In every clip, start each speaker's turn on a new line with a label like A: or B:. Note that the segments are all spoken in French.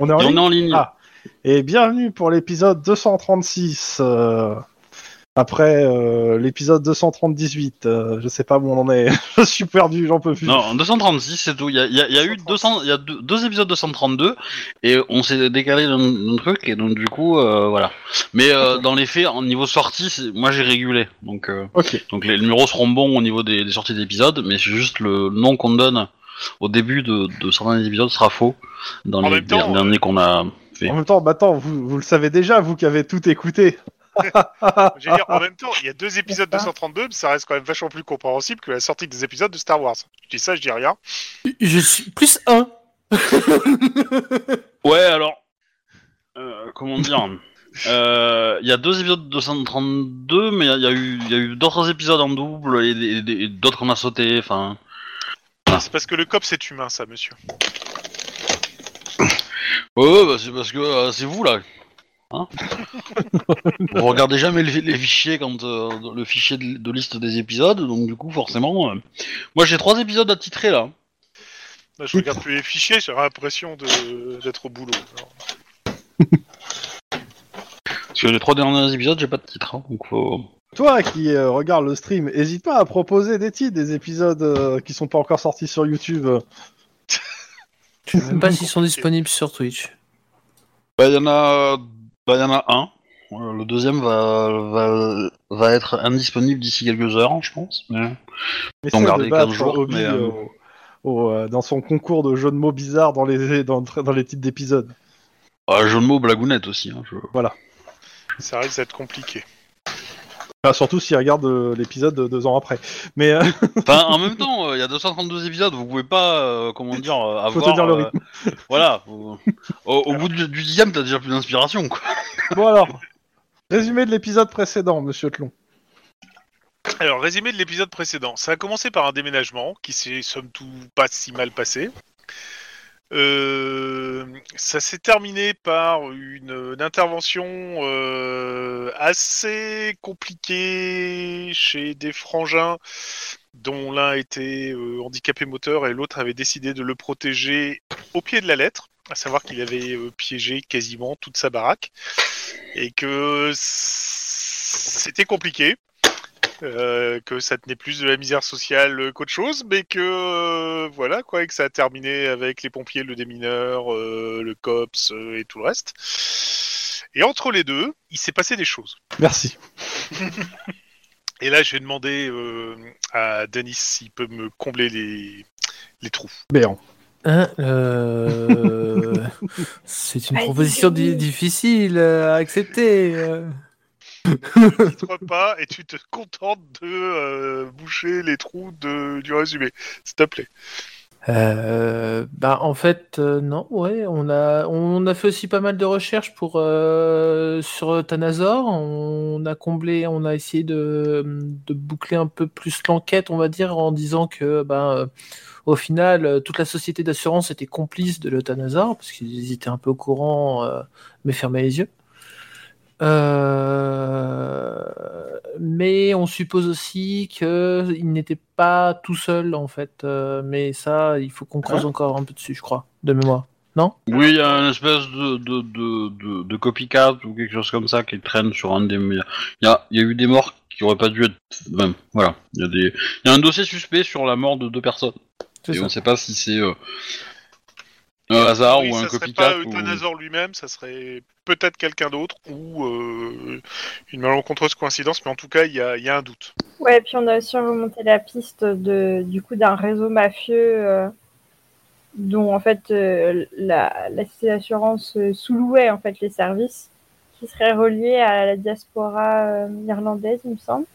A: On est en
B: Et on
A: ligne
B: est en ligne.
A: Ah. Et bienvenue pour l'épisode 236. euh, après euh, l'épisode 238, euh, je sais pas où on en est. je suis perdu, j'en peux plus.
B: Non, en 236, c'est tout. Il y a, il y a- il y a eu 200, il y a deux, deux épisodes 232 et on s'est décalé d'un d'un truc et donc du coup, euh, voilà. Mais euh, dans les faits, en niveau sortie, c'est- moi j'ai régulé. Donc, euh,
A: Ok.
B: donc les numéros seront bons au niveau des, des sorties d'épisodes, mais c'est juste le nom qu'on donne au début de, de certains épisodes sera faux dans
C: En
B: les
C: même temps,
B: der- derniers qu'on a.
A: En même temps, bah, attends, vous, vous le savez déjà, vous qui avez tout écouté.
C: Je veux dire, en même temps, il y a deux épisodes 232, mais ça reste quand même vachement plus compréhensible que la sortie des épisodes de Star Wars. Je dis ça, je dis rien.
D: Je suis plus un.
B: Ouais, alors. euh, comment dire Euh, Il y a deux épisodes 232, mais il y a- il y, a eu, il y a eu d'autres épisodes en double et, des- des- et d'autres qu'on a sauté. Enfin,
C: C'est parce que le cop, c'est humain, ça, monsieur.
B: ouais, ouais, bah, c'est parce que euh, c'est vous là. Hein vous regardez jamais les, les fichiers quand euh, le fichier de, de liste des épisodes, donc du coup forcément. euh, Moi j'ai trois épisodes à titrer là.
C: Là, je regarde plus les fichiers, j'aurais l'impression de- d'être au boulot. Alors,
B: Parce que les trois derniers épisodes j'ai pas de titre. hein, donc faut-
A: Toi qui euh, regarde le stream, hésite pas à proposer des titres, des épisodes euh, qui sont pas encore sortis sur YouTube. Euh,
D: Je sais même pas s'ils sont disponibles sur Twitch.
B: Bah, il y en a, bah, y en a un. Euh, Le deuxième va, va, va être indisponible d'ici quelques heures, je pense. mais-
A: Mais
B: T'en
A: c'est
B: garder
A: de
B: 15
A: battre
B: jours,
A: Obi,
B: mais, euh,
A: euh, au- au, euh, dans son concours de jeux de mots bizarres dans les, dans, dans les titres d'épisodes.
B: Ah, jeu de mots blagounette aussi. hein, je-
C: Ça risque d'être compliqué.
A: Enfin, surtout s'il regarde euh, l'épisode de deux ans après. Mais euh,
B: Enfin, en même temps, euh, il y a 232 épisodes, vous pouvez pas, euh, comment dire, euh,
A: Faut
B: avoir.
A: tenir le
B: euh, voilà. Au, au- au bout du, du dixième, t'as déjà plus d'inspiration, quoi.
A: bon alors, résumé de l'épisode précédent, monsieur Tlon.
C: Alors, résumé de l'épisode précédent. Ça a commencé par un déménagement qui s'est, somme toute, pas si mal passé. Euh, ça s'est terminé par une, une intervention euh, assez compliquée chez des frangins dont l'un était euh, handicapé moteur et l'autre avait décidé de le protéger au pied de la lettre, à savoir qu'il avait euh, piégé quasiment toute sa baraque et que c'était compliqué. Euh, que ça tenait plus de la misère sociale qu'autre chose, mais que euh, voilà quoi, et que ça a terminé avec les pompiers, le démineur, euh, le cops euh, et tout le reste. Et entre les deux, il s'est passé des choses.
A: Merci.
C: Et là, j'ai demandé euh, à Denis s'il peut me combler les, les trous.
A: Béant.
D: Hein, euh, C'est une
E: Vas-y,
D: proposition
E: Denis.
D: di- difficile euh, à accepter. euh.
C: Toi pas, et tu te contentes de euh, boucher les trous de, du résumé, s'il te plaît.
D: Euh, bah, en fait, euh, non, ouais, on a, on a fait aussi pas mal de recherches pour, euh, sur Thanazor. On a comblé, on a essayé de, de boucler un peu plus l'enquête, on va dire, en disant que, ben, euh, au final, euh, toute la société d'assurance était complice de l'Euthanasor, parce qu'ils étaient un peu au courant, euh, mais fermaient les yeux. Euh, mais on suppose aussi qu'il n'était pas tout seul en fait. Euh, mais ça, il faut qu'on creuse encore un peu dessus, je crois, de mémoire.
B: Oui, il y a une espèce de, de, de, de, de copycat ou quelque chose comme ça qui traîne sur un des. Il y a, il y a eu des morts qui auraient pas dû être. ben, voilà. Il y, a des... il y a un dossier suspect sur la mort de deux personnes.
D: C'est
B: Et
D: ça.
B: on sait pas si c'est euh, un hasard
C: Oui,
B: Ah, ou un
C: ça serait
B: copycat.
C: pas
B: ou-
C: Euthanasor lui-même, ça serait peut-être quelqu'un d'autre ou euh, une malencontreuse coïncidence, mais en tout cas, il y a, il y a un doute.
E: Ouais, puis on a aussi remonté la piste de, du coup d'un réseau mafieux euh, dont en fait euh, la, la société d'assurance euh, sous-louait en fait les services qui seraient reliés à la diaspora euh, irlandaise, il me semble.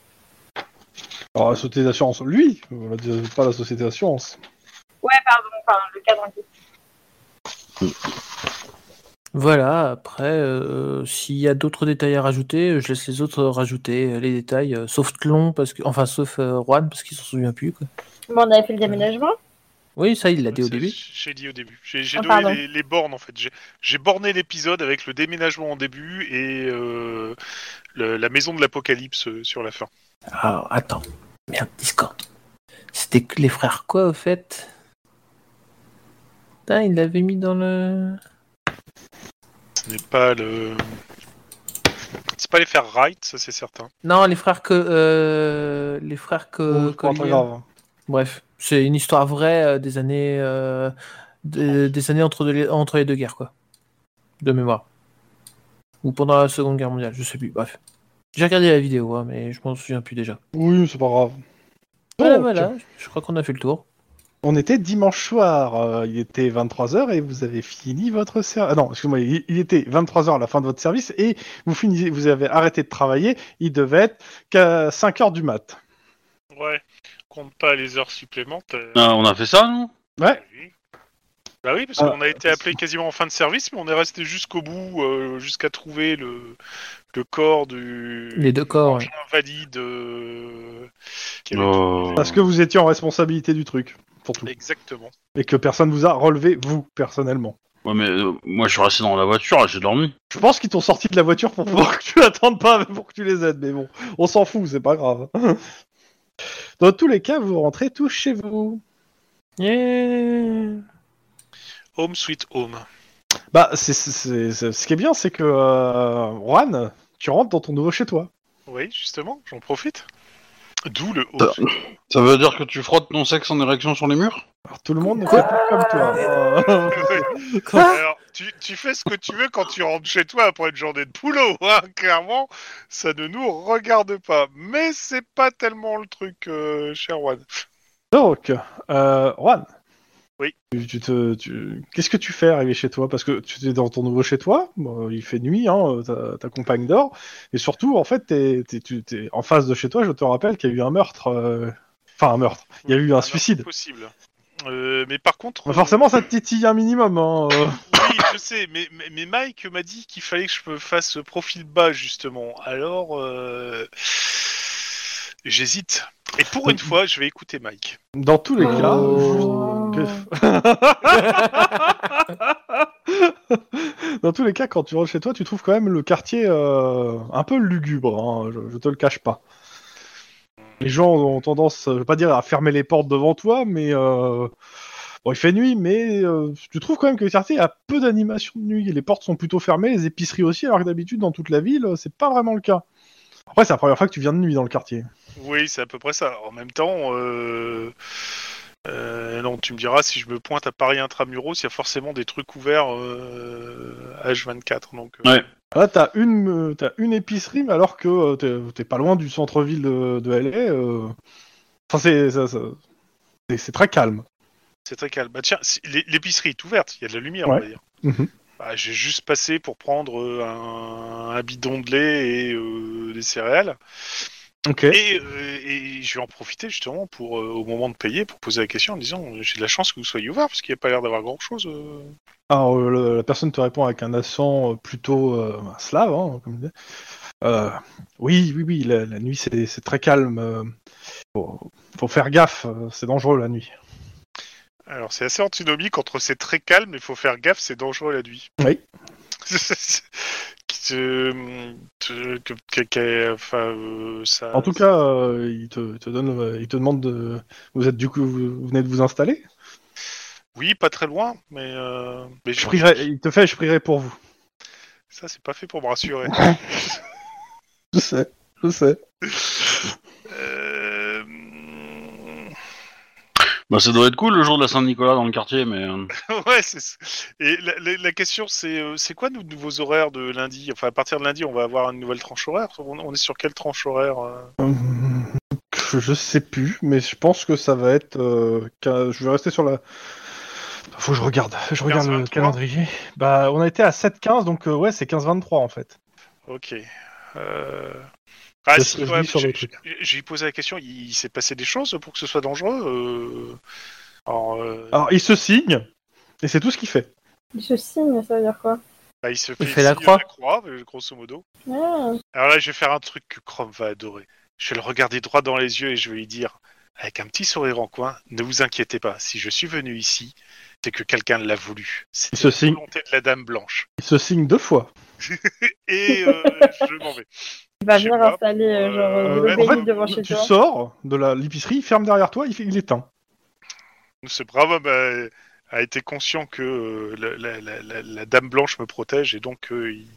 A: Alors, Ah, la société d'assurance, lui, euh, la- euh, pas la société d'assurance.
E: Ouais, pardon, enfin le cadre en question.
D: Voilà, après, euh, s'il y a d'autres détails à rajouter, je laisse les autres rajouter euh, les détails, euh, sauf Tlon, parce que... enfin, sauf euh, Juan, parce qu'il s'en souvient plus. Quoi.
E: Mais on avait fait le déménagement.
D: Oui, ça, il l'a dit au
C: Ça,
D: début.
C: J'ai dit au début. J'ai j'ai
E: Ah, pardon.
C: donné les, les bornes, en fait. J'ai- J'ai borné l'épisode avec le déménagement en début et euh, le- la maison de l'apocalypse euh, sur la fin.
D: Ah, attends. Merde, Discord. C'était que les frères quoi, au fait Putain, il l'avait mis dans le.
C: Ce n'est pas le. C'est pas les faire right, ça c'est certain.
D: Non, les frères que. euh, les frères que.
A: Bon, Oh, c'est pas
D: Collier.
A: très grave.
D: Bref, c'est une histoire vraie euh, des années. euh, de- des années entre, deux- entre les deux guerres, quoi. De mémoire. Ou pendant la seconde guerre mondiale, je sais plus, bref. J'ai regardé la vidéo, hein, mais je m'en souviens plus déjà.
A: Oui, c'est pas grave.
D: Voilà,
A: Donc,
D: voilà, je crois qu'on a fait le tour.
A: On était dimanche soir, euh, il était 23h et vous avez fini votre service. Ah non, excusez-moi, il, il était 23h à la fin de votre service et vous finissez, vous avez arrêté de travailler, il devait être qu'à 5h du mat.
C: Ouais, compte pas les heures supplémentaires.
B: Ah, on a fait ça, nous
C: Oui. Bah oui, parce
A: Ah,
C: qu'on a été appelé quasiment en fin de service, mais on est resté jusqu'au bout, euh, jusqu'à trouver le, le corps du
D: Les deux corps, ouais.
C: invalide. euh, qui avait
B: Oh.
A: Parce que vous étiez en responsabilité du truc, pour tout.
C: tout- Exactement.
A: Et que personne vous a relevé, vous, personnellement.
B: Ouais, mais euh, moi, je suis resté dans la voiture, là, j'ai dormi.
A: Je pense qu'ils t'ont sorti de la voiture pour pouvoir que tu l'attendes pas, mais pour que tu les aides, mais bon, on s'en fout, c'est pas grave. Dans tous les cas, vous rentrez tous chez vous.
D: Yeah.
C: Home sweet home.
A: Bah, c'est, c'est- c'est- c'est- ce qui est bien, c'est que, euh, Juan, tu rentres dans ton nouveau chez toi.
C: Oui, justement, j'en profite. D'où le home.
B: Euh. Ça veut dire que tu frottes ton sexe en érection sur les murs
A: Alors, tout le monde ne fait pas comme toi.
C: sweet- Alors, tu, tu fais ce que tu veux quand tu rentres chez toi après une journée de boulot, hein, clairement, ça ne nous regarde pas. Mais c'est pas tellement le truc, euh, Sherwan.
A: Donc, euh, Juan.
C: Oui.
A: Tu, tu te, tu- Qu'est-ce que tu fais arrivé chez toi Parce que tu es dans ton nouveau chez toi, bon, il fait nuit, hein, euh, ta, ta compagne dort, et surtout, en fait, t'es, t'es- tu- t'es en face de chez toi, je te rappelle qu'il y a eu un meurtre. euh, Enfin, un meurtre. Il y a eu un
C: Alors,
A: suicide.
C: c'est Possible. Euh, mais par contre,
A: Bah, forcément, ça te titille un minimum. Hein, euh.
C: Oui, je sais, mais, mais, mais Mike m'a dit qu'il fallait que je me fasse profil bas, justement. Alors, euh, j'hésite. Et pour une fois, je vais écouter Mike.
A: Dans tous les cas,
D: Oh.
A: Que- Dans tous les cas, quand tu rentres chez toi, tu trouves quand même le quartier euh, un peu lugubre, hein, je, je te le cache pas. Les gens ont tendance, euh, je vais pas dire à fermer les portes devant toi, mais euh, bon, il fait nuit, mais euh, tu trouves quand même que le quartier a peu d'animation de nuit. Les portes sont plutôt fermées, les épiceries aussi, alors que d'habitude, dans toute la ville, euh, c'est pas vraiment le cas. Après, c'est la première fois que tu viens de nuit dans le quartier.
C: Oui, c'est à peu près ça. En même temps, euh, euh, non, tu me diras si je me pointe à Paris intramuros, il y a forcément des trucs ouverts euh, H24. Donc, euh,
B: Ouais.
A: Là, t'as une, euh, t'as une épicerie, mais alors que euh, t'es, t'es pas loin du centre-ville de, de LA. euh. Enfin, c'est, ça- ça- c'est, c'est très calme.
C: c'est très calme. Bah tiens, si- l'é- l'épicerie est ouverte, il y a de la lumière, on
A: Ouais.
C: va dire.
A: Mhm.
C: Bah, j'ai juste passé pour prendre euh, un, un bidon de lait et euh, des céréales.
A: Ok.
C: Et, euh, et je vais en profiter justement pour, euh, au moment de payer, pour poser la question en disant euh, j'ai de la chance que vous soyez ouvert parce qu'il n'y a pas l'air d'avoir grand chose.
A: Alors, euh, le- la personne te répond avec un accent euh, plutôt euh, ben, slave, hein, comme on dit. Euh, oui, oui, oui, la, la nuit, c'est, c'est très calme. euh. Faut, faut faire gaffe, euh, c'est dangereux la nuit.
C: Alors c'est assez antinomique entre c'est très calme mais faut faire gaffe, c'est dangereux la nuit.
A: Oui.
C: Qui te- te- que- que- que- enfin, euh, ça-
A: En tout cas, euh, il, te, il te donne, euh, il te demande de. Vous êtes du coup, vous, vous venez de vous installer
C: Oui, pas très loin, mais. euh, mais
A: je
C: je-
A: prierai, Il te fait, je prierai pour vous.
C: Ça, c'est pas fait pour me rassurer.
A: Je sais, je sais.
C: Euh,
B: Bah, ça doit être cool le jour de la Saint-Nicolas dans le quartier, mais. euh,
C: ouais, c'est et la, la- la question c'est euh, c'est quoi nos nouveaux horaires de lundi Enfin à partir de lundi on va avoir une nouvelle tranche horaire. On, on est sur quelle tranche horaire euh
A: Hum, Je sais plus, mais je pense que ça va être. euh, qu'à- je vais rester sur la. Faut que je regarde. Je regarde
C: 15,
A: le
C: 23.
A: calendrier. Bah, on a été à 7-15, donc euh, ouais, c'est 15-23 en fait.
C: Ok. Euh... Ah,
A: Je
C: si,
A: serai
C: ouais,
A: venu sur
C: j'ai-
A: le truc.
C: j'ai- J'ai posé la question. Il, il s'est passé des choses pour que ce soit dangereux. euh Alors, euh,
A: Alors, il se signe, et c'est tout ce qu'il fait.
E: Il se signe, ça veut dire quoi
C: bah, il se fait,
D: Il fait la
C: signe de
D: croix.
C: euh, grosso modo.
E: Ah.
C: Alors là, je vais faire un truc que Chrome va adorer. Je vais le regarder droit dans les yeux et je vais lui dire, avec un petit sourire en coin, ne vous inquiétez pas, si je suis venu ici, c'est que quelqu'un l'a voulu. C'est
A: Il se
C: la
A: signe,
C: volonté de la Dame Blanche.
A: il se signe deux fois.
C: Et euh, je m'en vais.
E: Il va
C: Je sais
E: venir
C: pas.
E: installer euh, genre
C: Euh,
E: euh,
C: ouais,
E: le
A: en
E: bébé
A: fait,
E: devant
A: tu
E: chez toi.
A: sors de la- l'épicerie, il ferme derrière toi, il, fait- il éteint.
C: Ce brave homme a, a été conscient que euh, la, la- la- la- la dame blanche me protège et donc euh, il,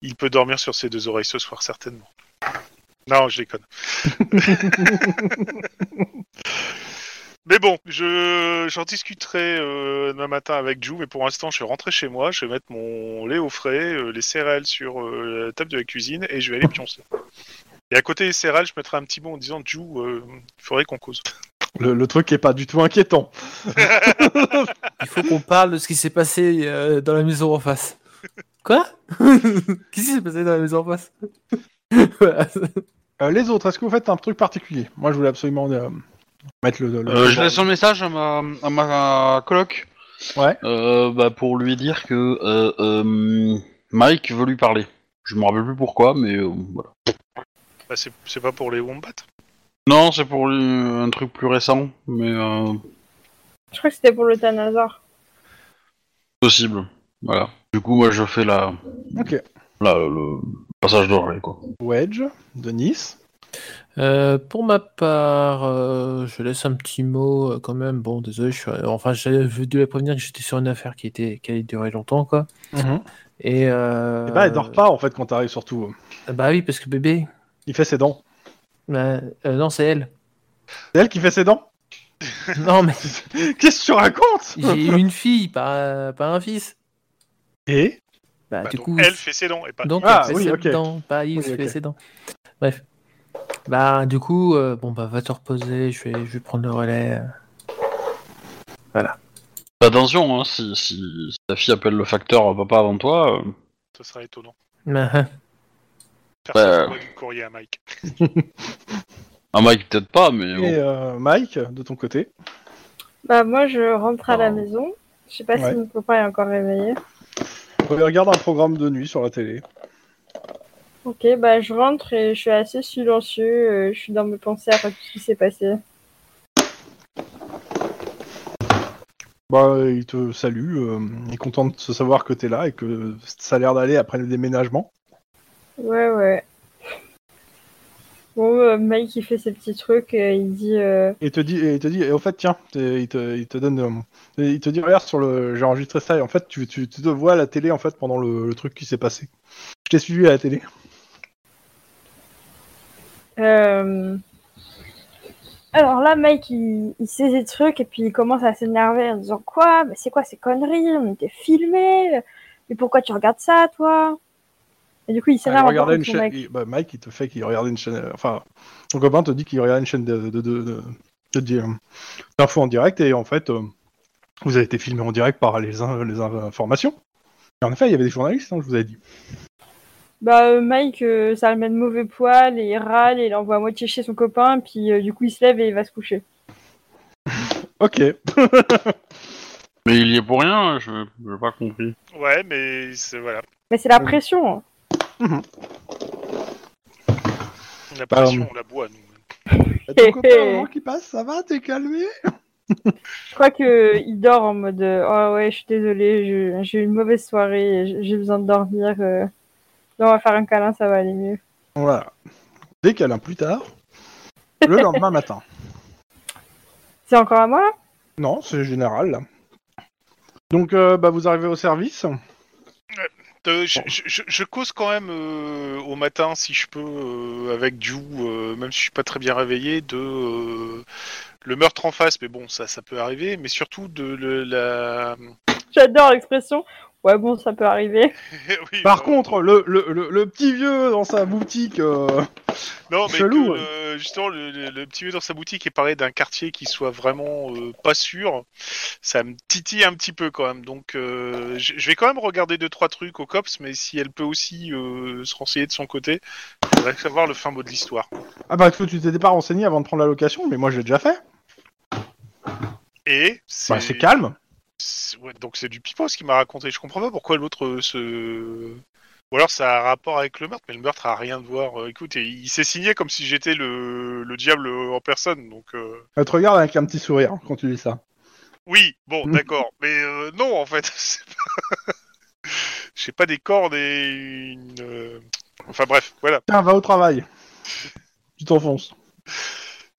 C: il peut dormir sur ses deux oreilles ce soir certainement. Non, je déconne. mais bon, je j'en discuterai euh, demain matin avec Jou, mais pour l'instant, je suis rentré chez moi, je vais mettre mon lait au frais, euh, les céréales sur euh, la table de la cuisine et je vais aller pioncer. Et à côté des céréales, je mettrai un petit mot en disant Jou, euh, il faudrait qu'on cause.
A: Le, le truc est pas du tout inquiétant.
D: Il faut qu'on parle de ce qui s'est passé euh, dans la maison en face. Quoi Qu'est-ce qui s'est passé dans la maison en face Voilà.
A: Euh, les autres, est-ce que vous faites un truc particulier Moi, je voulais absolument euh, mettre le. le-
B: Euh, je laisse un message à ma, à ma coloc.
A: Ouais.
B: Euh, bah, pour lui dire que euh, euh, Mike veut lui parler. Je me rappelle plus pourquoi, mais euh, voilà.
C: Bah, c'est c'est pas pour les wombats.
B: Non, c'est pour lui, euh, un truc plus récent, mais euh,
E: Je crois que c'était pour le Thanazor.
B: possible. Voilà. Du coup, moi, je fais la,
A: Ok.
B: la- le passage d'oreille, quoi.
A: Wedge, de Nice.
D: Euh, pour ma part, euh, je laisse un petit mot euh, quand même. Bon, désolé, je suis... enfin, j'avais dû la prévenir que j'étais sur une affaire qui était qui allait durer longtemps, quoi. Et, euh...
A: Et bah, elle dort pas en fait quand t'arrives, surtout.
D: Bah oui, parce que bébé.
A: Il fait ses dents.
D: bah, euh, non, c'est elle.
A: C'est elle qui fait ses dents
D: non, mais
A: Qu'est-ce que tu racontes
D: j'ai eu une fille, pas, euh, pas un fils.
A: Et
D: Bah,
C: Bah,
D: du
C: donc,
D: coup,
C: elle fait ses dents et pas.
D: Donc,
A: Ah,
D: elle fait
A: oui,
D: ses
A: ok.
D: dents, pas il
A: Oui,
D: se fait
A: ok.
D: ses dents. Bref. Bah, du coup, euh, bon, bah, va te reposer, je vais, je vais prendre le relais.
B: Attention, hein, si, si, si ta fille appelle le facteur à papa avant toi, euh,
C: Ce serait étonnant.
D: Euh,
B: Bah.
C: Personne voit du courrier à Mike.
B: à Mike peut-être pas, mais bon.
A: Et euh, Mike, de ton côté
E: Bah, moi, je rentre à la
B: Oh.
E: maison. Je sais pas
A: Ouais.
E: si mon copain est encore réveillé.
A: Regarde un programme de nuit sur la télé.
E: Ok, bah, je rentre et je suis assez silencieux. euh, je suis dans mes pensées après tout ce qui s'est passé.
A: Bah, il te salue, euh, il est content de se savoir que t'es là et que ça a l'air d'aller après le déménagement.
E: Ouais, ouais. Bon, euh, Mike, il fait ses petits trucs. euh, il dit. euh,
A: Et il te dit, et il te dit, et au fait, tiens, t'es- il te, il te donne, euh, et il te dit, regarde sur le, j'ai enregistré ça et en fait, tu, tu, tu te vois à la télé en fait pendant le, le truc qui s'est passé. Je t'ai suivi à la télé.
E: Euh, Alors là, Mike, il, il sait des trucs et puis il commence à s'énerver en disant quoi Mais c'est quoi ces conneries On était filmé. Mais pourquoi tu regardes ça, toi Et du coup, il
A: Ah, il
E: s'énerve encore
A: regardait une
E: contre
A: chaîne-
E: Mike.
A: il- bah, Mike, il te fait qu'il regardait une chaîne. euh, Enfin, ton copain te dit qu'il regardait une chaîne de, de, de, de- de- de- euh, d'infos en direct et en fait, euh, vous avez été filmé en direct par les, in- les in- informations. Et en effet, il y avait des journalistes, hein, je vous avais dit.
E: Bah, euh, Mike, euh, ça le met de mauvais poil et il râle et il envoie à moitié chez son copain. Puis euh, du coup, il se lève et il va se coucher.
A: Ok.
B: mais il y est pour rien, hein, je n'ai pas compris.
C: Ouais, mais c'est voilà.
E: Mais c'est la
A: Oui.
E: pression. hein.
C: La
A: Bah,
C: pression,
A: euh,
C: on la boit, nous.
A: Ton copain, au moment qui passe, ça va, t'es calmé
E: Je crois que euh, il dort en mode euh, Oh ouais, je suis désolé, je- j'ai eu une mauvaise soirée, et j- j'ai besoin de dormir. euh. Là, on va faire un câlin, ça va aller mieux.
A: Voilà. Décalin plus tard. Le lendemain matin.
E: C'est encore à moi là
A: Non, c'est général. là. Donc, euh, bah, vous arrivez au service.
C: Euh, je, je- je- je cause quand même euh, au matin, si je peux, euh, avec Ju, euh, même si je suis pas très bien réveillé, de euh, le meurtre en face. Mais bon, ça, ça peut arriver. Mais surtout de le- la.
E: J'adore l'expression. Ouais, bon, ça peut arriver.
C: Oui,
A: Par
C: euh,
A: contre, le, le, le, le petit vieux dans sa boutique. euh,
C: Non, mais
A: Chelou, hein.
C: que,
A: ouais.
C: euh, justement, le, le- le petit vieux dans sa boutique est parlé d'un quartier qui soit vraiment euh, pas sûr. Ça me titille un petit peu quand même. Donc, euh, je je vais quand même regarder deux trois trucs au cops, mais si elle peut aussi euh, se renseigner de son côté, je voudrais savoir le fin mot de l'histoire.
A: Ah bah, que tu t'étais pas renseigné avant de prendre la location, mais moi j'ai déjà fait.
C: Et
A: Bah, c'est calme.
C: c'est- ouais, donc c'est du pipeau ce qu'il m'a raconté. Je comprends pas pourquoi l'autre euh, se. Ou alors ça a un rapport avec le meurtre, mais le meurtre a rien de voir. Euh, écoute, et il s'est signé comme si j'étais le, le diable en personne, donc. euh,
A: Elle te regarde avec un petit sourire quand tu dis ça.
C: Oui, bon,
A: Mm.
C: d'accord. Mais euh, non, en fait, c'est pas- j'ai pas des cordes et une... euh, Enfin bref, voilà.
A: Tiens, va au travail. Tu t'enfonces.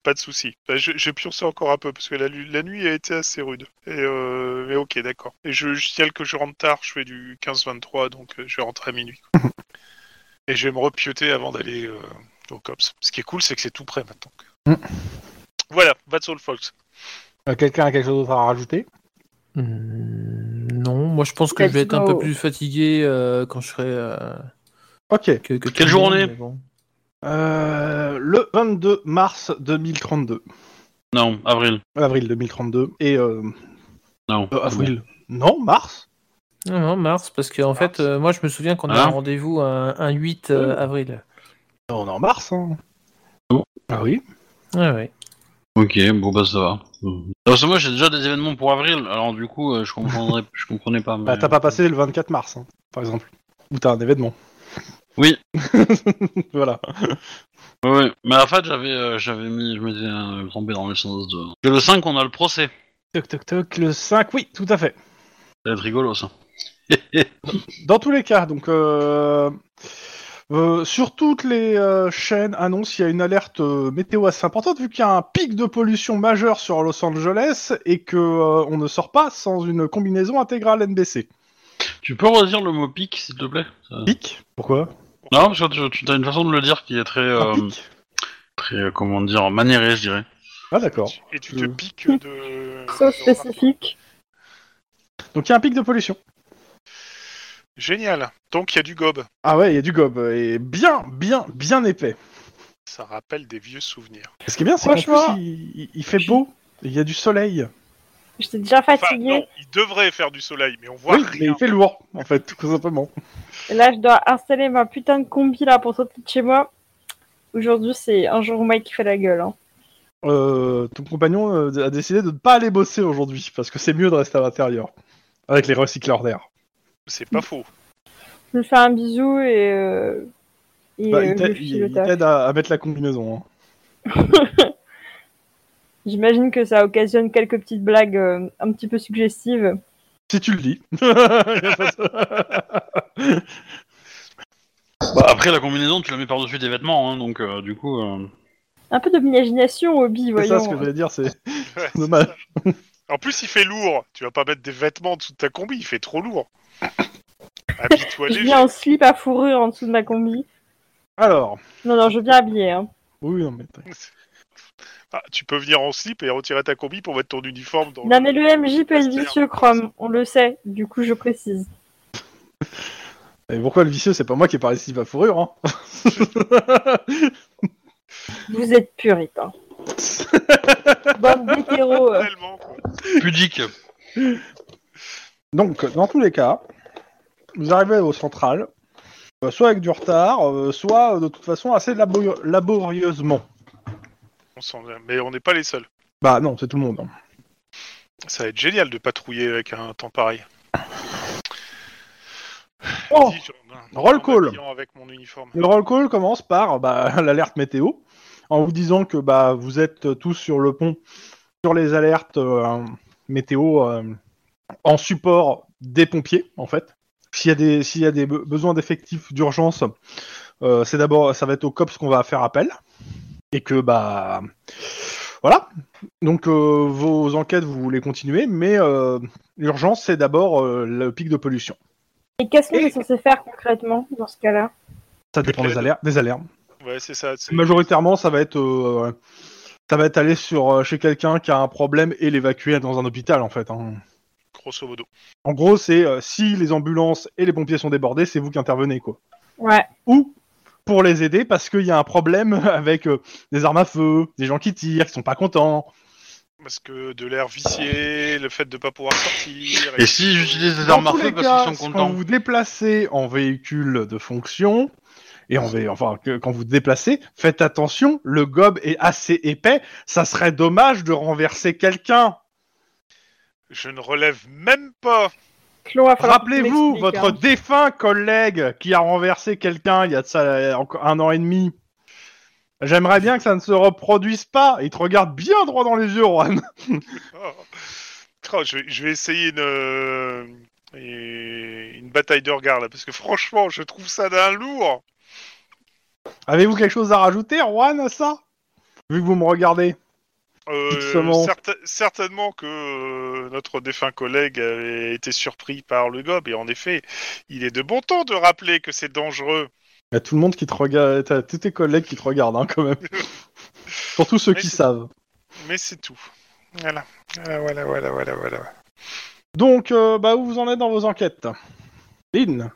C: Pas de souci. Bah, je- J'ai pioncé encore un peu parce que la, lu- la nuit a été assez rude. Et euh, mais ok, d'accord. Et je, je signale que je rentre tard, je fais du 15-23, donc euh, je vais rentrer à minuit. Et je vais me repioter avant d'aller euh, au COPS. Ce qui est cool, c'est que c'est tout prêt maintenant.
A: Mm.
C: Voilà, that's all, folks.
A: Euh, Quelqu'un a quelque chose d'autre à rajouter
D: Hmm, Non, moi je pense que je vais être
E: Let's
D: un
E: go.
D: peu plus fatigué euh, quand je serai. euh,
A: Ok.
D: que, que tout
B: Quelle
D: le monde,
B: journée
D: mais bon.
A: Euh, le 22 mars 2032.
B: Non, avril.
A: Avril 2032. Et. Euh,
B: Non.
A: euh, avril. Non, mars
D: Non, non, mars, parce que en fait, euh, moi je me souviens qu'on a
B: Hein
D: un rendez-vous un, un 8 euh, avril.
A: Non, on est en mars. Hein.
B: Bon.
A: Ah oui.
D: Ouais, ouais.
B: Ok, bon bah ça va. Mm. Parce que moi j'ai déjà des événements pour avril, alors du coup euh, je comprendrais, je comprenais pas. mais-
A: Bah, t'as pas passé le 24 mars, hein, par exemple. Ou t'as un événement.
B: Oui.
A: voilà.
B: Ouais, ouais. mais à la fait j'avais, euh, j'avais mis, je m'étais euh, trompé dans le sens de. Que le 5 on a le procès.
A: Toc toc toc, le 5, oui, tout à fait.
B: Ça va être rigolo ça.
A: Dans tous les cas, donc euh, euh, sur toutes les euh, chaînes annonces, il y a une alerte euh, météo assez importante vu qu'il y a un pic de pollution majeur sur Los Angeles et que euh, on ne sort pas sans une combinaison intégrale NBC.
B: tu peux redire le mot pic s'il te plaît Ça-
A: Pic Pourquoi
B: Non, parce que tu, tu as une façon de le dire qui est très,
A: Un
B: euh,
A: pic
B: très euh, comment dire, maniérée je dirais.
A: Ah d'accord.
C: Et tu te
A: Euh.
C: piques de.
E: Sauf spécifique.
A: Donc il y a un pic de pollution.
C: Génial. Donc il y a du gob.
A: Ah ouais, il y a du gob et bien, bien, bien épais.
C: Ça rappelle des vieux souvenirs.
A: Ce qui est bien, c'est qu'en
E: Franchement,
A: plus il, il- il fait beau, il y a du soleil,
E: J'étais déjà
C: Enfin,
E: fatiguée.
C: non, il devrait faire du soleil, mais on voit
A: oui, mais
C: rien.
A: il fait lourd en fait, tout simplement.
E: Et là, je dois installer ma putain de combi là pour sortir de chez moi. Aujourd'hui, c'est un jour où Mike fait la gueule. hein.
A: euh, ton compagnon euh, a décidé de ne pas aller bosser aujourd'hui parce que c'est mieux de rester à l'intérieur avec les recycleurs d'air.
C: C'est pas faux.
E: Je lui fais un bisou et. euh, et,
A: Bah,
E: euh,
A: il
E: je
A: t'a-
E: lui
A: il
E: file le
A: il
E: taf.
A: t'aide à, à mettre la combinaison. hein.
E: J'imagine que ça occasionne quelques petites blagues euh, un petit peu suggestives.
A: Si tu le dis. Y a pas de-
B: Bah, après la combinaison tu la mets par-dessus des vêtements, hein, donc euh, du coup. euh,
E: Un peu d'imagination, Obi,
A: c'est
E: voyons.
A: ça ce que j'allais dire, c'est
C: Ouais, c'est
A: dommage.
C: ça. En plus, il fait lourd. Tu vas pas mettre des vêtements en dessous de ta combi, il fait trop lourd. Habille-toi
E: je
C: léger.
E: viens en slip à fourrure en dessous de ma combi.
A: Alors,
E: Non, non, je viens habillée. Hein.
A: oui, non, mais t'inquiète.
C: Ah, tu peux venir en slip et retirer ta combi pour mettre ton uniforme
A: Oh.
C: dans
E: Non, mais le MJ peut être
C: J'espère.
E: vicieux, Chrome, on le sait, du coup je précise.
A: Et pourquoi le vicieux, c'est pas moi qui ai parlé de slip à fourrure. Hein
E: Vous êtes puritain. Bande d'hétéros. euh.
C: Tellement, quoi.
B: pudique.
A: Donc, dans tous les cas, vous arrivez au central, euh, soit avec du retard, euh, soit euh, de toute façon assez labo- laborieusement.
C: On s'en- Mais on n'est pas les seuls.
A: Bah non, c'est tout le monde. hein.
C: Ça va être génial de patrouiller avec un temps pareil.
A: Oh
C: Dis, j'en-
A: roll
C: en
A: call.
C: m'habillant Avec mon uniforme.
A: Le roll call commence par bah, l'alerte météo, en vous disant que bah, vous êtes tous sur le pont, sur les alertes euh, météo euh, en support des pompiers, en fait. S'il y a des, s'il y a des be- besoins d'effectifs d'urgence, euh, c'est d'abord, ça va être au COPS qu'on va faire appel. Et que, bah, voilà. Donc, euh, vos enquêtes, vous voulez continuer, mais euh, l'urgence, c'est d'abord euh, le pic de pollution.
E: Et qu'est-ce qu'on
A: Et-
E: est censé faire concrètement dans ce cas-là
A: Ça dépend des alertes. Des alertes.
C: Ouais, c'est ça. c'est-
A: Majoritairement, ça va être, euh, ça va être aller sur euh, chez quelqu'un qui a un problème et l'évacuer dans un hôpital en fait. hein.
C: Grosso modo.
A: En gros, c'est euh, si les ambulances et les pompiers sont débordés, c'est vous qui intervenez quoi.
E: Ouais,
A: Ou pour les aider parce qu'il y a un problème avec euh, des armes à feu, des gens qui tirent, qui sont pas contents.
C: Parce que de l'air vicié, le fait de pas pouvoir sortir.
B: Et si j'utilise des
A: Dans
B: armes à
A: tous
B: feu
A: les
B: parce qu'ils
A: cas,
B: sont
A: Quand
B: contents.
A: vous vous déplacez en véhicule de fonction, et en vé- enfin, que- quand vous vous déplacez, faites attention, le gob est assez épais, ça serait dommage de renverser quelqu'un.
C: Je ne relève même pas.
E: Clon va falloir que tu
A: Rappelez-vous
E: m'expliques,
A: votre
E: hein.
A: défunt collègue qui a renversé quelqu'un il y a de ça euh, encore un an et demi. J'aimerais bien que ça ne se reproduise pas. Il te regarde bien droit dans les yeux, Juan.
C: Oh. Oh, je, vais, je vais essayer une, euh, une bataille de regard là. Parce que franchement, je trouve ça d'un lourd.
A: Avez-vous quelque chose à rajouter, Juan, à ça Vu que vous me regardez,
C: Euh,
A: Seulement.
C: certain- certainement que euh, notre défunt collègue avait été surpris par le gob, et en effet, il est de bon temps de rappeler que c'est dangereux.
A: il y a tout le monde qui te regarde, t'as tous tes collègues qui te regardent hein, quand même. Surtout ceux
C: Mais
A: qui
C: c'est-
A: savent.
C: Mais c'est tout. Voilà. Voilà, voilà, voilà, voilà, voilà.
A: Donc, euh, bah, où vous en êtes dans vos enquêtes Lynn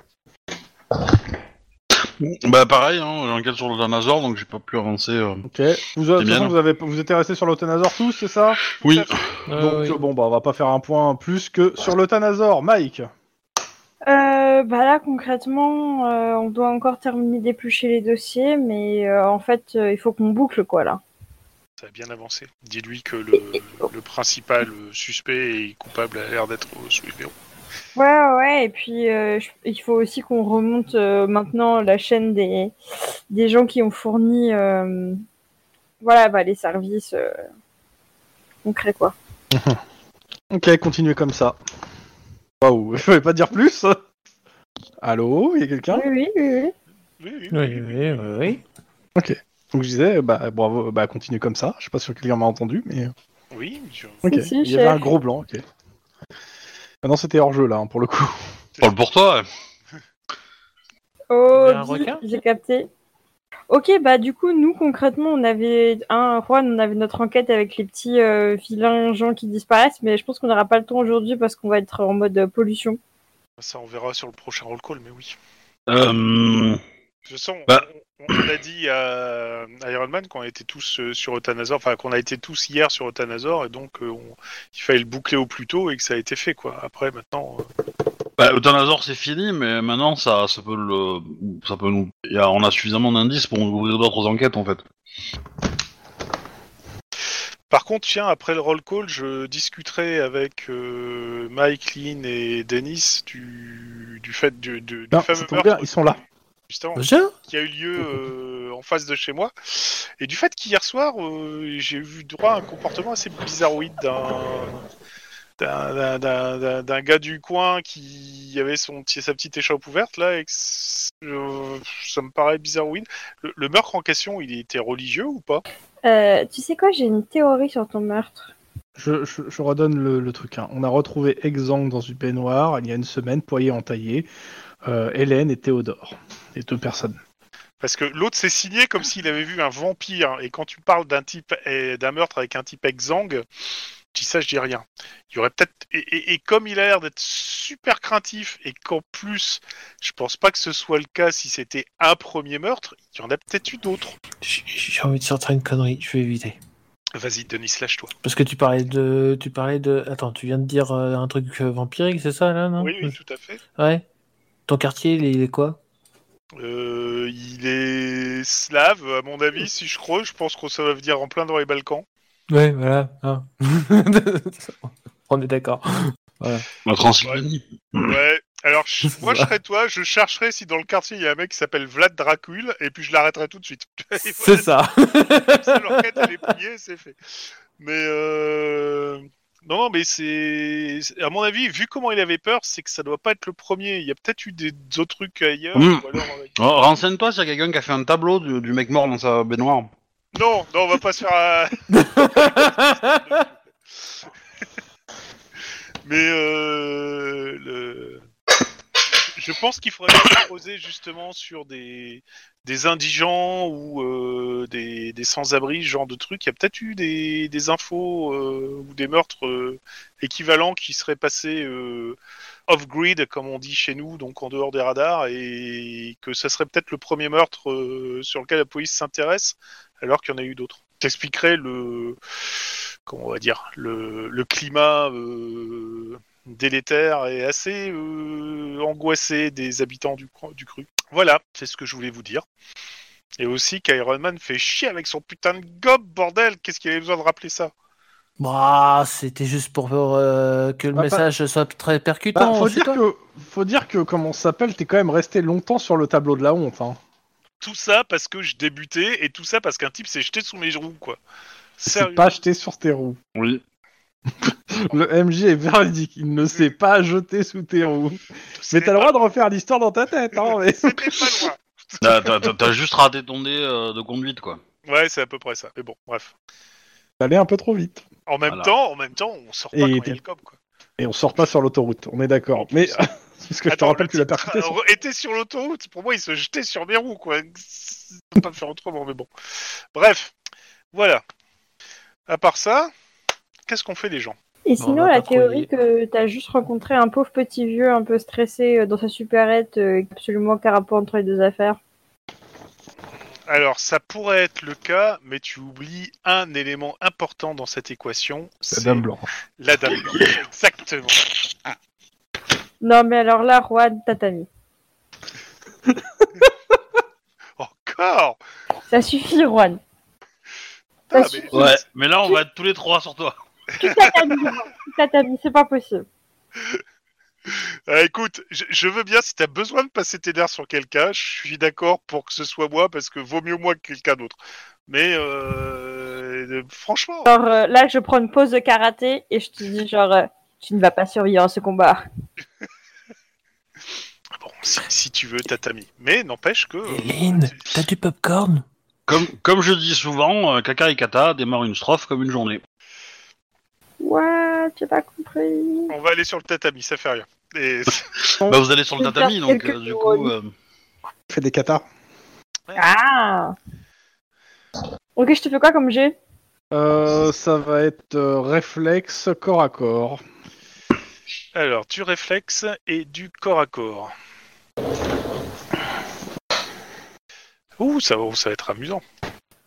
B: Bah pareil, hein, j'enquête sur le Danazor, donc j'ai pas pu avancer. euh.
A: Ok. Vous, de toute
B: bien,
A: façon,
B: non
A: vous, avez, vous étiez resté sur l'autanazor tous, c'est ça
B: Oui,
A: Donc,
D: oui.
A: euh, bon, bah, on va pas faire un point plus que sur l'autanazor. Mike
E: Euh, bah là, concrètement, euh, on doit encore terminer d'éplucher les dossiers, mais euh, en fait, euh, il faut qu'on boucle, quoi, là.
C: Ça a bien avancé. Dis-lui que le, le principal euh, suspect et coupable a l'air d'être euh, sous les verrous.
E: Ouais, ouais, et puis euh, je- il faut aussi qu'on remonte euh, maintenant la chaîne des, des gens qui ont fourni euh, voilà, bah, les services euh, concrets, quoi.
A: Ok, continuez comme ça. Waouh, je vais pas dire plus Allô, il y a quelqu'un
E: Oui, oui, oui, oui.
C: Oui, oui.
D: Oui, oui, oui, oui.
A: Donc, je disais, bah, bravo, bah, continuez comme ça. Je sais pas si quelqu'un m'a entendu, mais. euh,
C: Oui, monsieur.
A: Ok,
E: si,
A: il y avait
E: chef.
A: un gros blanc, ok. Ah non, c'était hors jeu là, hein, pour le coup.
B: parle pour toi. ouais.
E: Oh,
D: Il y a un
E: dis,
D: requin
E: Oh, j'ai capté. Ok, bah du coup, nous concrètement, on avait un Juan, on avait notre enquête avec les petits euh, vilains gens qui disparaissent, mais je pense qu'on n'aura pas le temps aujourd'hui parce qu'on va être en mode euh, pollution.
C: Ça, on verra sur le prochain roll call, mais oui.
B: Euh,
C: De toute façon,
B: Bah.
C: on, on a dit à à Iron Man qu'on était tous euh, sur Otanazor, enfin qu'on a été tous hier sur Otanazor, et donc euh, on- il fallait le boucler au plus tôt et que ça a été fait, quoi. Après, maintenant, euh,
B: bah, le Danazor c'est fini, mais maintenant ça, ça peut le, ça peut nous, y a- on a suffisamment d'indices pour ouvrir d'autres enquêtes en fait.
C: Par contre, tiens, après le roll call, je discuterai avec euh, Mike, Lynn et Dennis du, du fait du, du, du
A: Non,
C: fameux
A: ça tombe bien,
C: meurtre
A: ils sont là.
C: justement,
D: Bonjour.
C: qui a eu lieu euh, en face de chez moi, et du fait qu'hier soir, euh, j'ai eu droit à un comportement assez bizarroïde d'un d'un- d'un- d'un d'un- d'un gars du coin qui avait son petit- sa petite échoppe ouverte là et que c- euh, ça me paraît bizarroïde. Le, le meurtre en question, il était religieux ou pas
E: Euh, tu sais quoi, j'ai une théorie sur ton meurtre.
A: Je, je- je redonne le, le truc. hein. On a retrouvé Exang dans une baignoire il y a une semaine, poirier entaillé, euh, Hélène et Théodore. Les deux personnes.
C: Parce que l'autre s'est signé comme s'il avait vu un vampire. Et quand tu parles d'un type eh, d'un meurtre avec un type exsangue, je dis ça, je dis rien. Il y aurait peut-être et, et- et comme il a l'air d'être super craintif et qu'en plus, je pense pas que ce soit le cas si c'était un premier meurtre, il y en a peut-être eu d'autres.
D: J'ai- J'ai envie de sortir une connerie, je vais éviter.
C: Vas-y, Denis, lâche-toi.
D: Parce que tu parlais de, tu parlais de, attends, tu viens de dire euh, un truc euh, vampirique, c'est ça là, non
C: Oui, oui, tout à fait.
D: Ah, Ouais. Ton quartier, il est, il est quoi
C: Euh, il est slave, à mon avis. Si je creuse, je pense qu'on ça va venir en plein dans les Balkans.
D: Ouais, voilà. hein. On est d'accord.
B: La Transylvanie.
C: Ouais. Alors, je- moi, je serais toi, je chercherais si dans le quartier il y a un mec qui s'appelle Vlad Dracul, et puis je l'arrêterais tout de suite.
D: C'est ça.
C: Comme ça, l'enquête, elle est pliée, c'est fait. Mais euh... non, non, mais c'est à mon avis, vu comment il avait peur, c'est que ça doit pas être le premier. Il y a peut-être eu des autres trucs ailleurs.
B: Mm.
C: ou alors, euh,
B: Oh, Renseigne-toi s'il y a quelqu'un qui a fait un tableau du, du mec mort dans sa baignoire.
C: Non, non, on va pas se faire. euh, Mais euh, le- je pense qu'il faudrait se poser justement sur des, des indigents ou euh, des, des sans-abri, ce genre de truc. Il y a peut-être eu des, des infos euh, ou des meurtres euh, équivalents qui seraient passés euh, off-grid, comme on dit chez nous, donc en dehors des radars, et que ça serait peut-être le premier meurtre euh, sur lequel la police s'intéresse, alors qu'il y en a eu d'autres. T'expliquerais le comment on va dire le, le climat euh, délétère et assez euh, angoissé des habitants du, cro- du cru. Voilà, c'est ce que je voulais vous dire. Et aussi qu'Iron Man fait chier avec son putain de gobe, bordel Qu'est-ce qu'il avait besoin de rappeler ça
D: Bah, c'était juste pour euh, que le
A: Bah, pas-
D: message soit très
A: Bah,
D: percutant.
A: faut,
D: c'est
A: dire
D: toi
A: que, faut dire que, comment on s'appelle, t'es quand même resté longtemps sur le tableau de la honte. hein.
C: Tout ça parce que je débutais et tout ça parce qu'un type s'est jeté sous mes roues, quoi.
A: C'est
C: Sérieux
A: pas jeté sur tes roues.
B: Oui.
A: Le MJ est verdict, il ne s'est pas jeté sous tes roues. Mais
C: C'était
A: t'as le droit de refaire l'histoire dans ta tête. Hein, mais-
C: pas- C'était pas loin.
B: T'as- T'as t'as- t'as juste raté ton dé euh, de conduite quoi.
C: Ouais, c'est à peu près ça. Mais bon, bref.
A: Ça allait un peu trop vite.
C: En même
B: Voilà.
C: temps, en même temps, on sort pas
A: Et
C: quand il y
A: t'es-
C: a le cop, quoi.
A: Et on sort pas sur l'autoroute, on est d'accord. Mais parce que je te
C: Attends,
A: rappelle
C: le
A: que la
C: type
A: percuté, c'est-
C: tra- était sur l'autoroute. Pour moi, il se jetait sur mes roues, quoi. Je peux pas faire autrement, mais bon. Bref, voilà. À part ça, qu'est-ce qu'on fait les gens
E: Et
D: Bon, on
E: sinon,
D: va
E: la
D: pas trop y-
E: théorie que t'as juste rencontré un pauvre petit vieux un peu stressé euh, dans sa supérette, euh, absolument aucun rapport entre les deux affaires.
C: Alors, ça pourrait être le cas, mais tu oublies un élément important dans cette équation.
A: la
C: c'est
A: dame blanche.
C: La dame blanche. Exactement.
E: Non, mais alors là, Juan, tatami.
C: Encore
E: Ça suffit, Juan.
C: Ah,
E: Ça
C: mais-
E: suffit.
B: Ouais, mais là on va être tous les trois sur toi.
E: Tu tatami, Juan. Tu tatami, c'est pas possible.
C: Ah, écoute, je, je veux bien, si t'as besoin de passer tes nerfs sur quelqu'un, je suis d'accord pour que ce soit moi, parce que vaut mieux moi que quelqu'un d'autre. Mais euh, franchement,
E: Alors euh, là, je prends une pause de karaté et je te dis, genre, euh, tu ne vas pas survivre à ce combat.
C: bon, si, si tu veux, tatami. Mais n'empêche que... euh,
D: Hélène,
C: c'est-
D: t'as du popcorn
B: Comme, comme je dis souvent, euh, Kaka et Kata démarrent une strophe comme une journée.
E: What J'ai pas compris.
C: On va aller sur le tatami, ça fait rien. Et...
B: Bah, vous allez sur le
E: Je vais
B: tatami,
E: faire
B: donc
E: quelques
B: euh, du coup. euh,
A: Fait des cathares.
E: Ah Ok, je te fais quoi comme jet
A: Euh, ça va être euh, réflexe corps à corps.
C: Alors, du réflexe et du corps à corps. Ouh, ça va, ça va être amusant.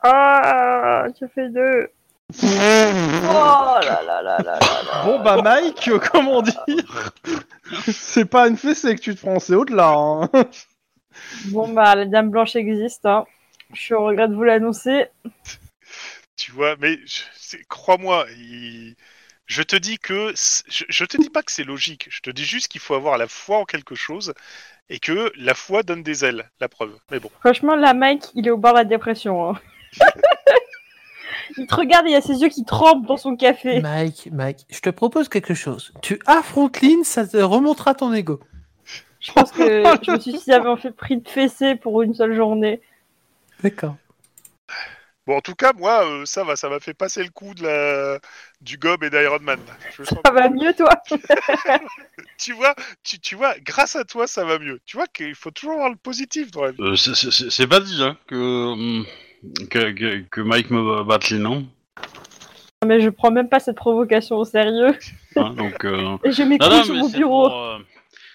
E: Ah Tu fais deux Oh là là là là là
A: Bon bah Mike, euh, comment dire C'est pas une fessée que tu te prends, c'est au-delà. hein.
E: Bon bah la dame blanche existe, hein. Je suis au regret de vous l'annoncer.
C: Tu vois, mais je- c'est- crois-moi, il- je te dis que c'est- je, je te dis pas que c'est logique. Je te dis juste qu'il faut avoir la foi en quelque chose et que la foi donne des ailes, la preuve. Mais bon,
E: Franchement, là, Mike, il est au bord de la dépression. hein. il te regarde et il y a ses yeux qui tremblent dans son
A: Eh.
E: café.
D: Mike, Mike, je te propose quelque chose. Tu affrontes Lynn, ça te remontera ton ego.
E: Je pense que je me suis dit, j'avais en fait pris de fessée pour une seule journée.
D: D'accord.
C: bon, en tout cas, moi, euh, ça va, ça m'a fait passer le coup de la du gob et d'Iron Man. Je sens
E: Ça va mieux, toi
C: tu vois, tu, tu vois, grâce à toi, ça va mieux. Tu vois qu'il faut toujours avoir le positif dans la vie.
B: euh, c'est- c'est c'est- c'est pas dit hein, que, hum, que, que, que Mike me batte les noms.
E: Non, Mais je prends même pas cette provocation au sérieux.
B: hein, donc, euh,
E: Et je
B: non,
E: m'écoule
B: non,
E: sur
B: mais
E: mon
B: c'est
E: bureau.
B: pour, euh,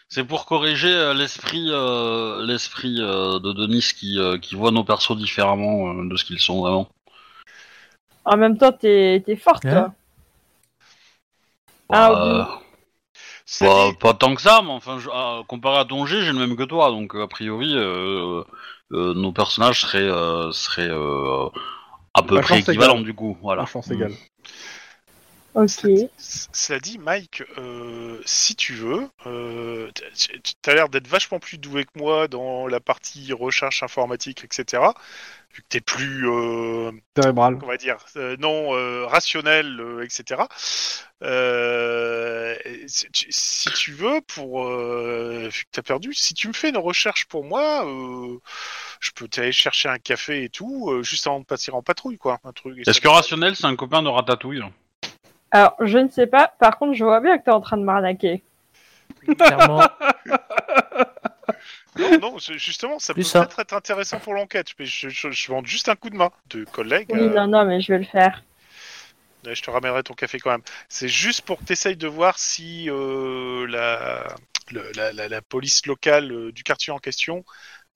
B: c'est pour corriger euh, l'esprit euh, l'esprit euh, de Denis qui, euh, qui voit nos persos différemment euh, de ce qu'ils sont vraiment.
E: En même temps, t'es t'es forte,
D: Hein
E: toi. Ah,
B: Euh,
C: C'est
B: Bah, pas tant que ça, mais enfin, je- ah, comparé à ton G, j'ai le même que toi, donc euh, a priori, euh, euh, nos personnages seraient, euh, seraient euh, à peu
A: La
B: près
A: chance égale.
B: équivalents du coup. Voilà.
A: La chance égale.
E: ok.
C: C- Cela dit, Mike, euh, si tu veux, euh, t- t- t'as l'air d'être vachement plus doué que moi dans la partie recherche informatique, etc. Vu que t'es plus, euh,
A: Cérébral.
C: on va dire, euh, non euh, rationnel, euh, etc. Euh, et si, tu, si tu veux, pour euh, vu que t'as perdu, si tu me fais une recherche pour moi, euh, je peux t'aller chercher un café et tout, euh, juste avant de partir en patrouille, quoi, un truc. Et
B: Est-ce
C: ça-
B: que Rationnel, c'est un copain de Ratatouille
E: Alors, je ne sais pas. Par contre, je vois bien que t'es en train de m'arnaquer.
D: Clairement,
C: Non, non, c'est- justement, ça peut
D: Plus ça.
C: peut-être être intéressant pour l'enquête. Mais je, je, je demande juste un coup de main de collègue.
E: Oui,
C: euh,
E: non, non, mais je vais le faire.
C: euh, je te ramènerai ton café quand même. C'est juste pour que tu essayes de voir si euh, la, le- la, la- la police locale euh, du quartier en question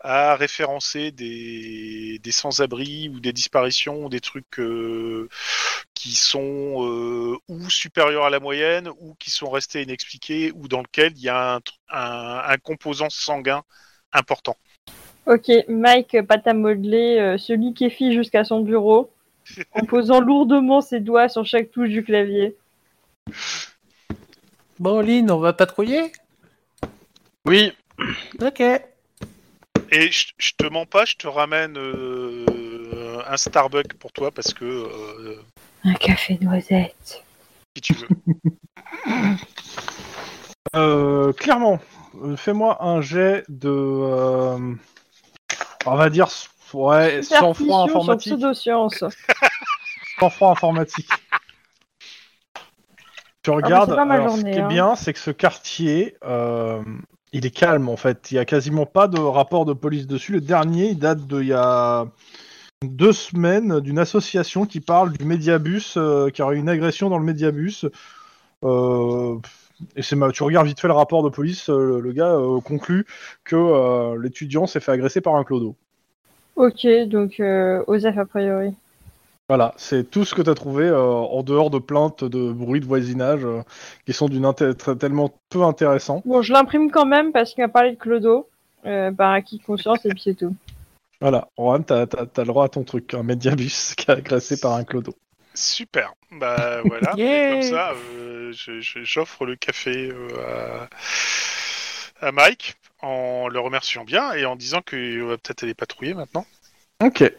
C: a référencé des, des sans-abri ou des disparitions, ou des trucs euh, qui sont euh, ou supérieurs à la moyenne, ou qui sont restés inexpliqués, ou dans lequel il y a un tr- un- un composant sanguin important.
E: Ok, Mike, pâte à modeler, euh, se liquéfie jusqu'à son bureau en posant lourdement ses doigts sur chaque touche du clavier.
D: Bon, Lynn, on va patrouiller
B: Oui.
D: Ok.
C: Et je, je te mens pas, je te ramène euh, un Starbucks pour toi parce que euh,
E: Un café noisette.
C: si tu veux.
A: Euh, clairement, euh, fais-moi un jet de. euh, on va dire. s- Ouais, sans froid
E: Superstition sur
A: informatique.
E: pseudo-science.
A: Sans froid informatique. Tu
E: Ah, mais
A: regardes,
E: c'est pas ma
A: alors, ce
E: journée,
A: qui est
E: hein.
A: bien, c'est que ce quartier, euh, il est calme en fait. Il y a quasiment pas de rapport de police dessus. Le dernier, il date d'il y a deux semaines d'une association qui parle du médiabus, euh, qui aurait eu une agression dans le médiabus. Euh, et c'est ma- tu regardes vite fait le rapport de police, euh, le, le gars euh, conclut que euh, l'étudiant s'est fait agresser par un clodo.
E: Ok, donc euh, Osef a priori.
A: Voilà, c'est tout ce que tu as trouvé euh, en dehors de plaintes de bruits de voisinage euh, qui sont d'une inté- très- tellement peu intéressants.
E: Bon, je l'imprime quand même parce qu'il m'a parlé de Clodo, euh, par acquis de conscience, et puis c'est tout.
A: Voilà, Rohan, t'as t'as- t'as le droit à ton truc, un médiabus qui a agressé par un clodo.
C: Super. Bah voilà.
D: Yeah.
C: Et Comme ça, euh, je- je- j'offre le café euh, à... à Mike en le remerciant bien et en disant qu'on va peut-être aller patrouiller maintenant.
A: Ok.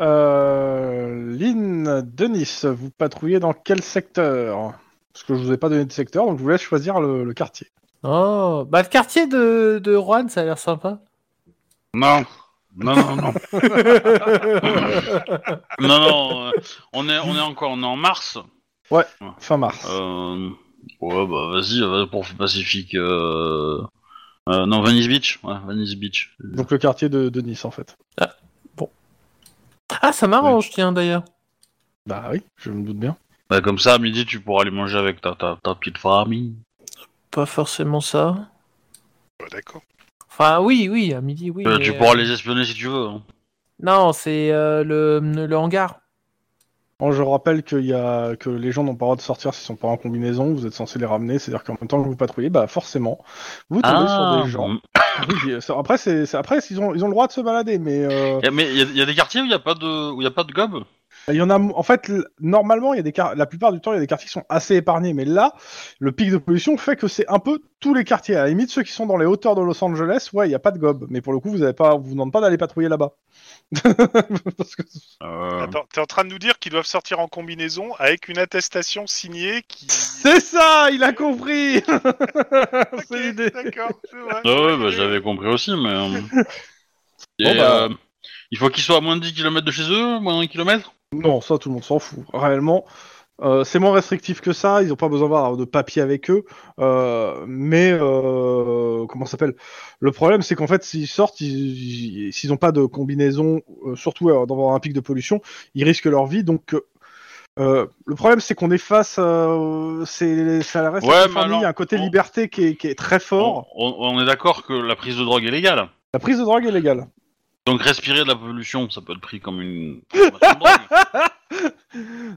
A: Euh, Lynn, Denis, vous patrouillez dans quel secteur Parce que je vous ai pas donné de secteur, donc je vous laisse choisir le, le quartier.
D: Oh, bah le quartier de, de Rouen, ça a l'air sympa.
B: Non. Non, non, non. non, non. euh, on, est, on est encore on est en mars.
A: Fin mars.
B: Euh, ouais, bah vas-y, euh, pour Pacifique. Euh... euh, non, Venice Beach. Ouais, Venice Beach.
A: Donc le quartier de, de Nice, en fait.
D: Ah, ça m'arrange, tiens, d'ailleurs.
A: Bah oui, je me doute bien.
B: Bah, comme ça, à midi, tu pourras aller manger avec ta, ta, ta petite famille.
D: Pas forcément ça.
C: Bah, D'accord.
D: Enfin, oui, oui, à midi, oui.
B: Euh,
D: mais,
B: tu
D: euh,
B: pourras les espionner si tu veux. hein.
D: Non, c'est euh, le, le hangar.
A: Bon, je rappelle qu'il y a... que les gens n'ont pas le droit de sortir s'ils sont pas en combinaison, vous êtes censé les ramener, c'est-à-dire qu'en même temps que vous patrouillez, bah forcément, vous tombez sur des gens.
B: Mm.
A: Oui, euh, ça- après, c'est... c'est- après ils, ont... ils ont le droit de se balader, mais euh,
B: Y a- mais il y, a- y a des quartiers où il n'y a pas de, où y a pas de gob
A: il y en a. En fait, l- normalement, il y a des quar- la plupart du temps, il y a des quartiers qui sont assez épargnés, mais là, le pic de pollution fait que c'est un peu tous les quartiers. À la limite, ceux qui sont dans les hauteurs de Los Angeles, ouais, il n'y a pas de gob, mais pour le coup, vous avez pas, on vous demande pas d'aller patrouiller là-bas. Parce que
B: Euh,
C: Attends, t'es en train de nous dire qu'ils doivent sortir en combinaison avec une attestation signée qui.
A: c'est ça, il a compris.
C: Ok,
A: c'est l'idée.
C: D'accord. c'est vrai.
B: Ah ouais, bah, j'avais compris aussi, mais. euh, et,
A: Bon, bah.
B: euh, il faut qu'ils soient à moins de 10 km de chez eux, moins d'un kilomètre
A: Non, ça tout le monde s'en fout. Réellement, euh, c'est moins restrictif que ça. Ils n'ont pas besoin d'avoir de papier avec eux. Euh, mais euh, comment ça s'appelle Le problème, c'est qu'en fait, s'ils sortent, ils- ils- s'ils n'ont pas de combinaison, euh, surtout euh, dans un pic de pollution, ils risquent leur vie. Donc euh, euh, le problème, c'est qu'on est face, euh, c'est ça reste
B: Ouais,
A: à la
B: mais
A: famille,
B: alors,
A: il y a un côté
B: on-
A: liberté qui est, qui est très fort.
B: on, on est d'accord que la prise de drogue est légale.
A: La prise de drogue est légale.
B: Donc respirer de la pollution, ça peut être pris comme une. consommation de drogue.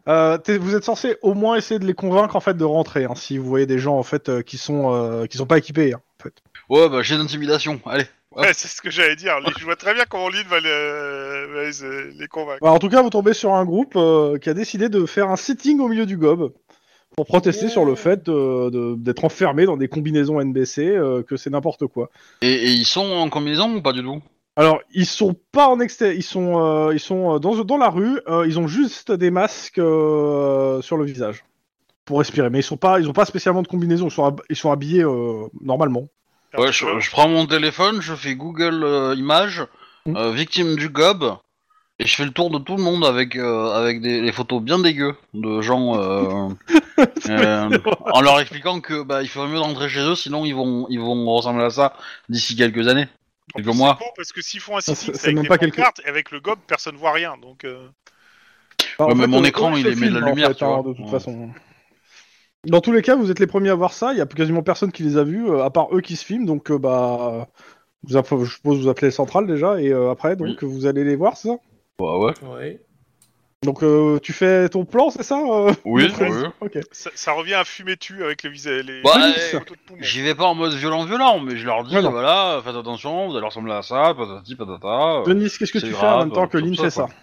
A: Euh, t'es- vous êtes censé au moins essayer de les convaincre en fait de rentrer. hein, si vous voyez des gens en fait euh, qui sont euh, qui sont pas équipés. hein, en fait.
B: Ouais, bah, j'ai d'intimidation, allez.
C: Ouais, c'est ce que j'allais dire. Les- Je vois très bien comment Lynn va, le- va les- les convaincre.
A: Bah, en tout cas, vous tombez sur un groupe euh, qui a décidé de faire un sitting au milieu du gob pour protester sur le fait de- de- d'être enfermé dans des combinaisons NBC, euh, que c'est n'importe quoi.
B: Et, et ils sont en combinaison ou pas du tout
A: Alors, ils sont pas en exté- ils sont euh, ils sont euh, dans dans la rue, euh, ils ont juste des masques euh, sur le visage pour respirer, mais ils sont pas ils ont pas spécialement de combinaison, ils sont hab- ils sont habillés euh, normalement.
C: Alors,
B: Ouais,
C: tu
B: je,
C: vois,
B: je prends mon téléphone, je fais Google euh, Images,
A: Mm.
B: euh, victime du gob, et je fais le tour de tout le monde avec, euh, avec des, les photos bien dégueu de gens euh, euh, en leur expliquant que bah, il faudrait mieux rentrer chez eux, sinon ils vont, ils vont ressembler à ça d'ici quelques années.
C: En
B: Et
C: plus,
B: pour moi.
C: c'est con, parce que s'ils font un
A: Ça,
C: sitting,
A: c'est-
C: c'est avec
A: même
C: des
A: pas quelque-
C: pancartes, et avec le gob, personne voit rien. Donc, euh,
A: Bah,
B: Ouais,
A: en
B: mais
A: fait,
B: mon
A: euh,
B: écran,
A: ouais,
B: il
A: c'est
B: émet
A: film,
B: la
A: en
B: lumière,
A: fait,
B: tu
A: hein,
B: vois.
A: de toute
B: Ouais.
A: façon. Dans tous les cas, vous êtes les premiers à voir ça. Il y a quasiment personne qui les a vus, euh, à part eux qui se filment. Donc, euh, bah, vous app- je suppose vous appelez central déjà, et euh, après, donc vous allez les voir, c'est ça
B: Bah ouais.
D: Oui.
A: Donc, euh, tu fais ton plan, c'est ça euh
B: Oui,
A: Mon frère
B: oui.
A: Ok.
C: ça, ça revient à fumer tu avec les, visa- les...
B: Bah,
C: les
A: euh,
C: photos de poumons.
B: J'y vais pas en mode violent-violent, mais je leur dis,
A: Ouais, non.
B: voilà, faites attention, vous allez ressembler à ça, patati patata.
A: Denis, qu'est-ce que
B: c'est
A: tu fais en
B: grave,
A: même temps que
B: tout
A: Lynn
B: ça,
A: fait
B: quoi.
A: ça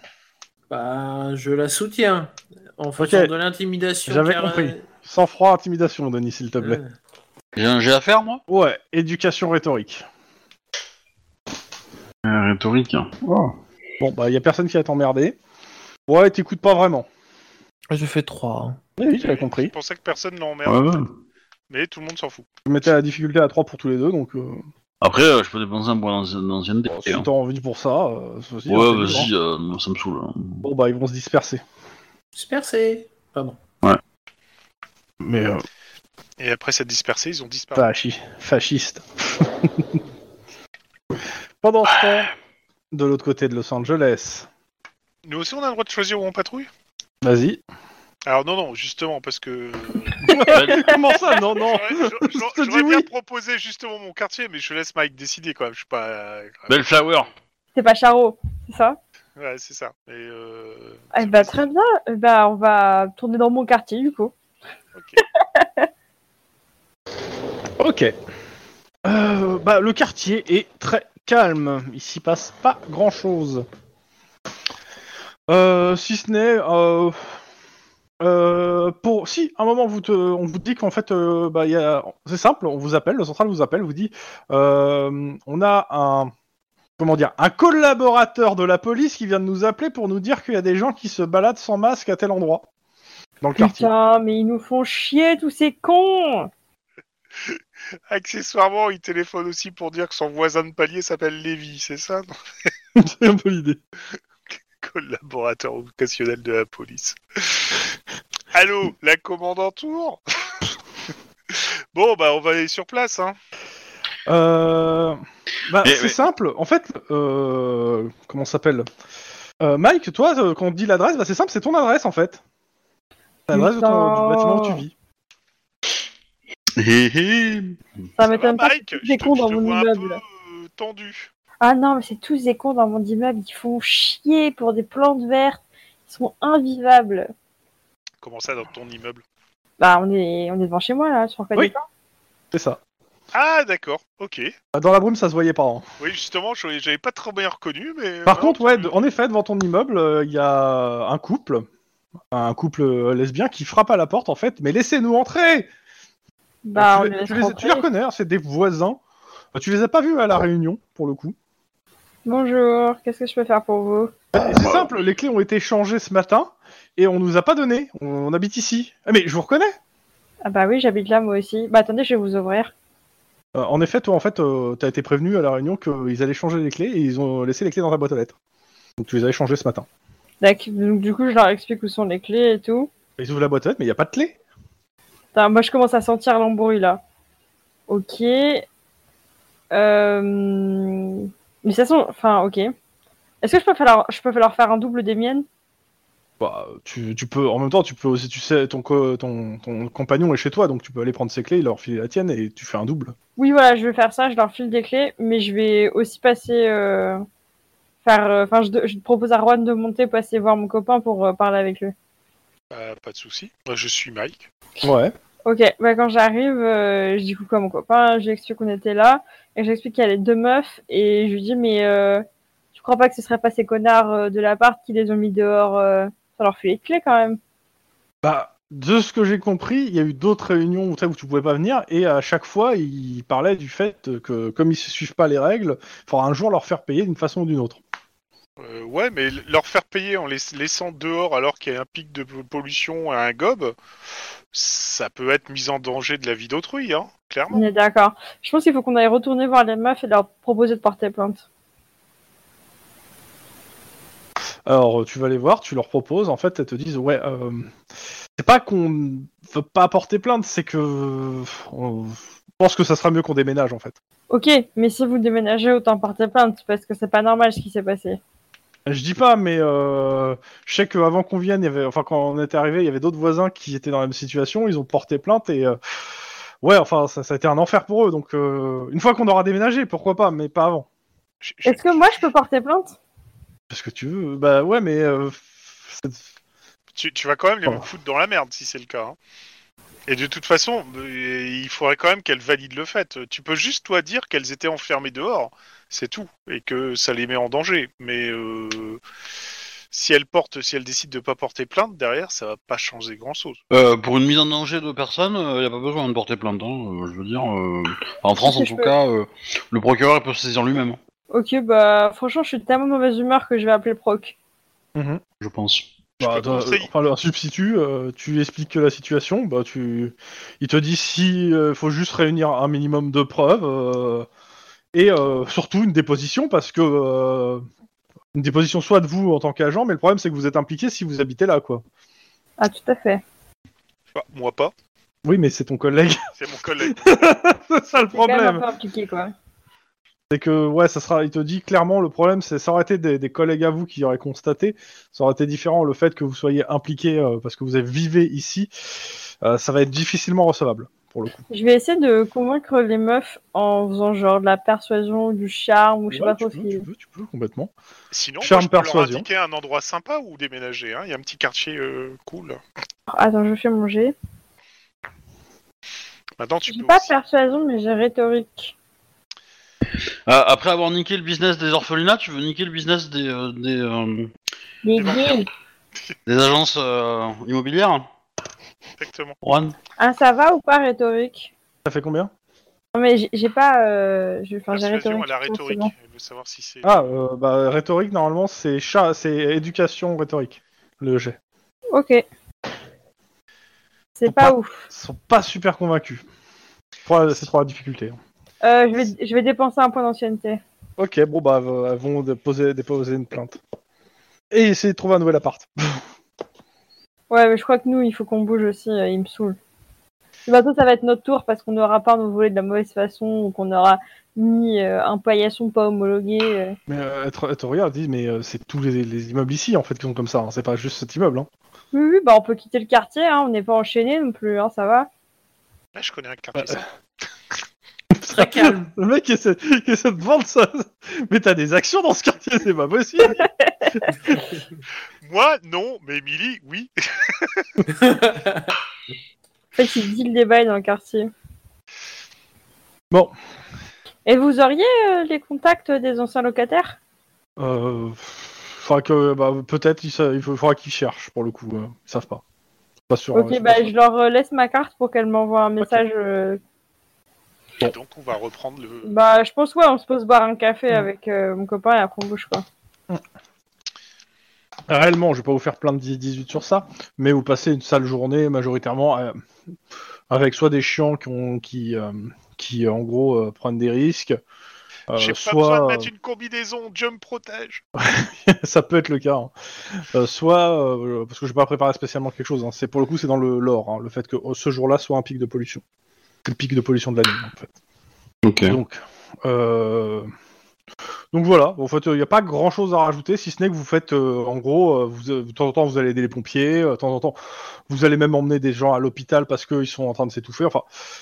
D: Bah, je la soutiens. En faisant de l'intimidation.
A: j'avais
D: car-
F: euh,
A: compris. Sans froid, intimidation, Denis, s'il te plaît.
D: Euh,
B: J'ai un jet à faire, moi
A: Ouais, éducation rhétorique.
B: Rhétorique.
A: Bon, bah, il y a personne qui va t'emmerder. Ouais, t'écoutes pas vraiment.
F: euh,
D: Je fais hein. 3.
A: Oui, oui, j'avais compris.
C: C'est pour ça que personne l'emmerde.
B: Ouais, ouais.
C: Mais tout le monde s'en fout.
A: Je mettais la difficulté à 3 pour tous les deux, donc. euh,
B: Après, euh, je peux dépenser un point d'anci- d'ancienneté.
A: Si
B: hein.
A: t'as envie pour ça, euh, ceci,
B: Ouais,
A: on fait
B: vas-y,
A: bien.
B: euh, moi, ça me saoule. hein.
A: Bon, bah, ils vont se disperser.
D: Super, c'est. Pardon.
A: Mais, euh,
C: Et après s'être dispersé, ils ont disparu.
A: fachi- fasciste. Pendant ce temps, de l'autre côté de Los Angeles,
C: Nous aussi, on a le droit de choisir où on patrouille
A: vas-y.
C: Alors non, non, justement, parce que...
A: Comment ça Non, non
C: J'aurais- j'aurais-
A: Je te
C: J'aurais
A: dis
C: j'aurais bien
A: oui.
C: proposé justement mon quartier, mais je laisse Mike décider quand même. Je suis pas...
B: Bellflower
E: C'est pas Charo, c'est ça
C: Ouais, c'est ça. Et, euh,
E: Eh bah, très bien. Eh bah, on va tourner dans mon quartier, du coup.
C: ok.
A: Ok. Euh, bah, le quartier est très calme. Il s'y passe pas grand chose. si ce n'est. euh, euh, pour... Si, à un moment, vous te- on vous dit qu'en fait, euh, bah, il y a... c'est simple, on vous appelle, le central vous appelle, vous dit euh, on a un. Comment dire Un collaborateur de la police qui vient de nous appeler pour nous dire qu'il y a des gens qui se baladent sans masque à tel endroit. Dans le quartier.
E: Putain, mais ils nous font chier, tous ces cons
C: Accessoirement, il téléphone aussi pour dire que son voisin de palier s'appelle Lévi, c'est ça non
A: C'est un peu l'idée.
C: Collaborateur occasionnel de la police. Allô, la commande en tour Bon, bah on va aller sur place, hein.
A: Euh, bah,
B: Eh,
A: c'est
B: ouais.
A: simple. En fait, euh, comment ça s'appelle Euh, Mike, toi, euh, quand on te dit l'adresse, bah, c'est simple, c'est ton adresse en fait. C'est L'adresse de ton- du
E: Putain.
A: bâtiment où tu vis.
B: Hé hé
E: Ça
C: Ça va,
E: m'étonne pas que
C: Mike
E: c'est tous
C: Je
E: des
C: te-
E: cons
C: je
E: dans
C: te
E: mon
C: vois un
E: immeuble.
C: peu, euh, tendu.
E: Ah non, mais c'est tous des cons dans mon immeuble. Ils font chier pour des plantes vertes. Ils sont invivables.
C: Comment ça dans ton immeuble
E: Bah, on est, on est devant chez moi, là, sur
A: Oui.
E: reconnais pas.
A: C'est ça.
C: Ah, d'accord, ok.
A: Bah, Dans la brume, ça se voyait pas. hein.
C: Oui, justement, je- j'avais pas trop bien reconnu, mais. euh,
A: Par
C: Non,
A: contre,
C: tu-
A: ouais, de- en effet, devant ton immeuble, euh, il y a un couple, un couple euh, lesbien qui frappe à la porte en fait. Mais laissez-nous entrer.
E: Bah,
A: Ah, tu,
E: on les
A: les,
E: laisse
A: tu les- tu les
E: rentrer.
A: reconnais, hein, c'est des voisins. Bah, tu les as pas vus à la réunion pour le coup.
E: Bonjour, qu'est-ce que je peux faire pour vous
A: Et C'est simple, les clés ont été changées ce matin et on nous a pas donné. On, on habite ici. Ah, mais je vous reconnais.
E: Ah bah oui, j'habite là, moi aussi. Bah, attendez, je vais vous ouvrir.
A: Euh, en effet, toi, en fait, euh, t'as été prévenu à la réunion qu'ils allaient changer les clés et ils ont laissé les clés dans ta boîte aux lettres. Donc tu les avais changées ce matin.
E: D'ac- Donc, du coup, je leur explique où sont les clés et tout.
A: Ils ouvrent la boîte aux lettres, mais il n'y a pas de clé.
E: Putain, moi, je commence à sentir l'embrouille là. Ok. Euh... Mais de toute façon, enfin, ok. Est-ce que je peux, faire leur... je peux leur faire un double des miennes
A: Bah, tu, tu peux, en même temps, tu peux aussi, tu sais, ton, co- ton, ton compagnon est chez toi, donc tu peux aller prendre ses clés, il leur filer la tienne et tu fais un double.
E: Oui, voilà, je vais faire ça, je leur file des clés, mais je vais aussi passer. euh, Faire, euh, enfin, je, de- je propose à Juan de monter, passer voir mon copain pour euh, parler avec lui.
C: Euh, pas de souci. Moi, Je suis Mike.
A: Ouais.
E: Ok, bah quand j'arrive, euh, je dis coucou à mon copain, je lui explique qu'on était là, et j'explique qu'il y a les deux meufs, et je lui dis mais euh, tu crois pas que ce serait pas ces connards euh, de l'appart qui les ont mis dehors euh, sans leur filer de clé quand même
A: Bah, de ce que j'ai compris, il y a eu d'autres réunions où, tu sais, où tu pouvais pas venir et à chaque fois, ils parlaient du fait que, comme ils suivent pas les règles, il faudra un jour leur faire payer d'une façon ou d'une autre.
C: Euh, ouais, mais l- leur faire payer en les laissant dehors alors qu'il y a un pic de p- pollution à un gobe, ça peut être mise en danger de la vie d'autrui, hein, clairement.
E: On est d'accord. Je pense qu'il faut qu'on aille retourner voir les meufs et leur proposer de porter plainte.
A: Alors, tu vas les voir, tu leur proposes, en fait, elles te disent, ouais, euh, c'est pas qu'on veut pas porter plainte, c'est que euh, on pense que ça sera mieux qu'on déménage, en fait.
E: Ok, mais si vous déménagez, autant porter plainte parce que c'est pas normal ce qui s'est passé.
A: Je dis pas, mais euh, je sais qu'avant qu'on vienne, il y avait, enfin, quand on était arrivé, il y avait d'autres voisins qui étaient dans la même situation, ils ont porté plainte et, euh, ouais, enfin, ça, ça a été un enfer pour eux, donc, euh, une fois qu'on aura déménagé, pourquoi pas, mais pas avant.
C: Je- je-
E: Est-ce que moi je peux porter plainte
A: Parce que tu veux, bah ouais, mais euh, c'est-
C: tu, tu vas quand même les
A: Oh.
C: foutre dans la merde si c'est le cas. hein. Et de toute façon, euh, il faudrait quand même qu'elles valident le fait. Tu peux juste toi dire qu'elles étaient enfermées dehors, c'est tout, et que ça les met en danger. Mais euh, si elles portent, si elles décident de pas porter plainte derrière, ça va pas changer grand chose.
B: Euh, pour une mise en danger de personne, il n'y a pas besoin de porter plainte. hein, euh, je veux dire, euh, en France en
E: que je
B: tout
E: peux-
B: cas, euh, le procureur peut se saisir lui-même,
E: Ok, bah franchement, je suis de tellement mauvaise humeur que je vais appeler le proc.
B: je pense.
C: Je
A: Bah,
C: peux
A: toi,
C: conseiller.
A: euh, enfin, un substitut, euh, tu expliques la situation, bah, tu... il te dit si euh, faut juste réunir un minimum de preuves euh, et euh, surtout une déposition parce que euh, une déposition soit de vous en tant qu'agent, mais le problème c'est que vous êtes impliqué si vous habitez là, quoi.
E: Ah, tout à fait.
C: Bah, moi pas,
A: Oui, mais c'est ton collègue,
C: c'est mon collègue.
A: c'est ça le
E: C'est quand même un
A: problème.
E: peu impliqué, quoi.
A: C'est que ouais, ça sera. Il te dit clairement le problème, c'est ça aurait été des, des collègues à vous qui auraient constaté, ça aurait été différent le fait que vous soyez impliqué euh, parce que vous avez vivez ici, euh, ça va être difficilement recevable pour le coup.
E: Je vais essayer de convaincre les meufs en faisant genre de la persuasion, ou du charme, ou je sais
A: Ouais,
E: pas
A: tu,
E: trop
A: peux,
E: ce
A: tu
E: qui.
A: peux, tu peux, complètement.
C: Sinon,
A: Charme,
C: moi, je peux leur
A: persuasion.
C: indiquer un endroit sympa où déménager. hein. Il y a un petit quartier euh, cool.
E: Attends, je fais manger.
C: Maintenant, tu
E: J'ai
C: peux
E: pas
C: aussi-
E: persuasion, mais j'ai rhétorique.
B: Ah, après avoir niqué le business des orphelinats, tu veux niquer le business des, euh, des, euh,
E: Les
C: C'est bon.
E: gays.
B: des agences euh, immobilières
C: Exactement.
B: Juan
E: Ah, ça va ou pas rhétorique
A: Ça fait combien
E: Non, mais j'ai- j'ai pas. euh, je- Enfin, j'ai
C: Persuasion
E: rhétorique.
C: à la
E: je pense, c'est
C: rhétorique.
E: bon.
C: Elle veut savoir si c'est.
A: Ah, euh, bah rhétorique normalement c'est chat, c'est éducation rhétorique le jet.
E: Ok. C'est
A: Faut
E: pas
A: pas-
E: ouf.
A: Ils sont pas super convaincus. Trois- C'est trois difficultés.
E: Euh, je, vais, je vais dépenser un point d'ancienneté.
A: Ok, bon bah euh, elles vont déposer, déposer une plainte. Et essayer de trouver un nouvel appart.
E: Ouais, mais je crois que nous, il faut qu'on bouge aussi, euh, il me saoule. Et bientôt, ça va être notre tour parce qu'on n'aura pas nous voler de la mauvaise façon ou qu'on aura mis euh, un paillasson pas homologué. euh.
A: Mais euh, elle, te, elle te regarde, elle dit mais euh, c'est tous les, les immeubles ici en fait qui sont comme ça. hein. C'est pas juste cet immeuble. Hein.
E: Oui, oui, bah on peut quitter le quartier, hein, on n'est pas enchaîné non plus, hein, ça va.
C: Là, Ah, je connais un quartier.
A: Euh,
C: sympa.
D: Très calme.
A: Le mec qui essaie, qui essaie de vendre ça. Mais t'as des actions dans ce quartier, c'est pas possible.
C: Moi, non, mais Émilie, oui.
E: En fait, il dit le débat dans le quartier.
A: Bon.
E: Et vous auriez euh, les contacts des anciens locataires
A: Euh, faudra que bah, peut-être il, sa- il faut- faudra qu'ils cherchent pour le coup. euh, Ils savent pas. Pas sûr. hein, ils
E: Ok,
A: sont pas
E: bah
A: sûrs.
E: je leur euh, laisse ma carte pour qu'elle m'envoie un message. euh,
C: Et donc, on va reprendre le.
E: Bah je pense ouais, on se pose boire un café
A: Mm.
E: avec euh, mon copain et après on bouge quoi.
A: Réellement, je vais pas vous faire plein de 10-18 sur ça, mais vous passez une sale journée majoritairement euh, avec soit des chiants qui, ont, qui, euh, qui en gros euh, prennent des risques, euh,
C: J'ai pas besoin de
A: soit
C: mettre une combinaison. Dieu me protège.
A: ça peut être le cas, hein. Euh, soit euh, parce que je vais pas préparer spécialement quelque chose. hein, c'est pour le coup c'est dans le lore, hein, le fait que oh, ce jour-là soit un pic de pollution, le pic de pollution de l'année en fait.
B: Ok.
A: Donc, euh, donc voilà, en fait, il n'y a pas grand chose à rajouter, si ce n'est que vous faites, euh, en gros, euh, vous, euh, de temps en temps, vous allez aider les pompiers, euh, de temps en temps, vous allez même emmener des gens à l'hôpital parce qu'ils sont en train de s'étouffer. Enfin,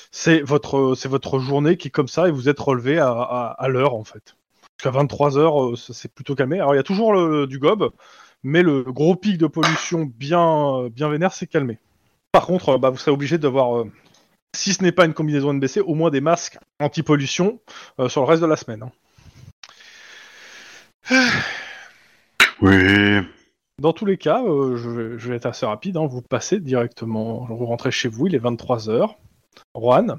A: c'est votre, euh, c'est votre journée qui est comme ça et vous êtes relevé à, à- à l'heure, en fait. Jusqu'à 23h, ça s'est plutôt calmé. Alors, il y a toujours le, euh, du gob, mais le gros pic de pollution bien, euh, bien vénère s'est calmé. Par contre, euh, bah, vous serez obligé d'avoir, euh, si ce n'est pas une combinaison NBC, au moins des masques anti-pollution euh, sur le reste de la semaine. hein.
B: Oui.
A: Dans tous les cas, euh, je, vais, je vais être assez rapide, hein, vous passez directement, vous rentrez chez vous, il est 23h. Juan,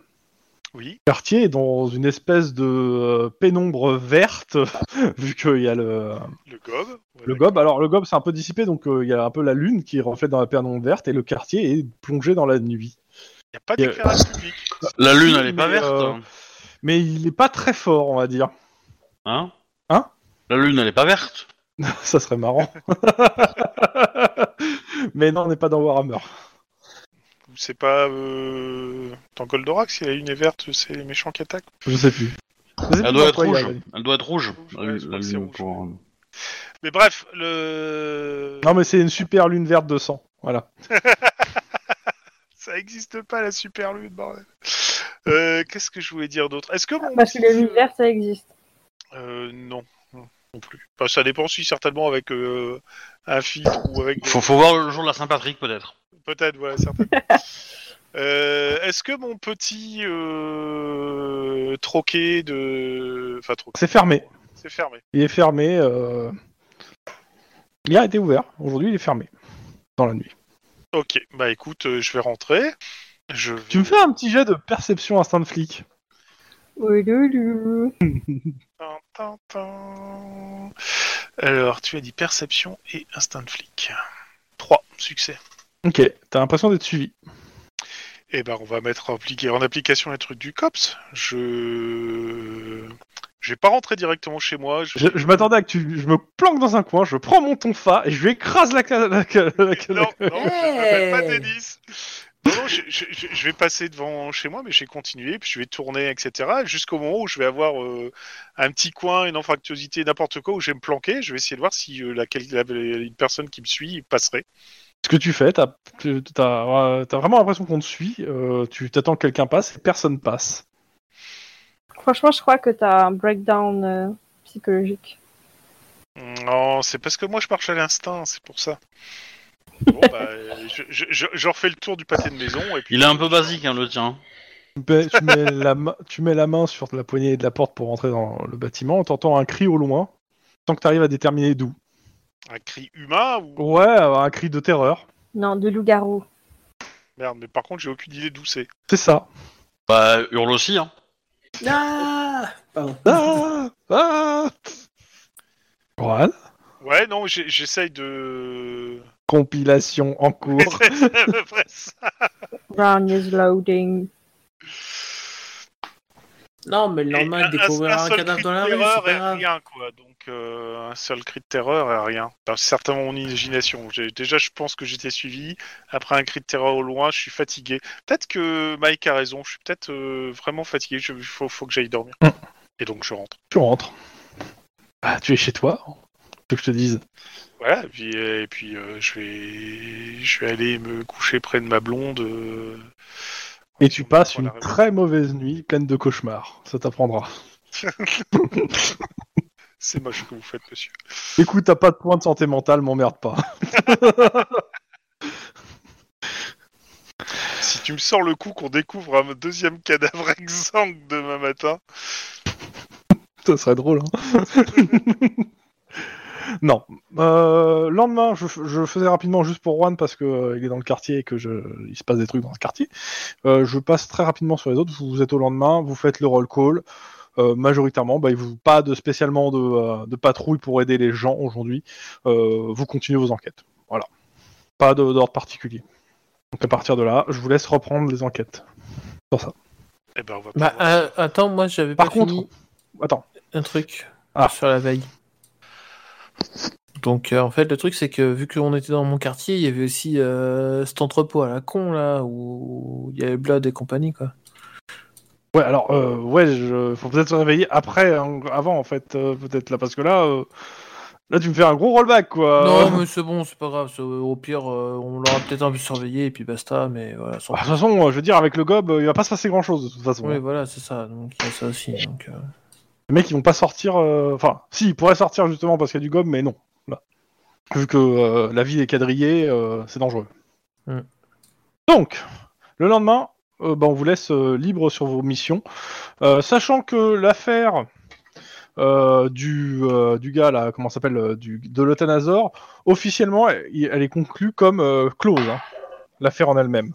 C: Oui.
A: le quartier est dans une espèce de euh, pénombre verte, vu qu'il y a le,
C: Le gob. Ouais,
A: le gob. Alors le gob c'est un peu dissipé, donc euh, il y a un peu la lune qui reflète dans la pénombre verte, et le quartier est plongé dans la nuit.
C: Il n'y a pas
A: Il y a-
C: d'éclairage public.
B: La lune,
A: Oui,
B: elle est pas
A: mais,
B: verte.
A: euh, Mais il n'est pas très fort, on va dire.
B: Hein
A: Hein
B: La lune, elle est pas verte.
A: Ça serait marrant. Mais non, on n'est pas dans Warhammer.
C: C'est pas euh... dans Goldorak, si la lune est verte, c'est les méchants qui attaquent.
A: Je sais plus. Je sais plus
B: Elle doit
A: dans
B: être
A: quoi il y a
B: rouge.
A: la lune.
B: Elle doit être rouge.
C: Rouge,
B: La
C: ouais, je
B: lune,
C: crois
B: la
C: que c'est
B: lune
C: rouge.
B: pour, euh,
C: Mais bref, le.
A: Non, mais c'est une super lune verte de sang. Voilà.
C: Ça n'existe pas la super lune, bordel. Euh, Qu'est-ce que je voulais dire d'autre Est-ce que mon
E: Parce que
C: petit-
E: l'univers ça existe.
C: Euh, non, non, non plus. Enfin, ça dépend si certainement avec euh, un filtre ou avec. des-
B: Faut, faut voir le jour de la Saint-Patrick, peut-être.
C: Peut-être, voilà, certainement. Euh, Est-ce que mon petit euh, troquet de. Enfin, troquet.
A: C'est fermé.
C: C'est fermé.
A: Il est fermé. euh, Il a été ouvert. Aujourd'hui, il est fermé. Dans la nuit.
C: Ok, bah écoute, euh, je vais rentrer. Je vais-
A: Tu me fais un petit jet de perception instinct de flic.
E: Ouloulou.
C: Tin, tin, tin. Alors, tu as dit perception et instinct de flic. 3 succès.
A: Ok. T'as l'impression d'être suivi.
C: Eh ben, on va mettre en, appli- en application les trucs du COPS. Je. Je vais pas rentrer directement chez moi. je-
A: Je, je m'attendais à que tu, je me planque dans un coin, je prends mon tonfa et je lui écrase la, ca- la, ca- la ca-
C: Non, non, je m'appelle pas
F: Hey.
C: Denis. Non, non, je, je- je- je vais passer devant chez moi, mais je vais continuer, puis je vais tourner, etc. Jusqu'au moment où je vais avoir euh, un petit coin, une anfractuosité, n'importe quoi, où je vais me planquer. Je vais essayer de voir si euh, la, quel- la- une personne qui me suit passerait.
A: Ce que tu fais, t'as as, vraiment l'impression qu'on te suit, euh, tu t'attends que quelqu'un passe et personne passe.
E: Franchement, je crois que t'as un breakdown euh, psychologique.
C: Non, c'est parce que moi je marche à l'instinct, c'est pour ça. Bon, bah, euh, je, je- je- je refais le tour du pâté de maison. Et puis,
B: Il est un peu basique, hein, le tien.
A: Tu mets, tu mets la, ma- tu mets la main sur la poignée de la porte pour entrer dans le bâtiment, t'entends un cri au loin, tant que t'arrives à déterminer d'où.
C: Un cri humain ou...
A: Ouais, euh, un cri de terreur,
E: Non, de loup-garou.
C: Merde, mais par contre, j'ai aucune idée d'où c'est.
A: c'est ça.
B: Bah, hurle aussi, hein.
F: Ah Pardon.
A: Ah Ah Voilà.
C: Ouais, non, j'ai- j'essaye de.
A: Compilation en cours.
C: C'est à peu près ça.
E: Brown is loading.
F: Non, mais le
C: Et
F: lendemain, découvrir un,
C: seul
F: cadavre
C: cri
F: dans
C: de
F: la rue,
C: terreur
F: c'est pas
C: et
F: grave.
C: rien, quoi. Donc, euh, un seul cri de terreur et rien. Enfin, c'est certainement mon imagination. J'ai- Déjà, je pense que j'étais suivi. Après un cri de terreur au loin, je suis fatigué. Peut-être que Mike a raison. Je suis peut-être euh, vraiment fatigué. Il faut, faut que j'aille dormir.
A: Mm.
C: Et donc, je rentre.
A: tu rentres. Ah, tu es chez toi Tu veux que je te dise
C: Voilà. Et puis, euh, et puis euh, je, vais... je vais aller me coucher près de ma blonde. euh.
A: Et tu passes
C: Voilà.
A: une très mauvaise nuit pleine de cauchemars. Ça t'apprendra.
C: C'est moche ce que vous faites, monsieur.
A: Écoute, t'as pas de point de santé mentale, m'emmerde pas.
C: Si tu me sors le coup qu'on découvre un deuxième cadavre exsangue demain matin.
A: Ça serait drôle. hein. non. Euh, lendemain, je, f- je faisais rapidement juste pour Juan parce que euh, il est dans le quartier et que je, il se passe des trucs dans ce quartier. Euh, je passe très rapidement sur les autres. Vous, vous êtes au lendemain, vous faites le roll call. Euh, majoritairement, bah, il vous pas de spécialement de, euh, de patrouille pour aider les gens aujourd'hui. Euh, vous continuez vos enquêtes. Voilà. Pas de- d'ordre particulier. Donc à partir de là, je vous laisse reprendre les enquêtes.
C: Eh ben, on va
D: Bah,
C: pas voir.
D: euh, attends, moi j'avais
A: Par
D: pas
A: contre-
D: fini
A: Attends.
D: un truc
A: Ah.
D: sur la veille. Donc euh, en fait le truc c'est que vu qu'on était dans mon quartier, il y avait aussi euh, cet entrepôt à la con là où il y avait Blood et compagnie quoi.
A: Ouais, alors, euh, ouais, je... faut peut-être se réveiller après, hein, avant en fait, euh, peut-être là, parce que là, euh, là, tu me fais un gros rollback, quoi.
D: Non mais c'est bon, c'est pas grave, c'est- au pire euh, on l'aura peut-être un peu surveillé et puis basta mais voilà. sans-
A: Bah, de toute façon, euh, je veux dire, avec le gob, euh, il va pas se passer grand-chose de toute façon.
D: Oui voilà c'est ça, donc il y a ça aussi. Donc, euh,
A: Les mecs, ils vont pas sortir. euh, Enfin, si, ils pourraient sortir justement parce qu'il y a du gob, mais non. Là. Vu que euh, la ville est quadrillée, euh, c'est dangereux.
D: Mm.
A: Donc, le lendemain, euh, bah, on vous laisse euh, libre sur vos missions. Euh, sachant que l'affaire euh, du, euh, du gars, là, comment ça s'appelle, euh, du- de l'Euthanasor, officiellement, elle, elle est conclue comme euh, close, hein, l'affaire en elle-même.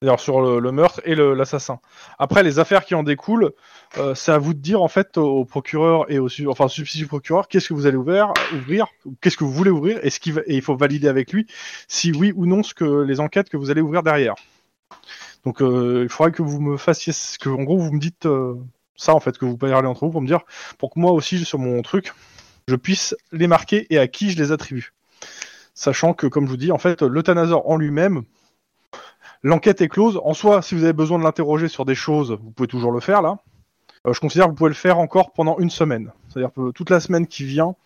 A: D'ailleurs, sur le, le meurtre et le- l'assassin. Après, les affaires qui en découlent, euh, c'est à vous de dire en fait au au procureur et au su- enfin au substitut procureur qu'est-ce que vous allez ouvrir, ouvrir ou qu'est-ce que vous voulez ouvrir et ce qui va- et il faut valider avec lui si oui ou non ce que les enquêtes que vous allez ouvrir derrière. Donc euh, il faudrait que vous me fassiez ce que en gros vous me dites euh, ça en fait que vous parlez entre vous pour me dire pour que moi aussi sur mon truc je puisse les marquer et à qui je les attribue. Sachant que comme je vous dis en fait l'euthanasaur en lui-même L'enquête est close. En soi, si vous avez besoin de l'interroger sur des choses, vous pouvez toujours le faire là. Euh, je considère que vous pouvez le faire encore pendant une semaine. C'est-à-dire que toute la semaine qui vient,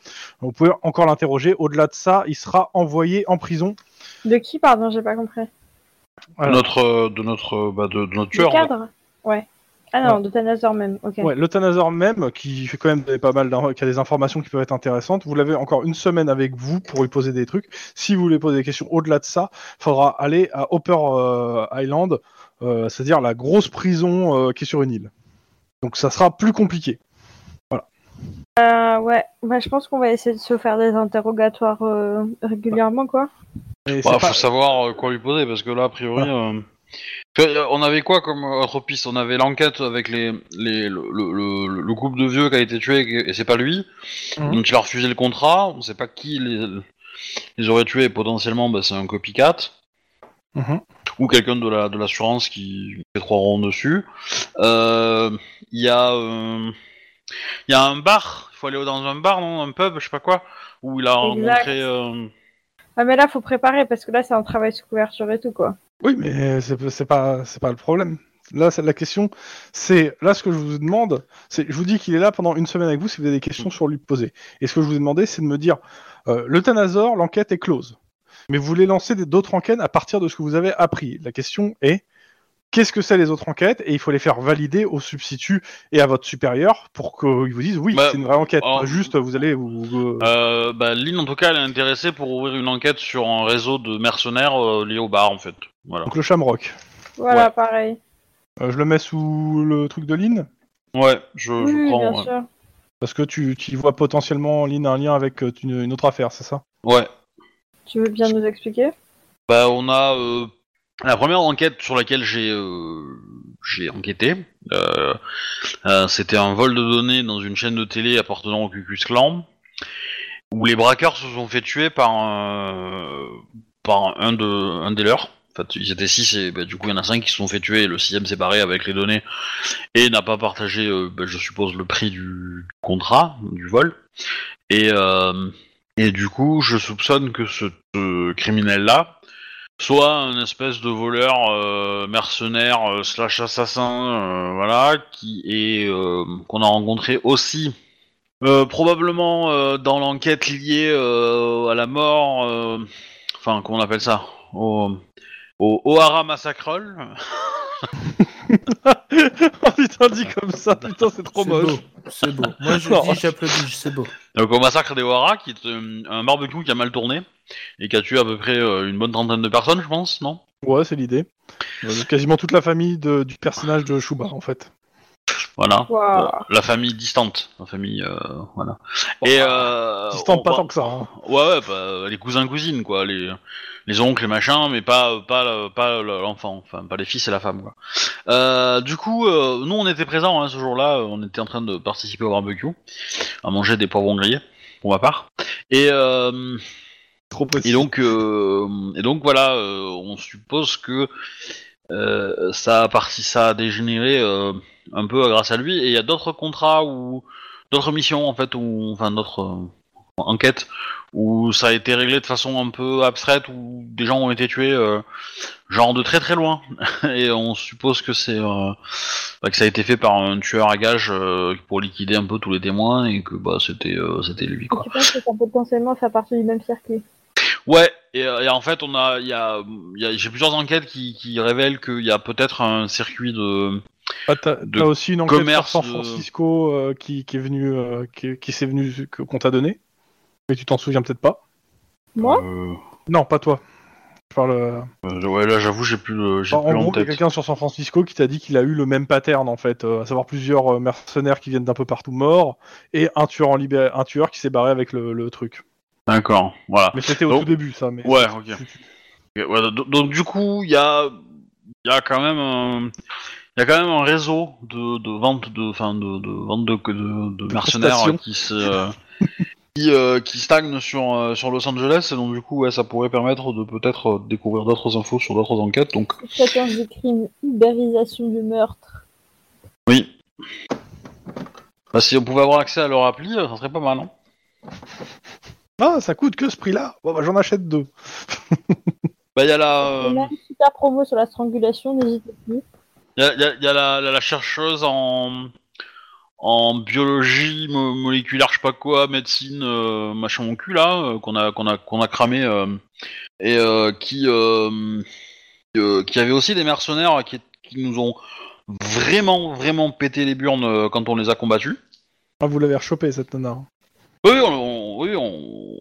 A: vous pouvez encore l'interroger. Au-delà de ça, il sera envoyé en prison.
E: De qui, pardon, j'ai pas compris.
A: Voilà.
B: De notre, euh, de notre, euh, bah, de, de notre
E: Du
B: tueur.
E: cadre Ouais. Ah non, de Thanasor même, ok.
A: Ouais, l'euthanasaur même, qui fait quand même des- pas mal d'in- qui a des informations qui peuvent être intéressantes, vous l'avez encore une semaine avec vous pour lui poser des trucs. Si vous voulez poser des questions au-delà de ça, faudra aller à Upper euh, Island, euh, c'est-à-dire la grosse prison euh, qui est sur une île. Donc ça sera plus compliqué.
E: Euh, ouais, bah, je pense qu'on va essayer de se faire des interrogatoires euh, régulièrement, quoi.
A: Et
B: Bah,
A: c'est
B: faut
A: pas-
B: savoir euh, quoi lui poser, parce que là, a priori... euh, que- euh, On avait quoi comme euh, autre piste On avait l'enquête avec les, les, le, le- le- le couple de vieux qui a été tué et et c'est pas lui.
A: Mhm.
B: Donc il a refusé le contrat. On sait pas qui les, les aurait tués. Potentiellement, bah, c'est un copycat.
A: Mhm.
B: ou quelqu'un de la de l'assurance qui fait trois ronds dessus. Euh, Il y a euh, Il y a un bar, il faut aller dans un bar, non Un pub, je sais pas quoi, où il a
E: Exact.
B: rencontré. euh,
E: Ah, mais là, faut préparer parce que là, c'est un travail sous couverture et tout, quoi.
A: Oui, mais c'est c'est pas, c'est pas le problème. Là, c'est la question, c'est là ce que je vous demande, c'est je vous dis qu'il est là pendant une semaine avec vous si vous avez des questions sur lui poser. Et ce que je vous ai demandé, c'est de me dire euh, le Thanazor, l'enquête est close, mais vous voulez lancer des- d'autres enquêtes à partir de ce que vous avez appris. La question est qu'est-ce que c'est les autres enquêtes et il faut les faire valider au substitut et à votre supérieur pour qu'ils vous disent oui,
B: Bah,
A: c'est une vraie enquête.
B: alors-
A: pas juste vous allez vous, vous-
B: euh, bah, Lynn, en tout cas, elle est intéressée pour ouvrir une enquête sur un réseau de mercenaires euh, liés au bar, en fait. Voilà.
A: donc le Shamrock.
E: Voilà,
B: Ouais.
E: pareil.
A: Euh, je le mets sous le truc de Lynn
B: Ouais, je,
E: Oui,
B: je
E: oui,
B: prends.
E: bien
B: ouais.
E: sûr.
A: parce que tu, tu y vois potentiellement Lynn un lien avec euh, une- une autre affaire, c'est ça
B: Ouais.
E: Tu veux bien nous expliquer
B: Bah, on a euh, la première enquête sur laquelle j'ai euh, j'ai enquêté. euh, euh, C'était un vol de données dans une chaîne de télé appartenant au Cucus Clan, où les braqueurs se sont fait tuer par un euh, par un de un des leurs. En fait, ils étaient six et bah, du coup il y en a cinq qui se sont fait tuer. et Le sixième s'est barré avec les données et n'a pas partagé, euh, bah, je suppose, le prix du contrat du vol. Et euh, et du coup, je soupçonne que ce euh, criminel-là soit un espèce de voleur euh, mercenaire euh, slash assassin, euh, voilà, qui est euh, qu'on a rencontré aussi euh, probablement euh, dans l'enquête liée euh, à la mort, euh, enfin qu'on appelle ça, au, au O'Hara Massacre.
A: oh putain, dit comme ça, putain, c'est trop
D: C'est
A: moche.
D: beau, C'est beau. Moi, je
A: Non.
D: dis, j'applaudis, c'est beau.
B: Donc au massacre des O'Hara, qui est euh, un barbecue qui a mal tourné et qui a tué à peu près euh, une bonne trentaine de personnes, je pense, non
A: Ouais, c'est l'idée. Euh, Quasiment toute la famille de- du personnage de Chouba, en fait.
B: Voilà.
E: Waouh.
B: Bon, la famille distante, la famille, euh, voilà. Et euh,
A: Qui se tente pas
B: on-
A: tant que ça. hein.
B: Ouais, ouais, bah, les cousins cousines quoi, les les oncles et machin, mais pas euh, pas le- pas le- l'enfant, enfin pas les fils et la femme quoi. Euh, du coup, euh, nous on était présents hein, ce jour-là, euh, on était en train de participer au barbecue, à manger des poivrons grillés pour ma part, et euh,
A: Trop précis.
B: et donc, euh, et donc voilà, euh, on suppose que euh, ça a parti, ça a dégénéré euh, un peu grâce à lui. Et il y a d'autres contrats ou d'autres missions en fait, ou enfin d'autres euh, enquêtes où ça a été réglé de façon un peu abstraite, où des gens ont été tués, euh, genre de très très loin. et on suppose que c'est euh, bah, que ça a été fait par un tueur à gages euh, pour liquider un peu tous les témoins et que bah c'était euh, c'était lui quoi.
E: Tu penses que ça peut potentiellement faire partie du même circuit
B: Ouais, et, euh, et en fait, on a, il y a, il y a- j'ai plusieurs enquêtes qui, qui révèlent qu'il y a peut-être un circuit de.
A: Ah, t'as
B: de
A: t'as aussi une enquête
B: commerce
A: sur
B: de-
A: San Francisco euh, qui, qui est venue, euh, qui, qui s'est venue, que- qu'on t'a donné. Mais tu t'en souviens peut-être pas.
E: Moi
B: Euh,
A: Non, pas toi. Je parle. euh,
B: euh, ouais, là, j'avoue, j'ai plus, le- j'ai
A: en-
B: plus
A: en
B: en,
A: gros, il y a
B: tête.
A: quelqu'un sur San Francisco qui t'a dit qu'il a eu le même pattern en fait, euh, à savoir plusieurs euh, mercenaires qui viennent d'un peu partout morts et un tueur en libé- un tueur qui s'est barré avec le, le truc.
B: D'accord, voilà.
A: Mais c'était au
B: Donc-
A: tout début ça. Mais
B: Ouais, ok.
A: tu- tu-
B: Ok, voilà, do- donc du coup, il y a, il y a quand même un, il y a quand même un réseau de, de vente de, enfin de, de vente de, de, de mercenaires
A: prestations.
B: qui se, euh, qui, euh, qui stagne sur euh, sur Los Angeles. Et donc du coup, ouais, ça pourrait permettre de peut-être euh, découvrir d'autres infos sur d'autres enquêtes. Donc
E: Chacun du crime, ubérisation du meurtre.
B: Oui. Bah, si on pouvait avoir accès à leur appli, euh, ça serait pas mal, non
A: Ah, ça coûte que ce prix-là Bon, bah, j'en achète deux.
B: Bah, il y a la,
A: Euh,
E: On a une super promo sur la strangulation, n'hésitez plus.
B: il y a, y a- y a la, la- la chercheuse en, en biologie mo- moléculaire, je sais pas quoi, médecine, euh, machin mon cul là, euh, qu'on a, qu'on a, qu'on a cramé, euh, et euh, qui, euh, qui, euh, qui avait aussi des mercenaires qui, qui nous ont vraiment, vraiment pété les burnes euh, quand on les a combattus.
A: Ah, vous l'avez rechopé cette nana. hein.
B: Oui, on, on- oui, on,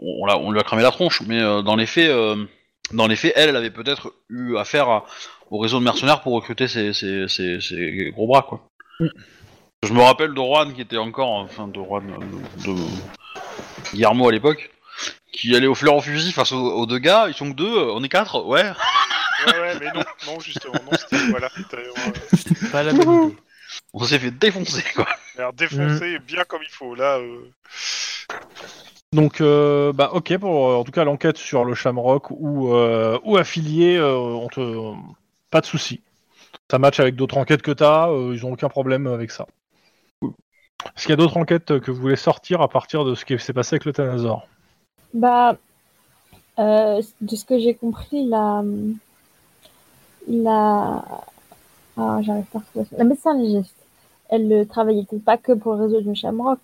B: on, l'a- on lui a cramé la tronche, mais euh, dans les faits, euh, dans les faits, elle, elle avait peut-être eu affaire à- au réseau de mercenaires pour recruter ses, ses- ses- ses gros bras, quoi. Je me rappelle de Juan qui était encore, enfin de Juan, euh, de, de Guillermo à l'époque, qui allait au fleur au fusil face aux, aux deux gars. Ils sont que deux, euh, on est quatre, ouais.
C: Ouais, ouais, mais non, non, justement, non, c'était. euh, Voilà. t'as- on-
D: Pas la bonne idée.
B: On s'est fait défoncer, quoi.
C: Alors défoncer bien comme il faut. Là, euh,
A: Donc, euh, bah, ok, pour euh, en tout cas l'enquête sur le Shamrock ou, euh, ou affilié, euh, on te... pas de souci. Ça match avec d'autres enquêtes que t'as, euh, ils ont aucun problème avec ça. Est-ce qu'il y a d'autres enquêtes que vous voulez sortir à partir de ce qui s'est passé avec le Thanazor
E: Bah, euh, de ce que j'ai compris, la. La. Ah, j'arrive pas à retrouver ça. La médecin légiste, elle ne travaillait peut-être pas que pour le réseau du Shamrock.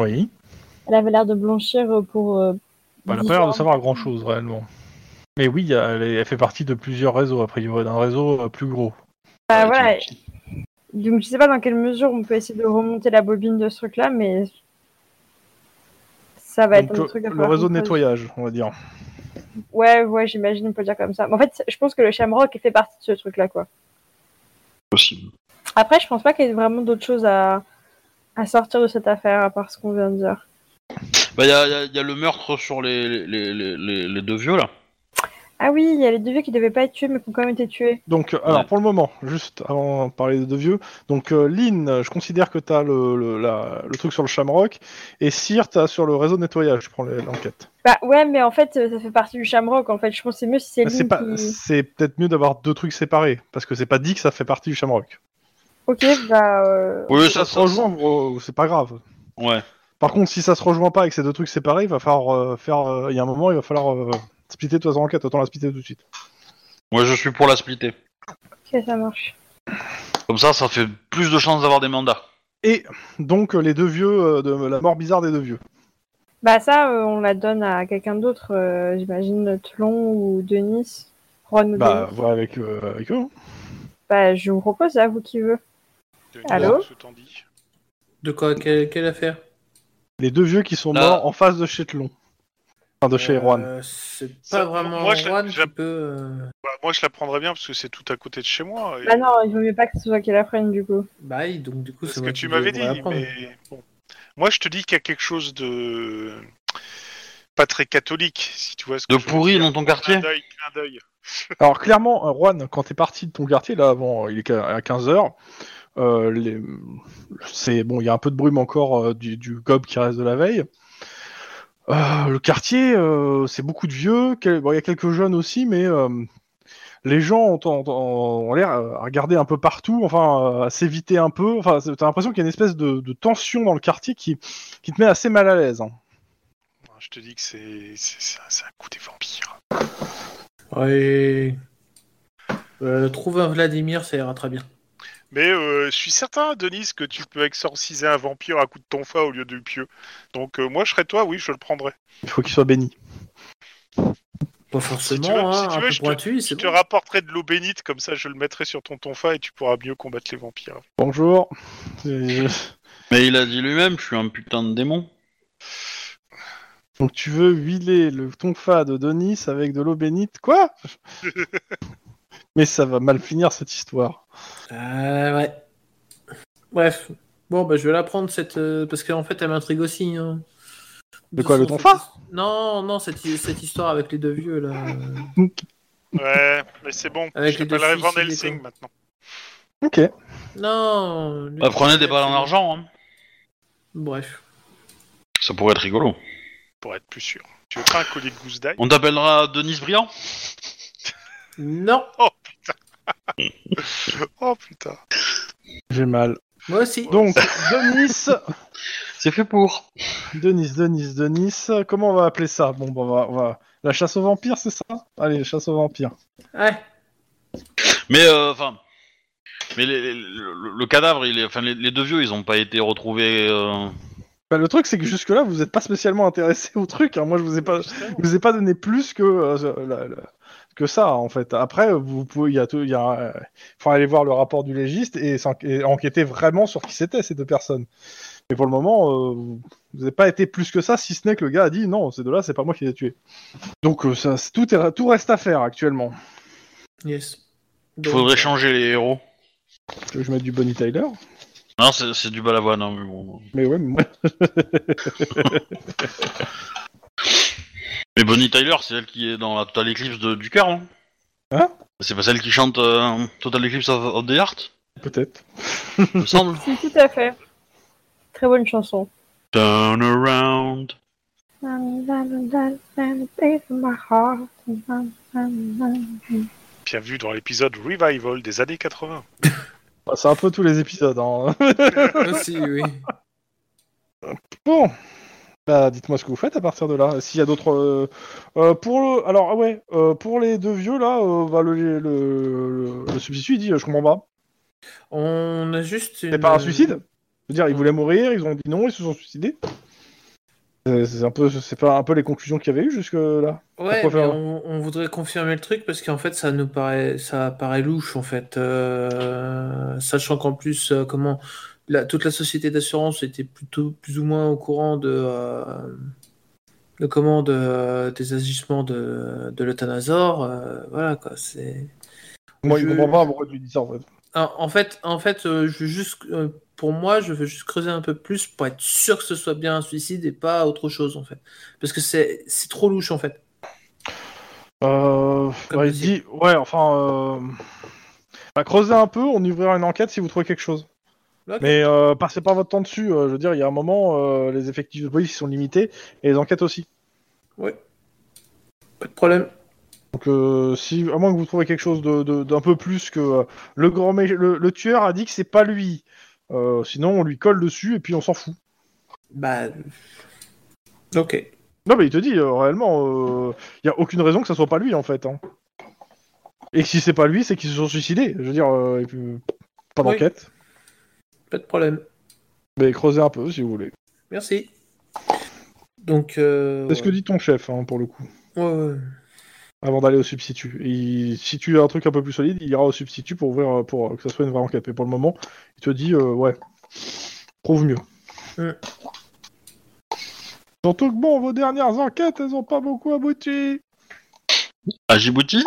A: Oui.
E: Elle avait l'air de blanchir pour. euh,
A: Bah, elle n'a pas l'air de
E: différents-
A: savoir grand-chose réellement. Mais oui, elle, est- elle fait partie de plusieurs réseaux, a priori, d'un réseau euh, plus gros.
E: Bah, voilà. Donc, je sais pas dans quelle mesure on peut essayer de remonter la bobine de ce truc-là, mais. Ça va être
A: Donc,
E: un
A: le-
E: truc à
A: le
E: falloir
A: réseau de
E: qu'on creuse.
A: nettoyage, on va dire.
E: Ouais, ouais, j'imagine, on peut dire comme ça. Mais en fait, je pense que le Shamrock fait partie de ce truc-là, quoi.
B: Possible.
E: Après, je pense pas qu'il y ait vraiment d'autres choses à, à sortir de cette affaire, à part ce qu'on vient de dire.
B: Bah, il y a, y a- y a le meurtre sur les, les, les, les- les deux vieux là.
E: Ah oui, il y a les deux vieux qui devaient pas être tués, mais qui ont quand même été tués.
A: Donc, euh, alors
B: Ouais.
A: pour le moment, juste avant de parler de deux vieux, donc euh, Lynn, euh, je considère que t'as le, le, la- le truc sur le Shamrock, et Cyr, t'as sur le réseau de nettoyage, je prends les- l'enquête.
E: Bah ouais, mais en fait, euh, ça fait partie du Shamrock, en fait. Je pense que c'est mieux si c'est
A: Ah, C'est
E: lui
A: pas,
E: qui...
A: c'est peut-être mieux d'avoir deux trucs séparés, parce que c'est pas dit que ça fait partie du Shamrock.
E: Ok, bah... euh,
B: Oui,
A: Si ça, se rejoint, euh, c'est pas grave.
B: Ouais.
A: Par contre, si ça se rejoint pas avec ces deux trucs séparés, il va falloir euh, faire, euh, il y a un moment, il va falloir euh, splitter de toute façon l'enquête, autant la splitter tout de suite.
B: Moi, je suis pour la splitter.
E: Ok, ça marche.
B: Comme ça, ça fait plus de chances d'avoir des mandats.
A: Donc euh, les deux vieux, euh, de la mort bizarre des deux vieux.
E: Bah ça, euh, on la donne à quelqu'un d'autre, euh, j'imagine Tlon ou Denis. Ron ou
A: Bah,
E: Denis.
A: voilà avec, euh, avec eux. hein.
E: Bah, je vous propose, à vous qui veut. Allô
C: Ce t'en dis.
F: De quoi Quelle, quelle affaire
A: Les deux vieux qui sont
B: Ah.
A: morts en face de chez Tlon. Enfin, de chez
F: Euh,
A: Erwan.
F: C'est
C: Ça-
F: pas vraiment
C: moi, je-
F: Erwan
C: je-
F: qui peut. euh,
C: Bah, moi, je la prendrais bien parce que c'est tout à côté de chez moi. et-
E: Bah non, il vaut mieux pas que ce soit qu'elle la prenne, du coup.
F: Bye, bah, donc du coup,
C: C'est
F: c'est
C: ce que
F: moi
C: tu
F: qui
C: m'avais dit,
F: devrais apprendre.
C: mais bon. Moi, je te dis qu'il y a quelque chose de pas très catholique, si tu vois ce que
B: De
C: je veux
B: pourri
C: dire.
B: dans ton quartier
C: Clin d'œil, clin d'œil.
A: Alors clairement, euh, Juan, quand t'es parti de ton quartier, là, avant, euh, il est qu'à- à 15h, euh, les- c'est bon, il y a un peu de brume encore euh, du, du gob qui reste de la veille. Euh, le quartier, euh, c'est beaucoup de vieux, quel- bon, il y a quelques jeunes aussi, mais euh, les gens ont, ont- ont- ont l'air euh, à regarder un peu partout, enfin euh, à s'éviter un peu. Enfin, c'est- t'as l'impression qu'il y a une espèce de, de tension dans le quartier qui, qui te met assez mal à l'aise. hein.
C: Je te dis que c'est c'est- c'est un- c'est un coup des vampires.
F: Ouais. Euh, trouve un Vladimir, ça ira très bien.
C: Mais euh, je suis certain, Denis, que tu peux exorciser un vampire à coup de tonfa au lieu du pieu. Donc euh, moi, je serais toi, oui, je le prendrais.
A: Il faut qu'il soit béni.
F: Pas forcément,
C: veux-
F: hein,
C: si tu
F: un
C: veux,
F: peu
C: je te-
F: pointu,
C: Je
F: c'est
C: te
F: bon.
C: rapporterai de l'eau bénite, comme ça, je le mettrai sur ton tonfa et tu pourras mieux combattre les vampires.
A: Bonjour. Euh,
B: Mais il a dit lui-même, je suis un putain de démon.
A: Donc tu veux huiler le tonfa de Denis avec de l'eau bénite Quoi Mais ça va mal finir cette histoire.
F: Euh, ouais. Bref. Bon, bah, je vais la prendre, cette. euh, parce qu'en fait, elle m'intrigue aussi. hein.
A: De quoi,
F: toute
A: le
F: façon,
A: tonfa
F: cette- Non, non, cette, cette histoire avec les deux vieux, là. euh,
C: Ouais, mais c'est bon.
F: Avec
C: je
F: les
C: t'appellerai
F: deux
C: Van
F: filles, c'est
C: Helsing
F: quoi
C: maintenant.
A: Ok.
F: Non.
B: Bah, prenez des balles en argent, hein.
F: Bref.
B: Ça pourrait être rigolo.
C: Pour être plus sûr. Tu veux pas un collier de gousse d'ail
B: On t'appellera Denise Briand
F: Non,
C: Oh putain.
A: J'ai mal.
F: moi aussi.
A: Donc, Denis,
B: C'est fait pour.
A: Denis, Denis, Denis, comment on va appeler ça Bon, bah, on va, on va- La chasse aux vampires, c'est ça Allez, chasse aux vampires.
F: Ouais.
B: Mais, euh, enfin... mais les- les- le, le cadavre, il est... enfin, les, les deux vieux, ils ont pas été retrouvés... euh,
A: Bah, le truc, c'est que jusque-là, vous n'êtes pas spécialement intéressé au truc. hein. Moi, je vous ai pas, je vous ai pas donné plus que, euh, la- la- que ça, en fait. Après, vous pouvez, il y a tout, il y a, euh, faut aller voir le rapport du légiste et, s'en- et enquêter vraiment sur qui c'était ces deux personnes. Mais pour le moment, euh, vous n'avez pas été plus que ça, si ce n'est que le gars a dit non, ces deux-là, c'est pas moi qui les ai tués. Donc, euh, ça, c'est- tout, est- tout reste à faire actuellement.
F: Yes.
B: Il
F: Donc,
B: faudrait changer les héros.
A: Tu veux que je mette du Bonnie Tyler
B: Non, c'est c'est du balavoine, hein, mais bon...
A: Mais ouais, mais moi,
B: Mais Bonnie Tyler, c'est elle qui est dans la Total Eclipse de- du cœur, hein
A: Hein
B: C'est pas celle qui chante euh, Total Eclipse of, of the Heart,
A: peut-être.
B: il me semble
E: Si, tout à fait. Très bonne chanson.
B: Turn around...
E: Bah
C: Bien vu dans l'épisode Revival des années 80.
A: Bah, c'est un peu tous les épisodes. hein.
F: Aussi, oui.
A: Bon, bah, dites-moi ce que vous faites à partir de là. S'il y a d'autres, euh, euh, pour le, alors ah ouais, euh, pour les deux vieux là, euh, bah, le, le, le- le substitut il dit, euh, je comprends pas.
F: On a juste une...
A: C'est pas un suicide Je veux dire, ils voulaient mourir, ils ont dit non, ils se sont suicidés. Euh, C'est un peu, c'est pas un peu les conclusions qu'il y avait eu jusque là.
F: Ouais,
A: Pourquoi
F: mais
A: faire
F: on, on voudrait confirmer le truc parce qu'en fait, ça nous paraît, ça paraît louche en fait, Euh, sachant qu'en plus, euh, comment la- toute la société d'assurance était plutôt plus ou moins au courant de, euh, de comment de, euh, des agissements de, de l'euthanasaur, euh, voilà quoi. C'est
A: Moi, je
F: Je-
A: comprends pas pourquoi tu dis ça en fait.
F: en en fait, en fait, euh, je veux juste, euh, pour moi, je veux juste creuser un peu plus pour être sûr que ce soit bien un suicide et pas autre chose en fait, parce que c'est c'est trop louche en fait.
A: Euh,
F: Comme
A: bah, il
F: deuxième.
A: dit, ouais, enfin, euh... bah, creusez un peu, on ouvrira une enquête si vous trouvez quelque chose.
F: Ok.
A: Mais euh, passez pas votre temps dessus. euh, je veux dire, il y a un moment, euh, les effectifs de police sont limités et les enquêtes aussi.
F: Pas de problème.
A: Donc, euh, si, à moins que vous trouviez quelque chose de- de- d'un peu plus que euh, le grand mé- le, le tueur a dit que c'est pas lui. Euh, sinon, on lui colle dessus et puis on s'en fout.
F: Bah. Ok.
A: Non, mais il te dit euh, réellement, il y a aucune raison que ça soit pas lui en fait. hein. Et que si c'est pas lui, c'est qu'ils se sont suicidés. Je veux dire, euh, et puis, euh, pas
F: Oui.
A: d'enquête.
F: Pas de problème.
A: Mais creusez un peu si vous voulez.
F: Merci. Donc. Euh,
A: C'est ce que dit ton chef hein, pour le coup.
F: ouais, ouais, ouais.
A: Avant d'aller au substitut. Il, si tu as un truc un peu plus solide, il ira au substitut pour ouvrir euh, pour euh, que ça soit une vraie enquête. Mais pour le moment, il te dit euh, ouais, prouve mieux.
F: Mm.
A: Surtout que bon, vos dernières enquêtes, elles ont pas beaucoup abouti.
B: À Djibouti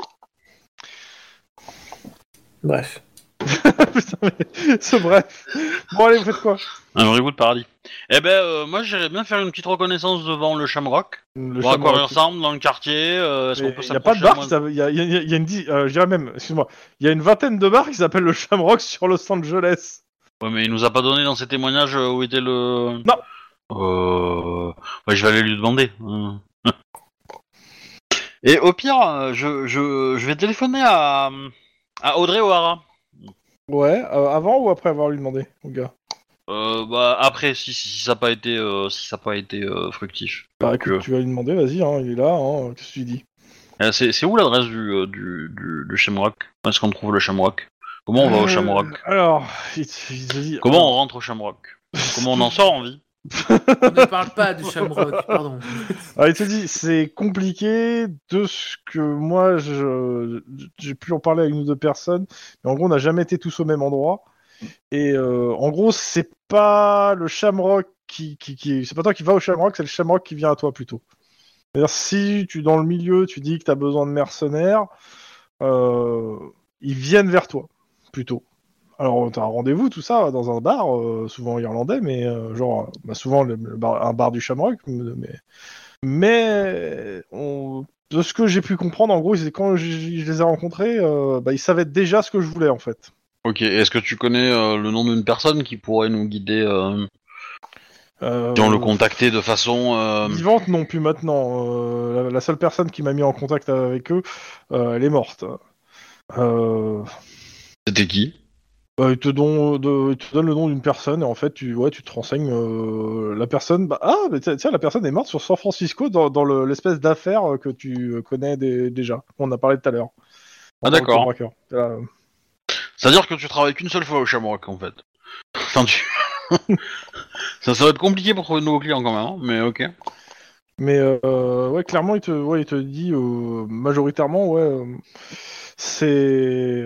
F: Bref.
A: Putain, mais c'est bref. Bon allez, vous faites quoi
B: Un vrai goût de paradis. Eh ben, euh, moi j'irais bien faire une petite reconnaissance devant le Shamrock.
A: Le
B: Voir à quoi il
A: chameau-
B: ressemble dans le quartier. euh, Est-ce qu'on peut
A: Il n'y a pas de
B: s'approcher
A: bar
B: moins-
A: qui s'appelle. Il y a, il y a- il y a une dix- euh, je dirais même, excuse-moi, il y a une vingtaine de bars qui s'appellent le Shamrock sur Los Angeles.
B: Ouais, mais il nous a pas donné dans ses témoignages euh, où était le.
A: Non.
B: Euh... bah, je vais aller lui demander. hein. Et au pire, euh, je, je, je vais téléphoner à, à Audrey O'Hara.
A: Ouais, euh, avant ou après avoir lui demandé, au gars
B: Euh, bah, après, si, si, si ça n'a pas été, euh, si ça a pas été euh, fructif.
A: Bah
B: Donc,
A: écoute,
B: euh,
A: tu vas lui demander, vas-y, hein, il est là, hein, qu'est-ce que tu lui dis
B: euh, c'est c'est où l'adresse du, euh, du, du, du Shamrock Où Est-ce qu'on trouve le Shamrock Comment on va au Shamrock
A: Alors, il, te- il te dit.
B: Comment on rentre au Shamrock Comment on en sort en vie
F: On ne parle pas du Shamrock, pardon.
A: Ah, il te dit, c'est compliqué de ce que moi, je- j'ai pu en parler à une ou deux personnes, mais en gros, on n'a jamais été tous au même endroit. Et euh, en gros, c'est pas le Shamrock qui. qui, qui- c'est pas toi qui vas au Shamrock, c'est le Shamrock qui vient à toi plutôt. C'est-à-dire, si tu, dans le milieu, tu dis que tu as besoin de mercenaires, euh, ils viennent vers toi, plutôt. Alors, t'as un rendez-vous, tout ça, dans un bar, euh, souvent irlandais, mais euh, genre, bah, souvent le- le bar- un bar du Shamrock, mais mais on- de ce que j'ai pu comprendre, en gros, c'est quand je, je les ai rencontrés, euh, bah, ils savaient déjà ce que je voulais en fait.
B: Ok, est-ce que tu connais euh, le nom d'une personne qui pourrait nous guider euh,
A: Euh,
B: dans le contacter de façon. euh,
A: Vivante non plus maintenant. Euh, la, la seule personne qui m'a mis en contact avec eux, euh, elle est morte. Euh,
B: C'était qui
A: bah, ils, te don- de- ils te donnent le nom d'une personne et en fait, tu, ouais, tu te renseignes. euh, la personne, bah, ah, mais tiens, tiens, la personne est morte sur San Francisco dans, dans le- l'espèce d'affaire que tu connais dé- déjà. On a parlé tout à l'heure.
B: Ah, d'accord.
A: Braqueur. Euh,
B: C'est-à-dire que tu travailles qu'une seule fois au Shamrock, en fait. Enfin, tu... ça, ça va être compliqué pour trouver de nouveaux clients, quand même, hein, mais ok.
A: Mais euh, ouais, clairement, il te, ouais, il te dit euh, majoritairement, ouais, euh, c'est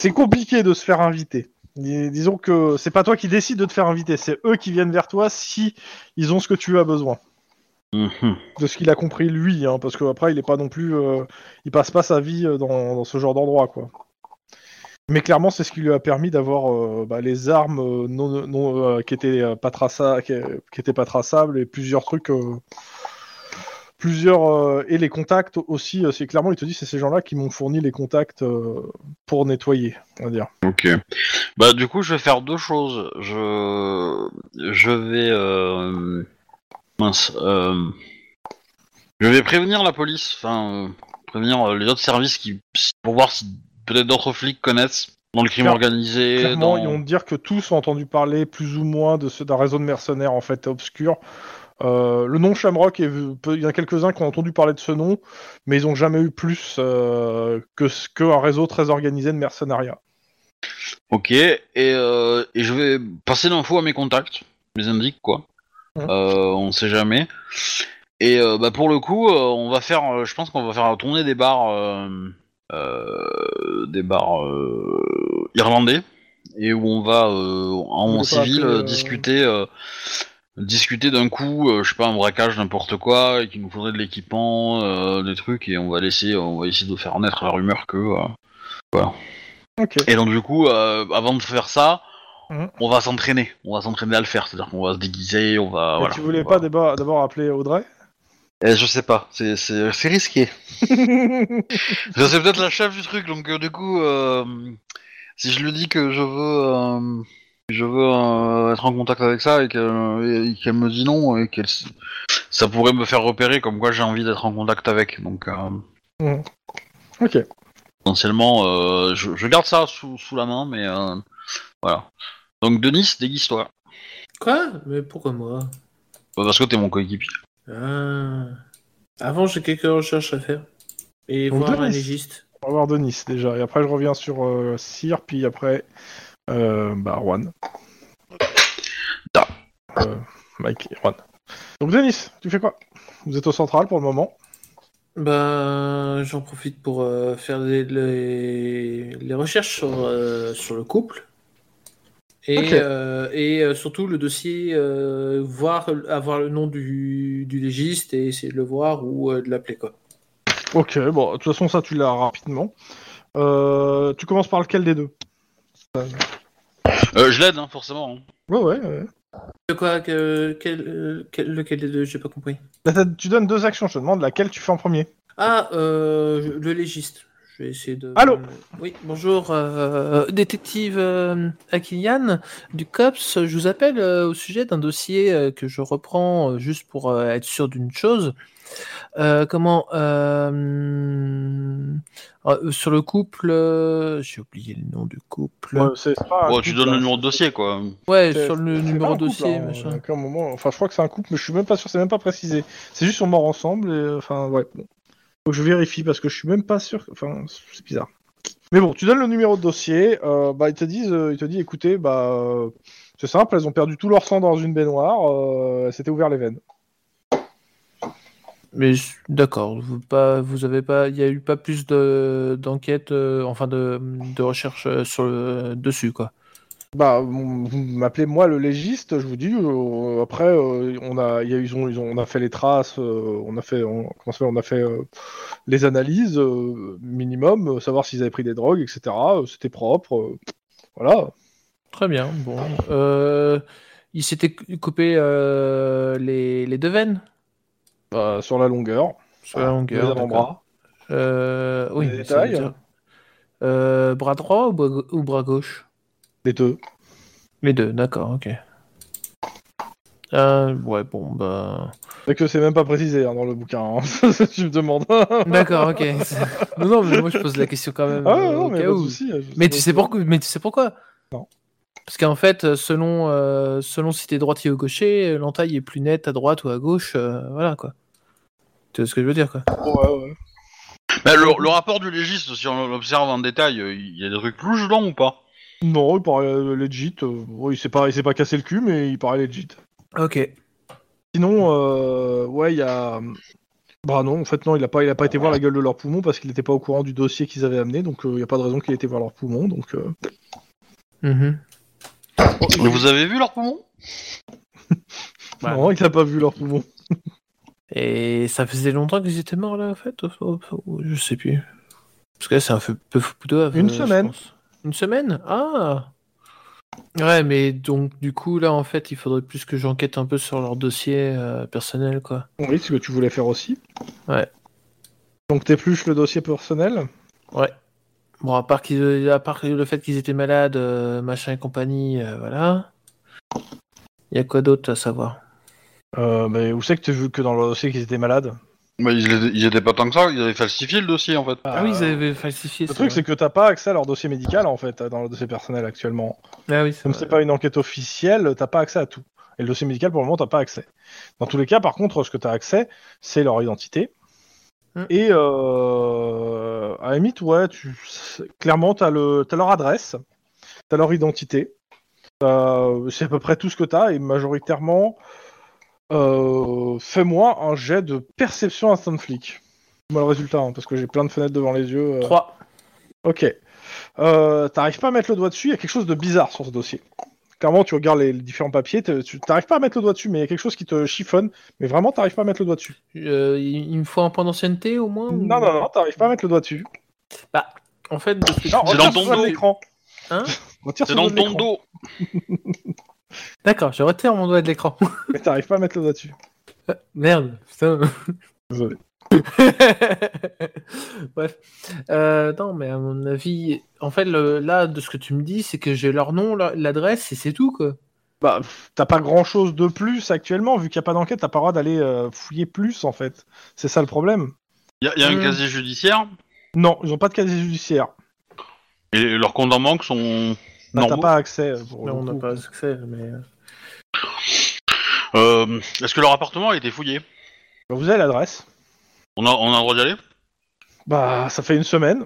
A: c'est compliqué de se faire inviter. Dis- disons que c'est pas toi qui décides de te faire inviter, c'est eux qui viennent vers toi si ils ont ce que tu as besoin.
B: Mhm.
A: De ce qu'il a compris lui, hein, parce que après, il est pas non plus, euh, il passe pas sa vie euh, dans, dans ce genre d'endroit, quoi. Mais clairement, c'est ce qui lui a permis d'avoir euh, bah, les armes euh, non, non, euh, qui étaient euh, pas traça- qui, qui étaient pas traçables et plusieurs trucs, euh, plusieurs euh, et les contacts aussi. euh, c'est clairement, il te dit, c'est ces gens-là qui m'ont fourni les contacts euh, pour nettoyer, on va dire.
B: Ok. Bah, du coup, je vais faire deux choses. Je, je vais. euh, Mince. euh, Je vais prévenir la police, enfin, euh, prévenir euh, les autres services qui... pour voir si peut-être d'autres flics connaissent Dans le crime
A: Claire-
B: organisé.
A: Clairement,
B: dans-
A: ils vont te dire que tous ont entendu parler plus ou moins de ce- d'un réseau de mercenaires en fait obscur. Euh, le nom Shamrock, est- peu- il y en a quelques-uns qui ont entendu parler de ce nom, mais ils n'ont jamais eu plus euh, que ce qu'un réseau très organisé de mercenariat.
B: Ok, et, euh, et je vais passer l'info à mes contacts, mes indiques quoi.
A: Mhm.
B: Euh, on sait jamais. Et euh, bah, pour le coup, euh, on va faire, euh, je pense qu'on va faire tourner des bars, euh, euh, des bars euh, irlandais, et où on va euh, en
A: Vous voulez pas
B: civil
A: appeler,
B: euh,
A: euh,
B: discuter, euh, discuter d'un coup, euh, je sais pas, un braquage, n'importe quoi, et qu'il nous faudrait de l'équipement, euh, des trucs, et on va laisser, on va essayer de faire naître la rumeur que. euh,
A: Ok.
B: et donc du coup, euh, avant de faire ça,
A: Mhm.
B: on va s'entraîner. On va s'entraîner à le faire. C'est-à-dire qu'on va se déguiser, on va.
A: Et
B: voilà,
A: tu voulais
B: on va-
A: pas déba- d'abord appeler Audrey
B: Eh, je sais pas. C'est c'est- c'est risqué. je sais peut-être la chef du truc. Donc euh, du coup, euh, si je lui dis que je veux, euh, je veux euh, être en contact avec ça et qu'elle et qu'elle me dit non et qu'elle, s- ça pourrait me faire repérer comme quoi j'ai envie d'être en contact avec. Donc. euh,
A: Ok.
B: Potentiellement, euh, je, je garde ça sous, sous la main, mais euh, voilà. Donc Denis, déguise-toi.
D: Quoi Mais pourquoi moi
B: Bah, Parce que t'es mon coéquipier.
D: Ah. Avant, j'ai quelques recherches à faire. Et
A: Donc,
D: voir un
A: Denis.
D: légiste.
A: On va voir Denis déjà. Et après, je reviens sur euh, Cyr, puis après, euh, bah, Juan.
B: Da.
A: Euh, Mike et Juan. Donc, Denis, tu fais quoi Vous êtes au central pour le moment.
D: Ben, j'en profite pour euh, faire des- les, les recherches sur, euh, sur le couple. Et,
A: Ok.
D: euh, et euh, surtout le dossier, euh, voir, avoir le nom du, du légiste et essayer de le voir ou euh, de l'appeler. quoi.
A: Ok, bon, de toute façon, ça, tu l'as rapidement. Euh, tu commences par lequel des deux
B: Euh, je l'aide, hein, forcément. hein.
A: Ouais, ouais. ouais.
D: De quoi que- quel, euh, quel- Lequel des deux J'ai pas compris.
A: Là, Bah, t'as- tu donnes deux actions, je te demande laquelle tu fais en premier.
D: Ah, euh, je- le légiste. Je vais essayer de.
A: Allô
D: Oui, bonjour, euh, détective euh, Akilian du COPS. Je vous appelle euh, au sujet d'un dossier euh, que je reprends euh, juste pour euh, être sûr d'une chose. Euh, comment euh, euh, Sur le couple. euh, J'ai oublié le nom du couple. Ouais,
A: Ouais, c'est pas un
B: Oh, tu
A: couple,
B: donnes
A: hein.
B: le numéro de dossier, quoi.
A: C'est-
D: sur le
A: c'est pas
D: numéro
A: un couple,
D: dossier,
A: hein,
D: machin.
A: à aucun moment. Enfin, je crois que c'est un couple, mais je suis même pas sûr, c'est même pas précisé. C'est juste on mort ensemble. et, euh, Enfin, ouais. bon. Faut que je vérifie parce que je suis même pas sûr. Enfin, c'est bizarre. Mais bon, tu donnes le numéro de dossier. euh, bah, ils te disent, euh, ils te disent, écoutez, bah, euh, c'est simple. Elles ont perdu tout leur sang dans une baignoire. Euh, elles s'étaient ouvert les veines.
D: Mais je- d'accord, vous pas, vous avez pas, il y a eu pas plus de d'enquête, euh, enfin de, de recherche euh, sur le dessus quoi.
A: Bah, m- vous m'appelez moi le légiste, je vous dis. euh, après, euh, on a, il y a, ils ont, ils ont- on a fait les traces, euh, on a fait, on, comment ça s'appelle, on a fait euh, les analyses euh, minimum, euh, savoir s'ils avaient pris des drogues, etc. euh, C'était propre, euh, voilà.
D: Très bien, bon. Euh, il s'était cou- coupé euh, les, les deux veines
A: Bah, sur la longueur,
D: sur la
A: Ah,
D: longueur.
A: les
D: d'accord.
A: avant-bras.
D: Euh, oui,
A: Les
D: mais ça veut
A: détails.
D: dire- Euh, bras droit ou bras, ou bras gauche?
A: Les deux.
D: Les deux, d'accord, ok. Euh, ouais, bon, bah.
A: Et que c'est même pas précisé hein, dans le bouquin. hein, tu me demandes.
D: D'accord, ok. Non, non, mais moi je pose la question quand même.
A: ah
D: euh,
A: ouais, non,
D: au
A: mais
D: cas
A: pas de
D: où.
A: souci, hein, je-
D: Mais tu sais pourquoi Mais tu sais pourquoi
A: euh, Non.
D: Parce qu'en fait, selon euh, selon si t'es droitier ou gaucher, euh, l'entaille est plus nette à droite ou à gauche. euh, voilà quoi. Tu vois ce que je veux dire quoi
A: Ouais, ouais.
B: Bah, le, le rapport du légiste, si on l'observe en détail, euh, il y a des trucs louches dedans ou pas
A: Non, il paraît euh, legit. euh, bon, il s'est pas, il s'est pas cassé le cul, mais il paraît legit.
D: Ok.
A: Sinon, euh, ouais, il y a. Bah non, en fait, non, il a pas, il a pas été voir la gueule de leurs poumons parce qu'il n'était pas au courant du dossier qu'ils avaient amené, donc euh, il n'y a pas de raison qu'il ait été voir leurs poumons. Donc, euh,
D: Mhm.
A: Oh,
B: Mais vous avez vu leur poumon
D: Ouais.
A: non, il n'a pas vu leurs poumons.
D: Et ça faisait longtemps qu'ils étaient morts là en fait au- au- au- Je sais plus. Parce que là, c'est un peu, peu foudre,
A: Une
D: euh, je
A: semaine.
D: pense. Une semaine Ah Ouais, mais donc du coup là en fait, il faudrait plus que j'enquête un peu sur leur dossier euh, personnel quoi.
A: Oui, c'est ce que tu voulais faire aussi.
D: Ouais.
A: Donc t'épluches le dossier personnel.
D: Ouais. Bon, à part, qu'ils- à part le fait qu'ils étaient malades, euh, machin et compagnie, euh, voilà. Il y a quoi d'autre à savoir
A: Euh, mais où c'est que tu as vu que dans le dossier qu'ils étaient malades
B: Bah, ils, étaient- ils étaient pas tant que ça, ils avaient falsifié le dossier en fait.
D: Ah oui, ils avaient falsifié
A: Euh, Le truc, c'est que t'as pas accès à leur dossier médical, en fait, dans leur dossier personnel actuellement.
D: Ah oui, c'est
A: Comme
D: vrai.
A: c'est pas une enquête officielle, t'as pas accès à tout. Et le dossier médical, pour le moment, t'as pas accès. Dans tous les cas, par contre, ce que t'as accès, c'est leur identité.
D: Hmm.
A: Et euh, à la limite, ouais, tu... clairement, t'as le... t'as leur adresse, t'as leur identité. Euh, c'est à peu près tout ce que t'as, et majoritairement, euh, fais-moi un jet de perception instant flic. Moi, le résultat, hein, parce que j'ai plein de fenêtres devant les yeux. euh.
D: 3.
A: Ok. Euh, t'arrives pas à mettre le doigt dessus, il y a quelque chose de bizarre sur ce dossier. Clairement, tu regardes les, les différents papiers, t'es- tu t'arrives pas à mettre le doigt dessus, mais il y a quelque chose qui te chiffonne, mais vraiment, t'arrives pas à mettre le doigt dessus.
D: Euh, il il me faut un point d'ancienneté au moins ou- Bah,
A: Non, non, non, t'arrives pas à mettre le doigt dessus.
D: En fait, de ce que
A: Non,
D: tu-
B: C'est
A: retire ce
B: dans ton
A: doigt de
B: dos.
A: l'écran.
D: Hein
A: Retire ce
B: C'est dans
A: doigt de
B: ton
A: l'écran.
B: dos
D: D'accord, je retire mon doigt de l'écran.
A: Mais t'arrives pas à mettre le doigt dessus.
D: Merde, putain.
A: Désolé.
D: Bref. Euh, non, mais à mon avis, en fait, le- là, de ce que tu me dis, c'est que j'ai leur nom, leur- l'adresse, et c'est tout, quoi.
A: Bah, pff, t'as pas grand chose de plus actuellement, vu qu'il n'y a pas d'enquête, t'as pas le droit d'aller euh, fouiller plus en fait. C'est ça le problème.
B: Il y a, y a un
A: Mmh.
D: Hmm.
B: casier judiciaire
A: Non, ils ont pas de casier judiciaire.
B: et leurs comptes en banque sont.
A: Bah, t'as
B: normaux.
A: pas accès. euh, Pour
D: Mais
A: le
D: on n'a
A: coup.
D: pas accès, mais...
B: Euh, Est-ce que leur appartement a été fouillé
A: Bah, vous avez l'adresse.
B: on a, on a le droit d'y aller
A: Bah, ça fait une semaine.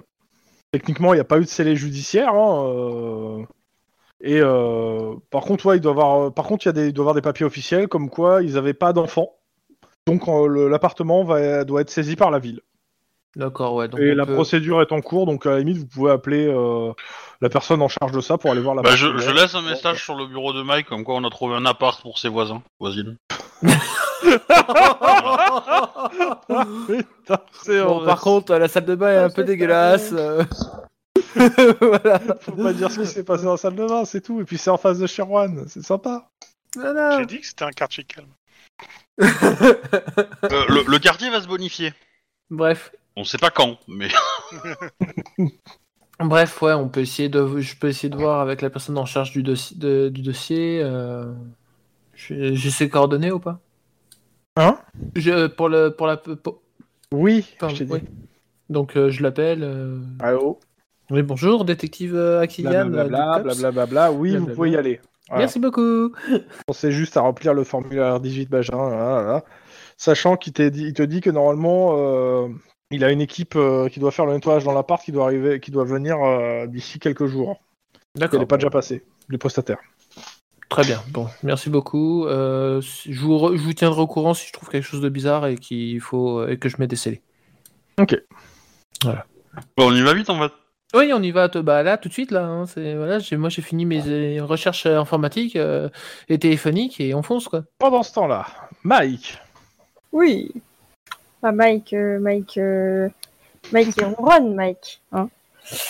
A: Techniquement, il n'y a pas eu de scellé judiciaire. hein, euh, Et euh, par contre, ouais, il doit avoir, euh, par contre, il y a des, il doit avoir des papiers officiels comme quoi ils n'avaient pas d'enfants. Donc euh, le- l'appartement va- doit être saisi par la ville.
D: D'accord, ouais. Donc
A: et
D: on
A: la
D: peut-
A: procédure est en cours, donc à la limite, vous pouvez appeler euh, la personne en charge de ça pour aller voir la.
B: bah, je, je laisse un message sur le bureau de Mike comme quoi on a trouvé un appart pour ses voisins. Voisines.
A: Putain, c'est euh,
D: Bon,
A: vrai.
D: par contre, la salle de bain est
E: Ah,
D: un peu
E: c'est
D: dégueulasse.
E: ça.
D: euh. voilà.
A: faut pas dire ce qui s'est passé dans la salle de bain, c'est tout. Et puis c'est en face de Sherwan, c'est sympa.
D: Voilà.
C: J'ai dit que c'était un quartier calme.
B: Euh, le, le quartier va se bonifier.
D: Bref.
B: On sait pas quand, mais.
D: Bref, ouais, on peut essayer de, je peux essayer de voir avec la personne en charge du, dossi- de- du dossier. euh, J'ai j'ai ses coordonnées ou pas
A: Hein
D: je, pour, le, pour la. pour-
A: Oui,
D: pardon,
A: je t'ai dit.
D: oui. Donc euh, je l'appelle. euh,
A: Allô.
D: Oui, bonjour, détective euh, Akigan. euh, du
A: Blablabla,
D: COPS.
A: blablabla. Oui,
D: Blablabla.
A: vous pouvez y aller. Voilà.
D: Merci beaucoup.
A: pensais juste à remplir le formulaire 18 Bajin, là, là, là. sachant qu'il t'est dit- il te dit que normalement euh, il a une équipe euh, qui doit faire le nettoyage dans l'appart qui doit arriver, qui doit venir euh, d'ici quelques jours. Elle
D: D'accord.
A: n'est pas déjà passée, les prestataires.
D: Très bien. Bon, merci beaucoup. Euh, si- je, vous re- je vous tiendrai au courant si je trouve quelque chose de bizarre et qu'il faut euh, et que je mets des scellés.
B: Bon, on y va vite en fait.
D: Oui, on y va. te- Bah là, tout de suite là. hein, c'est voilà. j'ai- Moi, j'ai fini mes euh, recherches euh, informatiques euh, et téléphoniques et on fonce quoi.
A: Pendant ce temps-là, Mike,
E: Oui. Bah, Mike, euh, Mike, euh, Mike et Ron, Mike. Hein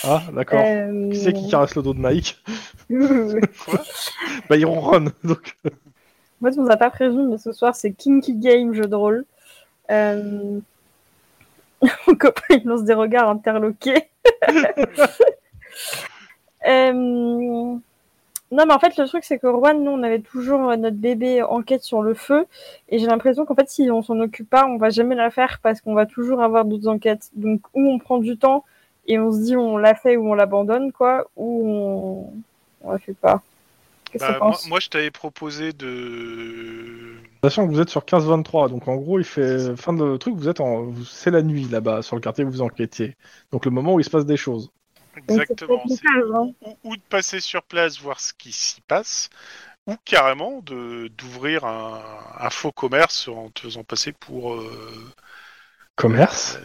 A: ah d'accord,
E: Euh,
A: qui c'est qui caresse le dos de Mike
C: Quoi
A: Bah ils ronronnent donc.
E: Moi, on nous a pas prévenu, mais ce soir, c'est Kinky Game, jeu de rôle. Euh... Mon copain, il lance des regards interloqués. Euh, Non, mais en fait, le truc, c'est que Juan, nous, on avait toujours euh, notre bébé enquête sur le feu. Et j'ai l'impression qu'en fait, si on s'en occupe pas, on va jamais la faire parce qu'on va toujours avoir d'autres enquêtes. Donc, ou on prend du temps et on se dit on la fait ou on l'abandonne, quoi, ou on, on la fait pas. Qu'est-ce que
C: Bah,
E: tu
C: moi,
E: penses
C: moi, je t'avais proposé de.
A: Sachant que vous êtes sur 15-23, donc en gros il fait fin de truc, vous êtes en, vous- c'est la nuit là-bas sur le quartier où vous enquêtiez, donc le moment où il se passe des choses.
E: Donc, c'est
C: Exactement.
E: peut-être
C: c'est-
E: une case, hein.
C: ou, ou de passer sur place voir ce qui s'y passe, ou carrément de d'ouvrir un, un faux commerce en te faisant passer pour. euh,
A: Commerce.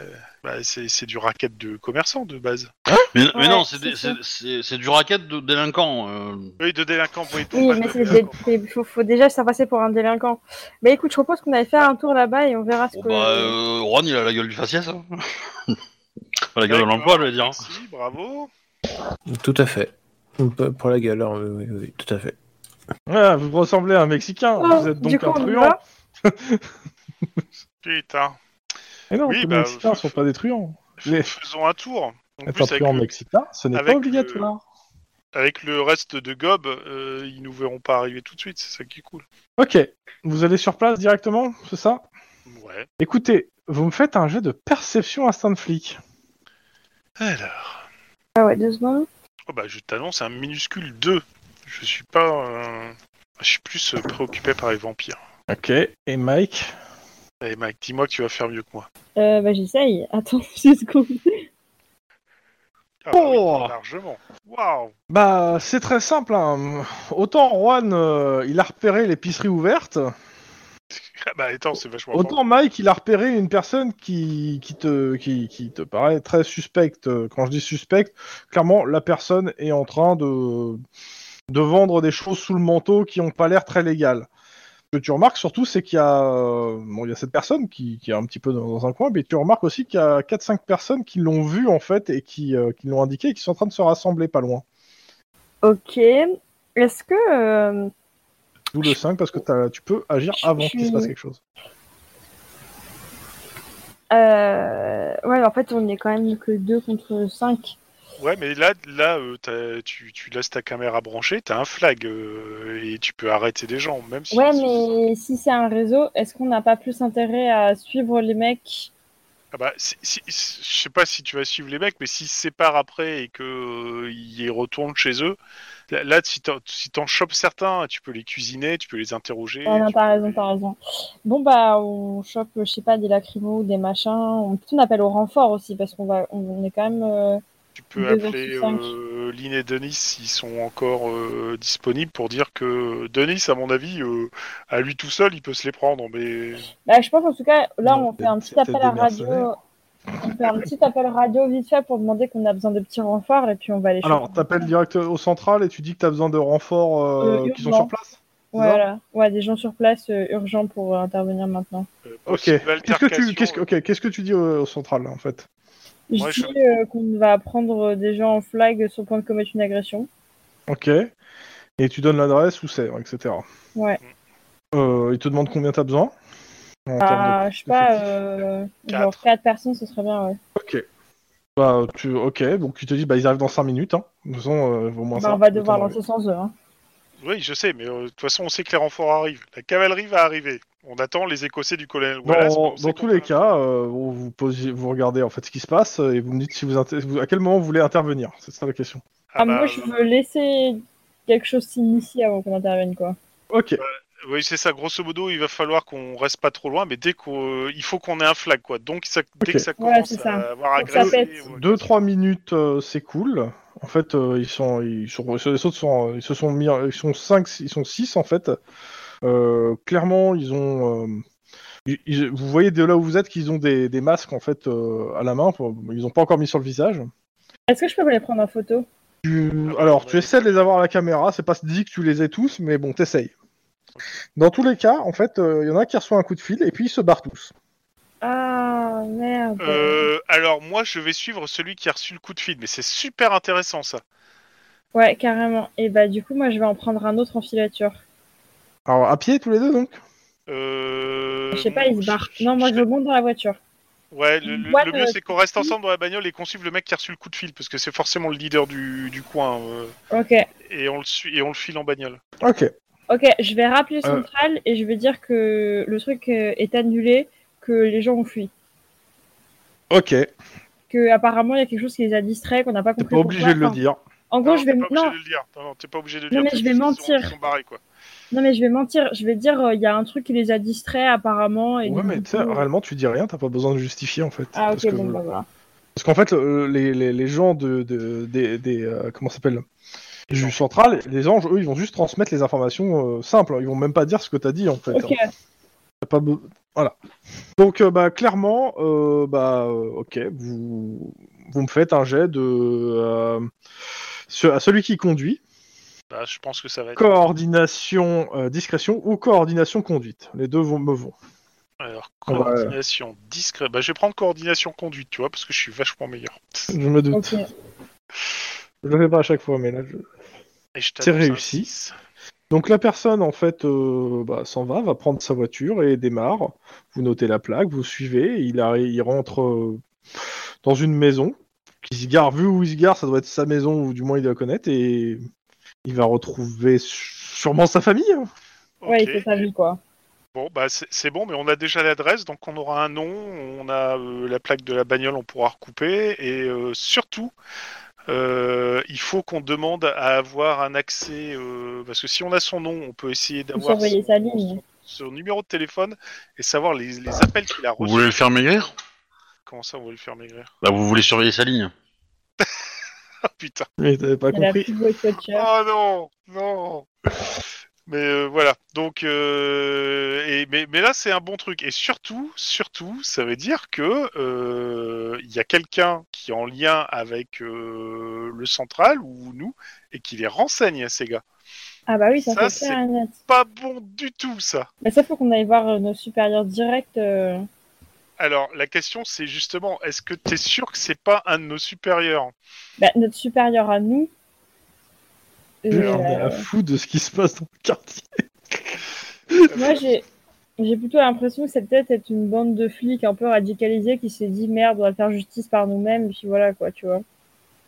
C: bah, c'est c'est du racket de commerçants de base.
B: Mais, mais
E: Ouais,
B: non, c'est
E: c'est
B: des-
E: ça.
B: c'est- c'est- c'est du racket de délinquants. euh.
C: Oui, de délinquants. Oui, de
E: Oui,
C: base
E: mais
C: de
E: c'est des-
C: délinquants.
E: c'est- faut, faut déjà se faire passer pour un délinquant. Mais écoute, je propose qu'on aille faire un tour là-bas et on verra ce
B: Bon,
E: que.
B: bah, euh, Ron, il a la gueule du faciès. hein. Enfin, la gueule de
C: D'accord,
B: l'emploi, je veux dire. hein.
C: Merci, bravo.
D: Tout à fait. On peut- Pour la gueule, hein, oui, oui, oui, tout à fait.
A: Ah, vous ressemblez à un Mexicain,
E: Oh,
A: vous êtes
E: du
A: donc
E: coup,
A: un
E: on y
A: truand.
E: va
C: Putain.
A: Mais Eh non,
C: Oui,
A: tous
C: bah,
A: les Mexicains ne
C: f-
A: sont pas des truands. Les-
C: Faisons un tour. En
A: Être
C: plus,
A: un
C: avec
A: truand
C: le-
A: mexicain, ce n'est
C: avec
A: pas obligatoire.
C: avec le reste de Gob, euh, ils nous verront pas arriver tout de suite, c'est ça qui est cool.
A: Ok, vous allez sur place directement, c'est ça
C: Ouais.
A: Écoutez, Vous me faites un jet de perception instinct de flic.
C: Alors.
E: Ah ouais, deux secondes.
C: Oh bah, je t'annonce un minuscule 2. Je suis pas. euh, Je suis plus euh, préoccupé par les vampires.
A: Ok. Et Mike
C: Allez, Mike, dis-moi que tu vas faire mieux que moi.
E: Euh, bah j'essaye. Attends deux secondes.
C: Ah bah oui,
A: Oh
C: largement. Waouh
A: Bah, c'est très simple. hein. Autant Juan, euh, il a repéré l'épicerie ouverte.
C: Ah Bah, attends, c'est vachement important.
A: Autant Mike, il a repéré une personne qui, qui, te, qui, qui te paraît très suspecte. Quand je dis suspecte, clairement, la personne est en train de, de vendre des choses sous le manteau qui n'ont pas l'air très légales. Ce que tu remarques surtout, c'est qu'il y, a, euh, bon, il y a cette personne qui, qui est un petit peu dans, dans un coin, mais tu remarques aussi qu'il y a 4-5 personnes qui l'ont vu en fait et qui, euh, qui l'ont indiqué et qui sont en train de se rassembler pas loin.
E: Ok. Est-ce que euh,
A: D'où le 5 parce que t'as- tu peux agir
E: Je-
A: avant
E: je-
A: qu'il se passe quelque chose.
E: euh, ouais en fait on est quand même que deux contre cinq.
C: Ouais, mais là, là euh, t'as- tu, tu laisses ta caméra branchée, t'as un flag euh, et tu peux arrêter des gens, même si.
E: Ouais mais si c'est un réseau, est-ce qu'on n'a pas plus intérêt à suivre les mecs
C: Ah bah, si- si- si- je sais pas si tu vas suivre les mecs, mais s'ils se séparent après et que euh, ils retournent chez eux, là, là, si t'en si t'en chopes certains, tu peux les cuisiner, tu peux les interroger.
E: Ah non
C: tu
E: t'as
C: peux
E: raison
C: les-
E: t'as raison. Bon bah on chope je sais pas des lacrymos ou des machins. On, on appelle au renfort aussi parce qu'on va on est quand même euh,
C: Tu peux
E: Deux
C: appeler
E: versus cinq.
C: euh, Lynn et Denis s'ils sont encore euh, disponibles pour dire que Denis, à mon avis, euh, à lui tout seul, il peut se les prendre. Mais
E: Bah, je pense en tout cas, là,
A: Non,
E: on fait un petit
A: c'est- c'est
E: appel à
A: des
E: radio.
A: mercenaires.
E: On fait un petit appel radio vite fait pour demander qu'on a besoin de petits renforts et puis on va les
A: Alors,
E: choper.
A: t'appelles direct au central et tu dis que t'as besoin de renforts euh,
E: Euh,
A: qui sont
E: urgent.
A: sur place.
E: Voilà, ouais, des gens sur place euh, urgents pour euh, intervenir maintenant.
C: euh,
A: Ok.
C: possible
A: Qu'est-ce que tu,
C: altercation, euh.
A: qu'est-ce que, ok, qu'est-ce que tu dis au, au central en fait
E: Je
C: Ouais,
E: dis
C: je-
E: euh, qu'on va prendre euh, des gens en flag sur le point de commettre une agression.
A: Ok. Et tu donnes l'adresse où c'est, etc.
E: Ouais.
A: Euh, il te demande combien t'as besoin. en termes de-
E: Ah, je sais pas,
A: d'effectifs.
E: euh,
C: Quatre.
E: genre 4 personnes, ce serait bien, ouais.
A: Ok. Bah, tu, ok. Donc il te dit, bah ils arrivent dans 5 minutes. Hein. De toute façon, euh, au moins
E: Bah,
A: ça,
E: on va
A: le temps
E: devoir
A: d'arriver.
E: lancer sans eux. hein.
C: Oui, je sais, mais euh, de toute façon, on sait que les renforts arrivent. La cavalerie va arriver. On attend les Écossais du colonel
A: Dans,
C: Wallace. mais on
A: dans
C: sait
A: tous
C: qu'on-
A: les cas, euh, vous, vous posez- vous regardez en fait ce qui se passe et vous me dites si vous, inter- vous- à quel moment vous voulez intervenir. C'est ça la question.
E: Ah,
C: Ah
E: mais
C: bah,
E: moi, je veux laisser quelque chose s'initier avant qu'on intervienne, quoi.
A: Ok.
C: Oui, c'est ça. Grosso modo, il va falloir qu'on reste pas trop loin, mais dès qu'on, euh, il faut qu'on ait un flag, quoi. Donc, ça, dès
A: Ok.
C: que ça
E: Voilà,
C: commence
E: c'est ça.
C: à avoir
E: Faut que ça
C: agressé,
E: pète.
C: ouais.
A: 2-3 minutes, euh, c'est cool. En fait, euh, ils sont, ils sont, les autres sont, euh, ils se sont mis, ils sont cinq, ils sont 6 en fait. Euh, clairement, ils ont, euh, ils- ils- vous voyez de là où vous êtes qu'ils ont des, des masques en fait euh, à la main. Pour- Ils ont pas encore mis sur le visage.
E: Est-ce que je peux vous les prendre en photo
A: Tu-
C: Ah bah,
A: Alors,
C: on
A: tu
C: a-
A: essaies de les avoir à la caméra. C'est pas dit que tu les aies tous, mais bon, t'essayes. Dans tous les cas, en fait, euh, il y en a un qui reçoit un coup de fil et puis ils se barrent tous.
E: Ah, merde.
C: Euh, alors moi je vais suivre celui qui a reçu le coup de fil, mais c'est super intéressant ça.
E: Ouais, carrément. Et bah du coup, moi, je vais en prendre un autre en filature.
A: Alors, à pied tous les deux donc.
C: Euh,
E: je sais pas, il se barre. Non, moi, je
C: je-
E: le monte dans la voiture.
C: Ouais, le, le-
E: Moi,
C: le
E: de-
C: mieux c'est qu'on reste ensemble dans la bagnole et qu'on suive le mec qui a reçu le coup de fil, parce que c'est forcément le leader du, du coin, euh,
E: Ok,
C: et on le suit et on le file en bagnole.
A: Ok.
E: ok, je vais rappeler
A: Euh.
E: Central et je vais dire que le truc euh, est annulé, que les gens ont fui.
A: Ok. T'es
E: Que apparemment, il y a quelque chose qui les a distraits, qu'on n'a pas compris.
A: pas obligé
E: pourquoi.
A: de le
E: Enfin,
A: dire.
E: En gros,
C: Non,
E: je vais.
C: t'es
E: Non,
C: pas obligé de le dire. Non, non, t'es pas obligé de le
E: Non,
C: dire.
E: mais
C: t'es
E: je vais
C: juste-
E: mentir.
C: Ils sont barrés quoi.
E: non, mais je vais mentir. Je vais dire, euh, il y a un truc qui les a distraits, apparemment. Et
A: Ouais,
E: du
A: mais
E: coup-
A: tu sais, réellement, tu dis rien, t'as pas besoin de justifier en fait.
E: Ah,
A: parce
E: ok,
A: que-
E: bon, bah voilà.
A: Parce qu'en fait, le- les, les, les gens de, de- des. des, euh, comment ça s'appelle Du central, les anges, eux, ils vont juste transmettre les informations euh, simples. Ils vont même pas dire ce que t'as dit en fait.
E: Ok,
A: hein. T'as pas be- Voilà. Donc, euh, bah, clairement, euh, bah, euh, ok, vous, vous me faites un jet de. euh, ce- à celui qui conduit,
C: Bah, je pense que ça va être.
A: coordination euh, discrétion ou coordination conduite. Les deux vont, me vont.
C: Alors
A: On va- euh,
C: coordination discret. Bah, je vais prendre coordination conduite, tu vois, parce que je suis vachement meilleur.
A: Je me doute.
E: ok.
A: Je le fais pas à chaque fois, mais là, je.
C: Et je
A: C'est
C: t'annonce un
A: réussi.
C: six.
A: Donc la personne en fait euh, bah, s'en va, va prendre sa voiture et démarre. Vous notez la plaque, vous suivez, il, arri- il rentre euh, dans une maison. Qui se gare, vu où il se gare, ça doit être sa maison ou du moins il doit connaître et il va retrouver su- sûrement sa famille. hein.
C: Ok.
E: Ouais, il fait sa vie, quoi.
C: Bon, bah c'est c'est bon, mais on a déjà l'adresse, donc on aura un nom, on a euh, la plaque de la bagnole, on pourra recouper, et euh, surtout, euh, il faut qu'on demande à avoir un accès, euh, parce que si on a son nom, on peut essayer d'avoir
E: surveiller
C: son,
E: sa ligne.
C: son numéro de téléphone et savoir les, les appels qu'il a
B: Vous
C: reçus.
B: voulez le faire maigrir
C: Comment ça, on va le faire maigrir
B: Bah, vous voulez surveiller sa ligne.
C: Ah putain
A: Mais t'avais pas
E: Elle a
A: compris.
E: plus de voiture.
C: Oh non, non. Mais euh, voilà, donc euh, et mais, mais là c'est un bon truc et surtout surtout ça veut dire que euh, il y a quelqu'un qui est en lien avec euh, le central ou nous et qui les renseigne à ces gars.
E: Ah bah oui, ça,
C: Ça,
E: fait
C: c'est-
E: faire un net.
C: Pas bon du tout ça.
E: Mais ça, faut qu'on aille voir euh, nos supérieurs directs. euh.
C: Alors la question c'est justement est-ce que t'es sûr que c'est pas un de nos supérieurs
E: Bah, notre supérieur à nous. euh,
A: Putain, on est à fou de ce qui se passe dans le quartier.
E: Moi, j'ai j'ai plutôt l'impression que c'est peut-être être une bande de flics un peu radicalisés qui se dit merde, on va faire justice par nous-mêmes, puis voilà quoi, tu vois.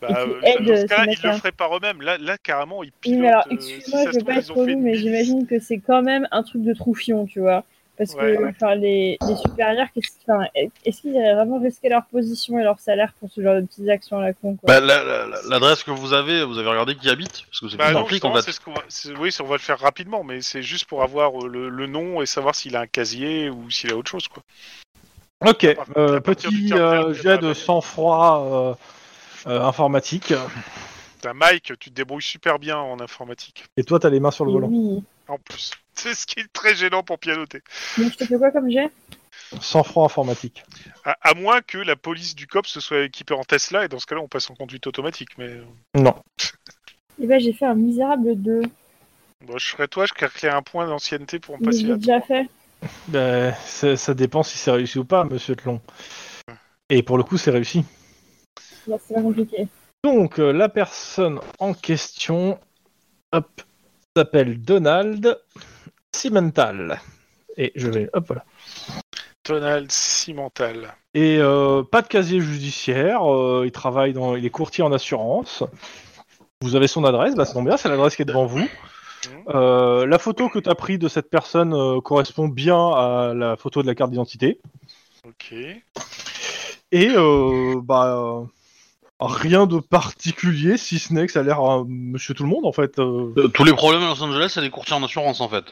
C: Bah,
E: qui
C: euh,
E: aide,
C: dans ce
E: ces
C: cas-là, ils
E: mecs-là.
C: le feraient par eux-mêmes. Là, là, carrément, ils
E: Oui,
C: pilotent.
E: mais alors,
C: euh, si
E: excuse-moi,
C: ça
E: je
C: se
E: veux
C: trouve,
E: pas être
C: ils ont fait
E: relou,
C: une
E: mais
C: milice.
E: j'imagine que c'est quand même un truc de troufion, tu vois. Parce que
C: Ouais, ouais.
E: enfin, les, les supérieurs, qu'est-ce qu'ils- enfin, est-ce qu'ils iraient vraiment risquer leur position et leur salaire pour ce genre de petites actions à la con quoi
B: Bah, la- la- la- l'adresse que vous avez, vous avez regardé qui habite Parce que c'est
C: Bah
B: plus
C: non,
B: un flic en
C: justement,
B: fait.
C: c'est ce qu'on va- c'est- Oui, c'est- on va le faire rapidement, mais c'est juste pour avoir euh, le, le nom et savoir s'il a un casier ou s'il a autre chose. Quoi.
A: Ok,
C: À partir-
A: euh,
C: à partir du
A: petit
C: quartier,
A: euh,
C: c'est
A: jet
C: pas
A: de
C: mal.
A: sang-froid euh, euh, informatique.
C: Putain, Mike, tu te débrouilles super bien en informatique.
A: Et toi, t'as les mains sur le
E: Mais
A: volant.
E: oui.
C: En plus, c'est ce qui est très gênant pour pianoter.
E: Donc, je te fais quoi comme jet
A: Sang-froid informatique.
C: À, à moins que la police du COP se soit équipée en Tesla, et dans ce cas-là, on passe en conduite automatique. Mais euh,
A: Non.
E: Eh ben, j'ai fait un misérable 2.
C: bon, bah, je serais toi, je claquerais un point d'ancienneté pour me
E: Mais
C: passer
E: j'ai
C: là.
E: déjà fait.
A: Ben, ça ça dépend si c'est réussi ou pas, monsieur Tlon. Et pour le coup, c'est réussi.
E: Bon, C'est pas compliqué.
A: Donc, euh, la personne en question hop, s'appelle Donald Cimental. Et je vais. Hop, voilà.
C: Tonal Cimental.
A: Et euh, pas de casier judiciaire, euh, il travaille dans. Il est courtier en assurance. Vous avez son adresse, bah ça tombe bien, c'est l'adresse qui est devant vous. Euh, la photo que tu as prise de cette personne euh, correspond bien à la photo de la carte d'identité.
C: Ok.
A: Et euh, bah euh, rien de particulier si ce n'est que ça a l'air euh, Monsieur Tout le Monde en fait. euh.
B: Euh, Tous les problèmes à Los Angeles, c'est des courtiers en assurance en fait.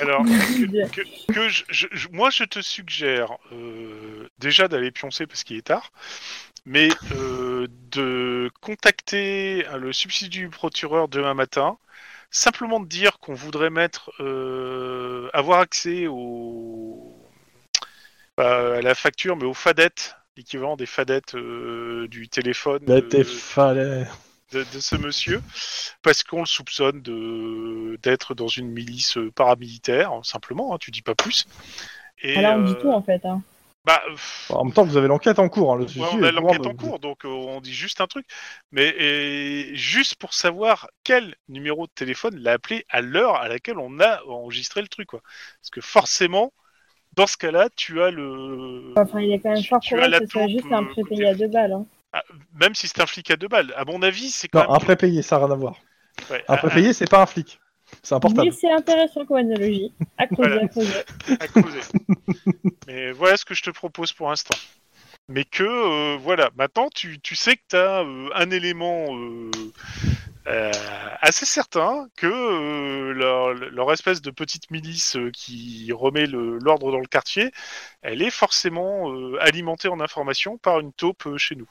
C: Alors, que, que je, je- je- moi je te suggère euh, déjà d'aller pioncer parce qu'il est tard, mais euh, de contacter euh, le substitut du procureur demain matin, simplement de dire qu'on voudrait mettre euh, avoir accès au pas à la facture, mais aux fadettes, l'équivalent E des fadettes euh, du téléphone.
A: Bah,
C: euh,
A: t'es fallait-
C: de, de ce monsieur parce qu'on le soupçonne de d'être dans une milice paramilitaire simplement hein, tu dis pas plus et
E: Alors, Ah, on
C: euh,
E: dit tout en fait. Hein.
C: bah, pff,
A: En même temps, vous avez l'enquête en cours. hein, le
C: ouais,
A: sujet
C: on a
A: est
C: l'enquête
A: courant,
C: en
A: donc-
C: cours donc euh, on dit juste un truc mais et juste pour savoir quel numéro de téléphone l'a appelé à l'heure à laquelle on a enregistré le truc quoi parce que forcément dans ce cas-là tu as le
E: Enfin, il est quand même
C: Tu-
E: fort
C: tu
E: pour
C: as
E: que
C: la
E: ce soit
C: taupe,
E: juste un
C: euh,
E: prépayé à deux balles. Hein.
C: Ah, même si c'est un flic à deux balles à mon avis c'est quand
A: Non, un
C: même
A: prépayé, ça n'a rien à voir.
C: Ouais,
A: Un
C: à-
A: prépayé, c'est pas un flic. C'est un portable.
E: Mais c'est intéressant comme analogie. À creuser,
C: Voilà.
E: à creuser.
C: à causer. Mais voilà ce que je te propose pour l'instant. Mais que, euh, voilà, maintenant tu, tu sais que tu as un élément euh, euh, assez certain que euh, leur, leur espèce de petite milice euh, qui remet le- l'ordre dans le quartier, elle est forcément euh, alimentée en information par une taupe euh, chez nous.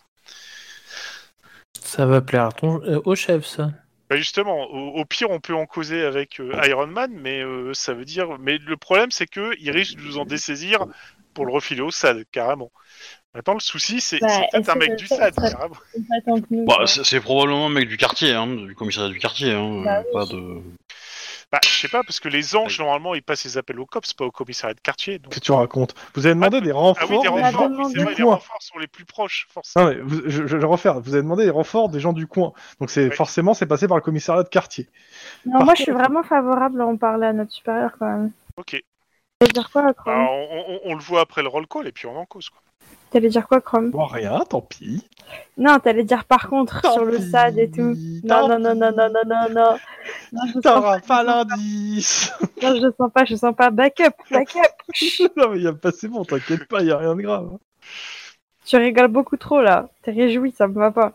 D: Ça va plaire à ton... euh, au chef, ça.
C: Bah justement, au, au pire, on peut en causer avec euh, Iron Man, mais euh, ça veut dire. Mais le problème, c'est que il risque de nous en dessaisir pour le refiler au SAD, carrément. Maintenant, le souci, c'est
E: Bah,
C: c'est peut-être
E: est-ce
C: un
E: que
C: mec
E: ça-
C: du
E: ça
C: SAD,
E: serait-
C: carrément.
E: On s'attend que nous.
B: Bah,
E: quoi.
B: c'est c'est probablement le mec du quartier, hein, du commissariat du quartier. Hein,
E: Bah
B: euh, pas de...
C: Bah, je sais pas, parce que les anges, normalement, ils passent les appels au COPS, pas au commissariat de quartier. donc-
A: Que tu racontes. Vous avez demandé des renforts.
C: Ah oui, des
A: des
C: renforts,
A: gens
C: oui, c'est
A: du
C: vrai, les
A: coin.
C: renforts sont les plus proches, forcément.
A: Non, mais vous- je, je, je refaire. Vous avez demandé des renforts des gens du coin. Donc c'est
C: Oui.
A: forcément c'est passé par le commissariat de quartier.
E: Non, moi, je suis vraiment favorable à en parler à notre supérieur quand même.
C: Ok.
E: Ça veut dire quoi, Crow
C: Bah, on, on- on le voit après le roll call, et puis on en cause, quoi.
E: T'allais dire quoi, Chrome
A: Bon, rien, tant pis.
E: Non, t'allais dire par contre
A: Tant
E: sur le
A: pis,
E: SAD et tout. Non,
A: tant
E: non, non, non, non, non, non, non. Non, je sens,
A: T'auras pas l'indice
E: non, je sens pas, je sens pas. Backup, backup.
A: Non, mais y a pas, c'est bon, t'inquiète pas, y a rien de grave. hein.
E: Tu rigoles beaucoup trop là. T'es réjoui, ça me va pas.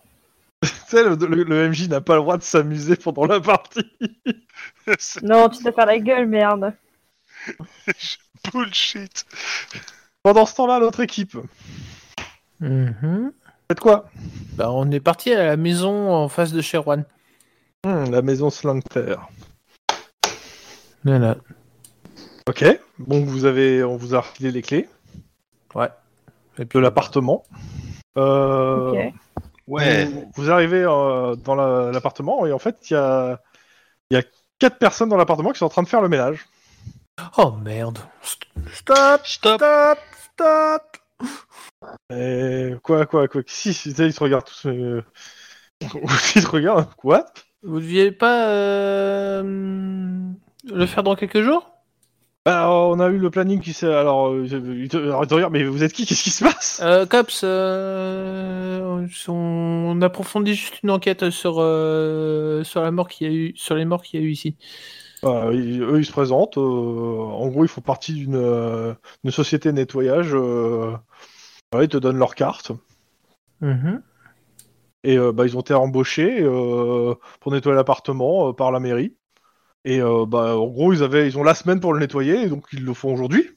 A: Tu sais, le, le- le MJ n'a pas le droit de s'amuser pendant la partie.
C: C'est
E: Non, tu te faire la gueule, merde.
C: bullshit.
A: Pendant ce temps-là, l'autre équipe.
D: Mhm.
A: Faites quoi
D: Bah, on est parti à la maison en face de Sherwan.
A: Hmm, La maison Slangter.
D: Voilà.
A: Ok. Bon, vous avez, on vous a refilé les clés
D: Et puis
A: de l'appartement. Euh,
E: Ok.
A: Vous, vous arrivez euh, dans la- l'appartement et en fait, il y a, il y a quatre personnes dans l'appartement qui sont en train de faire le ménage.
D: Oh merde. Stop,
B: Stop
D: stop, stop.
A: Et quoi, quoi, quoi Si, si, ils te regardent tous. euh, Ils te regardent. Quoi
D: Vous deviez pas euh, le faire dans quelques jours
A: Bah, on a eu le planning qui s'est. Alors, euh, ils te alors, ils te regardent, mais vous êtes qui Qu'est-ce qui se passe
D: euh, Cops, euh, on, on approfondit juste une enquête sur euh, sur la mort qu'il y a eu, sur les morts qu'il y a eu ici.
A: Bah, ils- Eux, ils se présentent. euh, en gros, ils font partie d'une euh, d'une société de nettoyage. euh, voilà, ils te donnent leur carte. Mm-hmm.
D: Mhm.
A: Et euh, bah, ils ont été embauchés euh, pour nettoyer l'appartement euh, par la mairie. Et euh, bah, en gros, ils, avaient, ils ont la semaine pour le nettoyer, et donc ils le font aujourd'hui.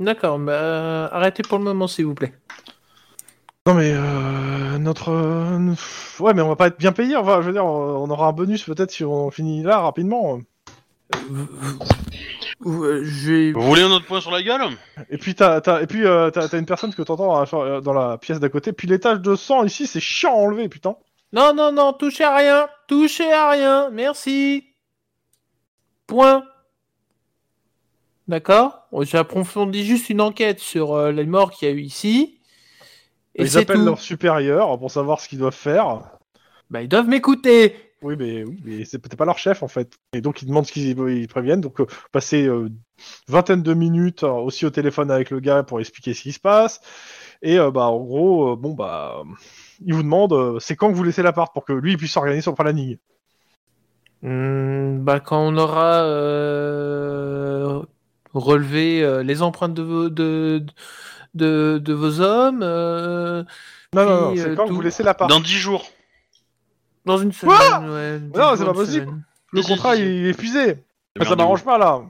D: D'accord, bah, euh, arrêtez pour le moment s'il vous plaît.
A: Non mais euh, notre euh, pff, ouais mais on va pas être bien payé enfin je veux dire on on aura un bonus peut-être si on finit là rapidement
D: Euh, J'ai
B: Vous voulez un autre point sur la gueule
A: et puis t'as t'as- et puis euh, t'as t'as une personne que t'entends dans la fa- euh, dans la pièce d'à côté puis l'étage de sang ici c'est chiant à enlever putain
D: Non, non, non, touchez à rien, touchez à rien, merci. Point. D'accord J'approfondis juste une enquête sur euh, les morts qu'il y a eu ici. Et
A: ils
D: c'est
A: appellent
D: tout.
A: leur supérieur pour savoir ce qu'ils doivent faire
D: Bah, ils doivent m'écouter.
A: Oui, mais, oui, mais c'est peut-être pas leur chef en fait. Et donc ils demandent ce qu'ils ils préviennent. Donc euh, passer euh, vingtaine de minutes euh, aussi au téléphone avec le gars pour expliquer ce qui se passe. Et euh, bah en gros, euh, bon bah euh, il vous demande euh, c'est quand que vous laissez l'appart pour que lui il puisse organiser son planning.
D: Hmm, bah, quand on aura euh, relevé euh, les empreintes de vos, de, de, de vos hommes euh,
A: Non, non, non,
D: Puis,
A: c'est
D: euh,
A: quand que
D: tout.
A: vous laissez l'appart.
B: Dans 10 jours.
D: dans une semaine. ouais,
A: Non, c'est pas
D: dans une
A: possible.
D: semaine.
A: Le
B: Si,
A: contrat
B: si, si.
A: il est épuisé. Ah, ça
B: Merde,
A: m'arrange pas là.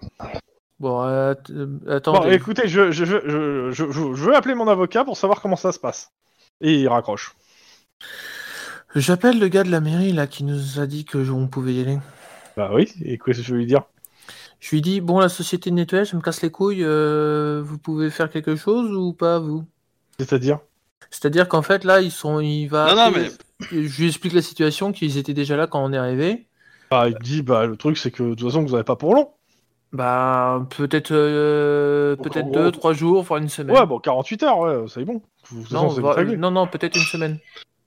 D: Bon, euh, att- euh,
A: Bon,
D: attendez.
A: écoutez, je, je, je, je, je- je veux appeler mon avocat pour savoir comment ça se passe. Et il raccroche.
D: J'appelle le gars de la mairie là qui nous a dit que je- on pouvait y aller.
A: Bah oui, et qu'est-ce que je veux lui dire
D: Je lui dis, bon, la société de nettoyage, je me casse les couilles, euh, vous pouvez faire quelque chose ou pas, vous
A: C'est-à-dire
D: C'est-à-dire qu'en fait, là, ils sont, il va...
B: Non, non, mais-
D: Je lui explique la situation, qu'ils étaient déjà là quand on est arrivé.
A: Bah, il dit, bah, le truc, c'est que de toute façon, vous n'avez pas pour long.
D: Bah, peut-être euh,
A: Donc, en
D: peut-être
A: gros-
D: deux, trois jours, voire une semaine.
A: Ouais, bon, 48 heures, ouais, c'est bon. De toute
D: non,
A: façon, c'est
D: voire-
A: vous réglé.
D: non, non, peut-être une semaine.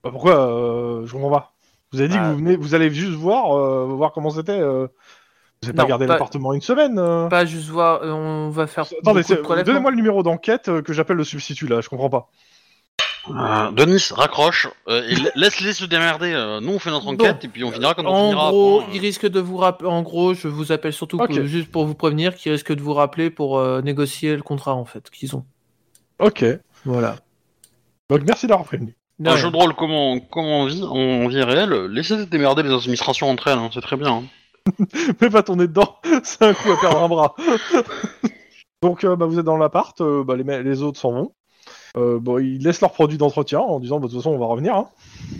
A: Bah, pourquoi euh, Je comprends pas. Vous avez dit
D: Bah,
A: que vous, venez, vous allez juste voir, euh, voir comment c'était. euh. Vous n'avez pas
D: Non,
A: gardé
D: pas-
A: l'appartement une semaine. euh.
D: Pas juste voir, euh, on va faire...
A: Attendez,
D: beaucoup de
A: c'est-
D: prélèvements.
A: donnez-moi le numéro d'enquête euh, que j'appelle le substitut là, je comprends pas.
B: Euh, Denis, raccroche euh, et la- laisse-les se démerder. euh, nous, on fait notre
D: Bon.
B: enquête et puis on finira quand on
D: En
B: finira.
D: gros,
B: point, euh.
D: il risque de vous rappeler. En gros, je vous appelle surtout pour-
A: Ok.
D: juste pour vous prévenir qu'il risque de vous rappeler pour euh, négocier le contrat en fait qu'ils ont.
A: Ok,
D: Voilà.
A: donc merci d'avoir prévenu.
D: De
B: Un
D: rien.
B: jeu de rôle, comment, comment on vit en vie réelle Laissez se démerder les administrations entre elles, hein, c'est très bien. hein.
A: Mais pas tourner dedans, c'est un coup à perdre un bras. donc, euh, bah, vous êtes dans l'appart, euh, bah, les, ma- les autres s'en vont. Euh, bon, ils laissent leurs produits d'entretien en disant, bah, de toute façon, on va revenir. hein.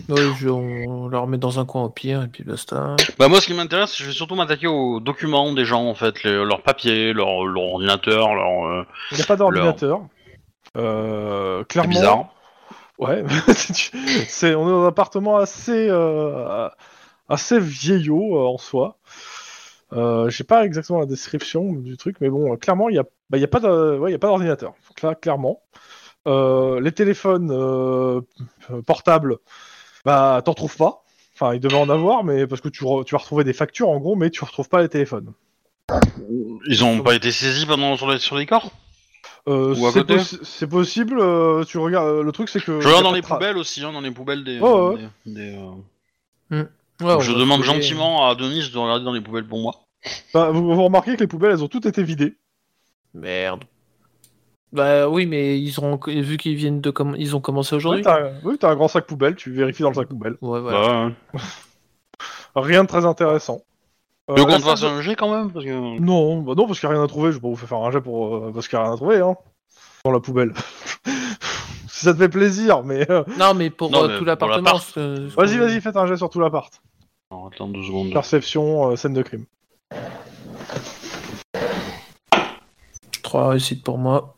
D: Ouais, je- on leur met dans un coin au pire et puis basta.
B: Bah moi, ce qui m'intéresse, c'est que je vais surtout m'attaquer aux documents des gens, en fait, les- leurs papiers, leur, leur ordinateur, leur... euh,
A: Il n'y a pas d'ordinateur. Euh,
B: c'est
A: clairement.
B: bizarre.
A: Ouais. c'est, on est dans un appartement assez, euh, assez vieillot euh, en soi. Euh, j'ai pas exactement la description du truc, mais bon, euh, clairement, il n'y a, bah, il y a pas de- ouais, il y a pas d'ordinateur. Cla- clairement. Euh, les téléphones euh, euh, portables, bah, t'en trouves pas. Enfin, il devait en avoir, mais parce que tu, re- tu vas retrouver des factures en gros, mais tu retrouves pas les téléphones.
B: Ils ont pas été saisis pendant sur les, sur les corps
A: Euh,
B: Ou à
A: c'est,
B: côté.
A: possi- c'est possible, euh, tu regardes. euh, le truc, c'est que.
B: Je regarde dans les
A: Tra-
B: poubelles aussi, hein, dans les poubelles des.
A: Oh,
B: euh, des- des, euh,
D: Ouais, Ah, on
B: je
D: va
B: demande
D: trouver-
B: gentiment à Denis de regarder dans les poubelles pour moi.
A: Bah, vous, vous remarquez que les poubelles, elles ont toutes été vidées.
D: Merde. Bah oui, mais ils ont vu qu'ils viennent de comm- ils ont commencé
A: Oui,
D: aujourd'hui.
A: t'as, un- oui, t'as un grand sac poubelle, tu vérifies dans le sac poubelle.
D: Ouais, voilà.
B: Bah, ouais.
A: Rien de très intéressant. Euh,
B: Tu veux
A: la
B: qu'on te fasse
A: salle de-
B: un jet quand même parce que... euh,
A: Non, bah non, parce qu'il n'y a rien à trouver, je vais pas vous faire faire un jet pour, euh, parce qu'il n'y a rien à trouver, hein. Dans la poubelle. si ça te fait plaisir, mais. euh,
D: Non, mais pour
B: Non,
D: euh,
B: mais
D: tout
B: pour
D: l'appartement.
B: l'appart.
D: ce que- ce
A: Vas-y,
D: qu'on-
A: vas-y, faites un jet sur tout l'appart.
B: Alors, attends deux secondes.
A: Perception, euh, scène de crime.
D: Trois réussites pour moi.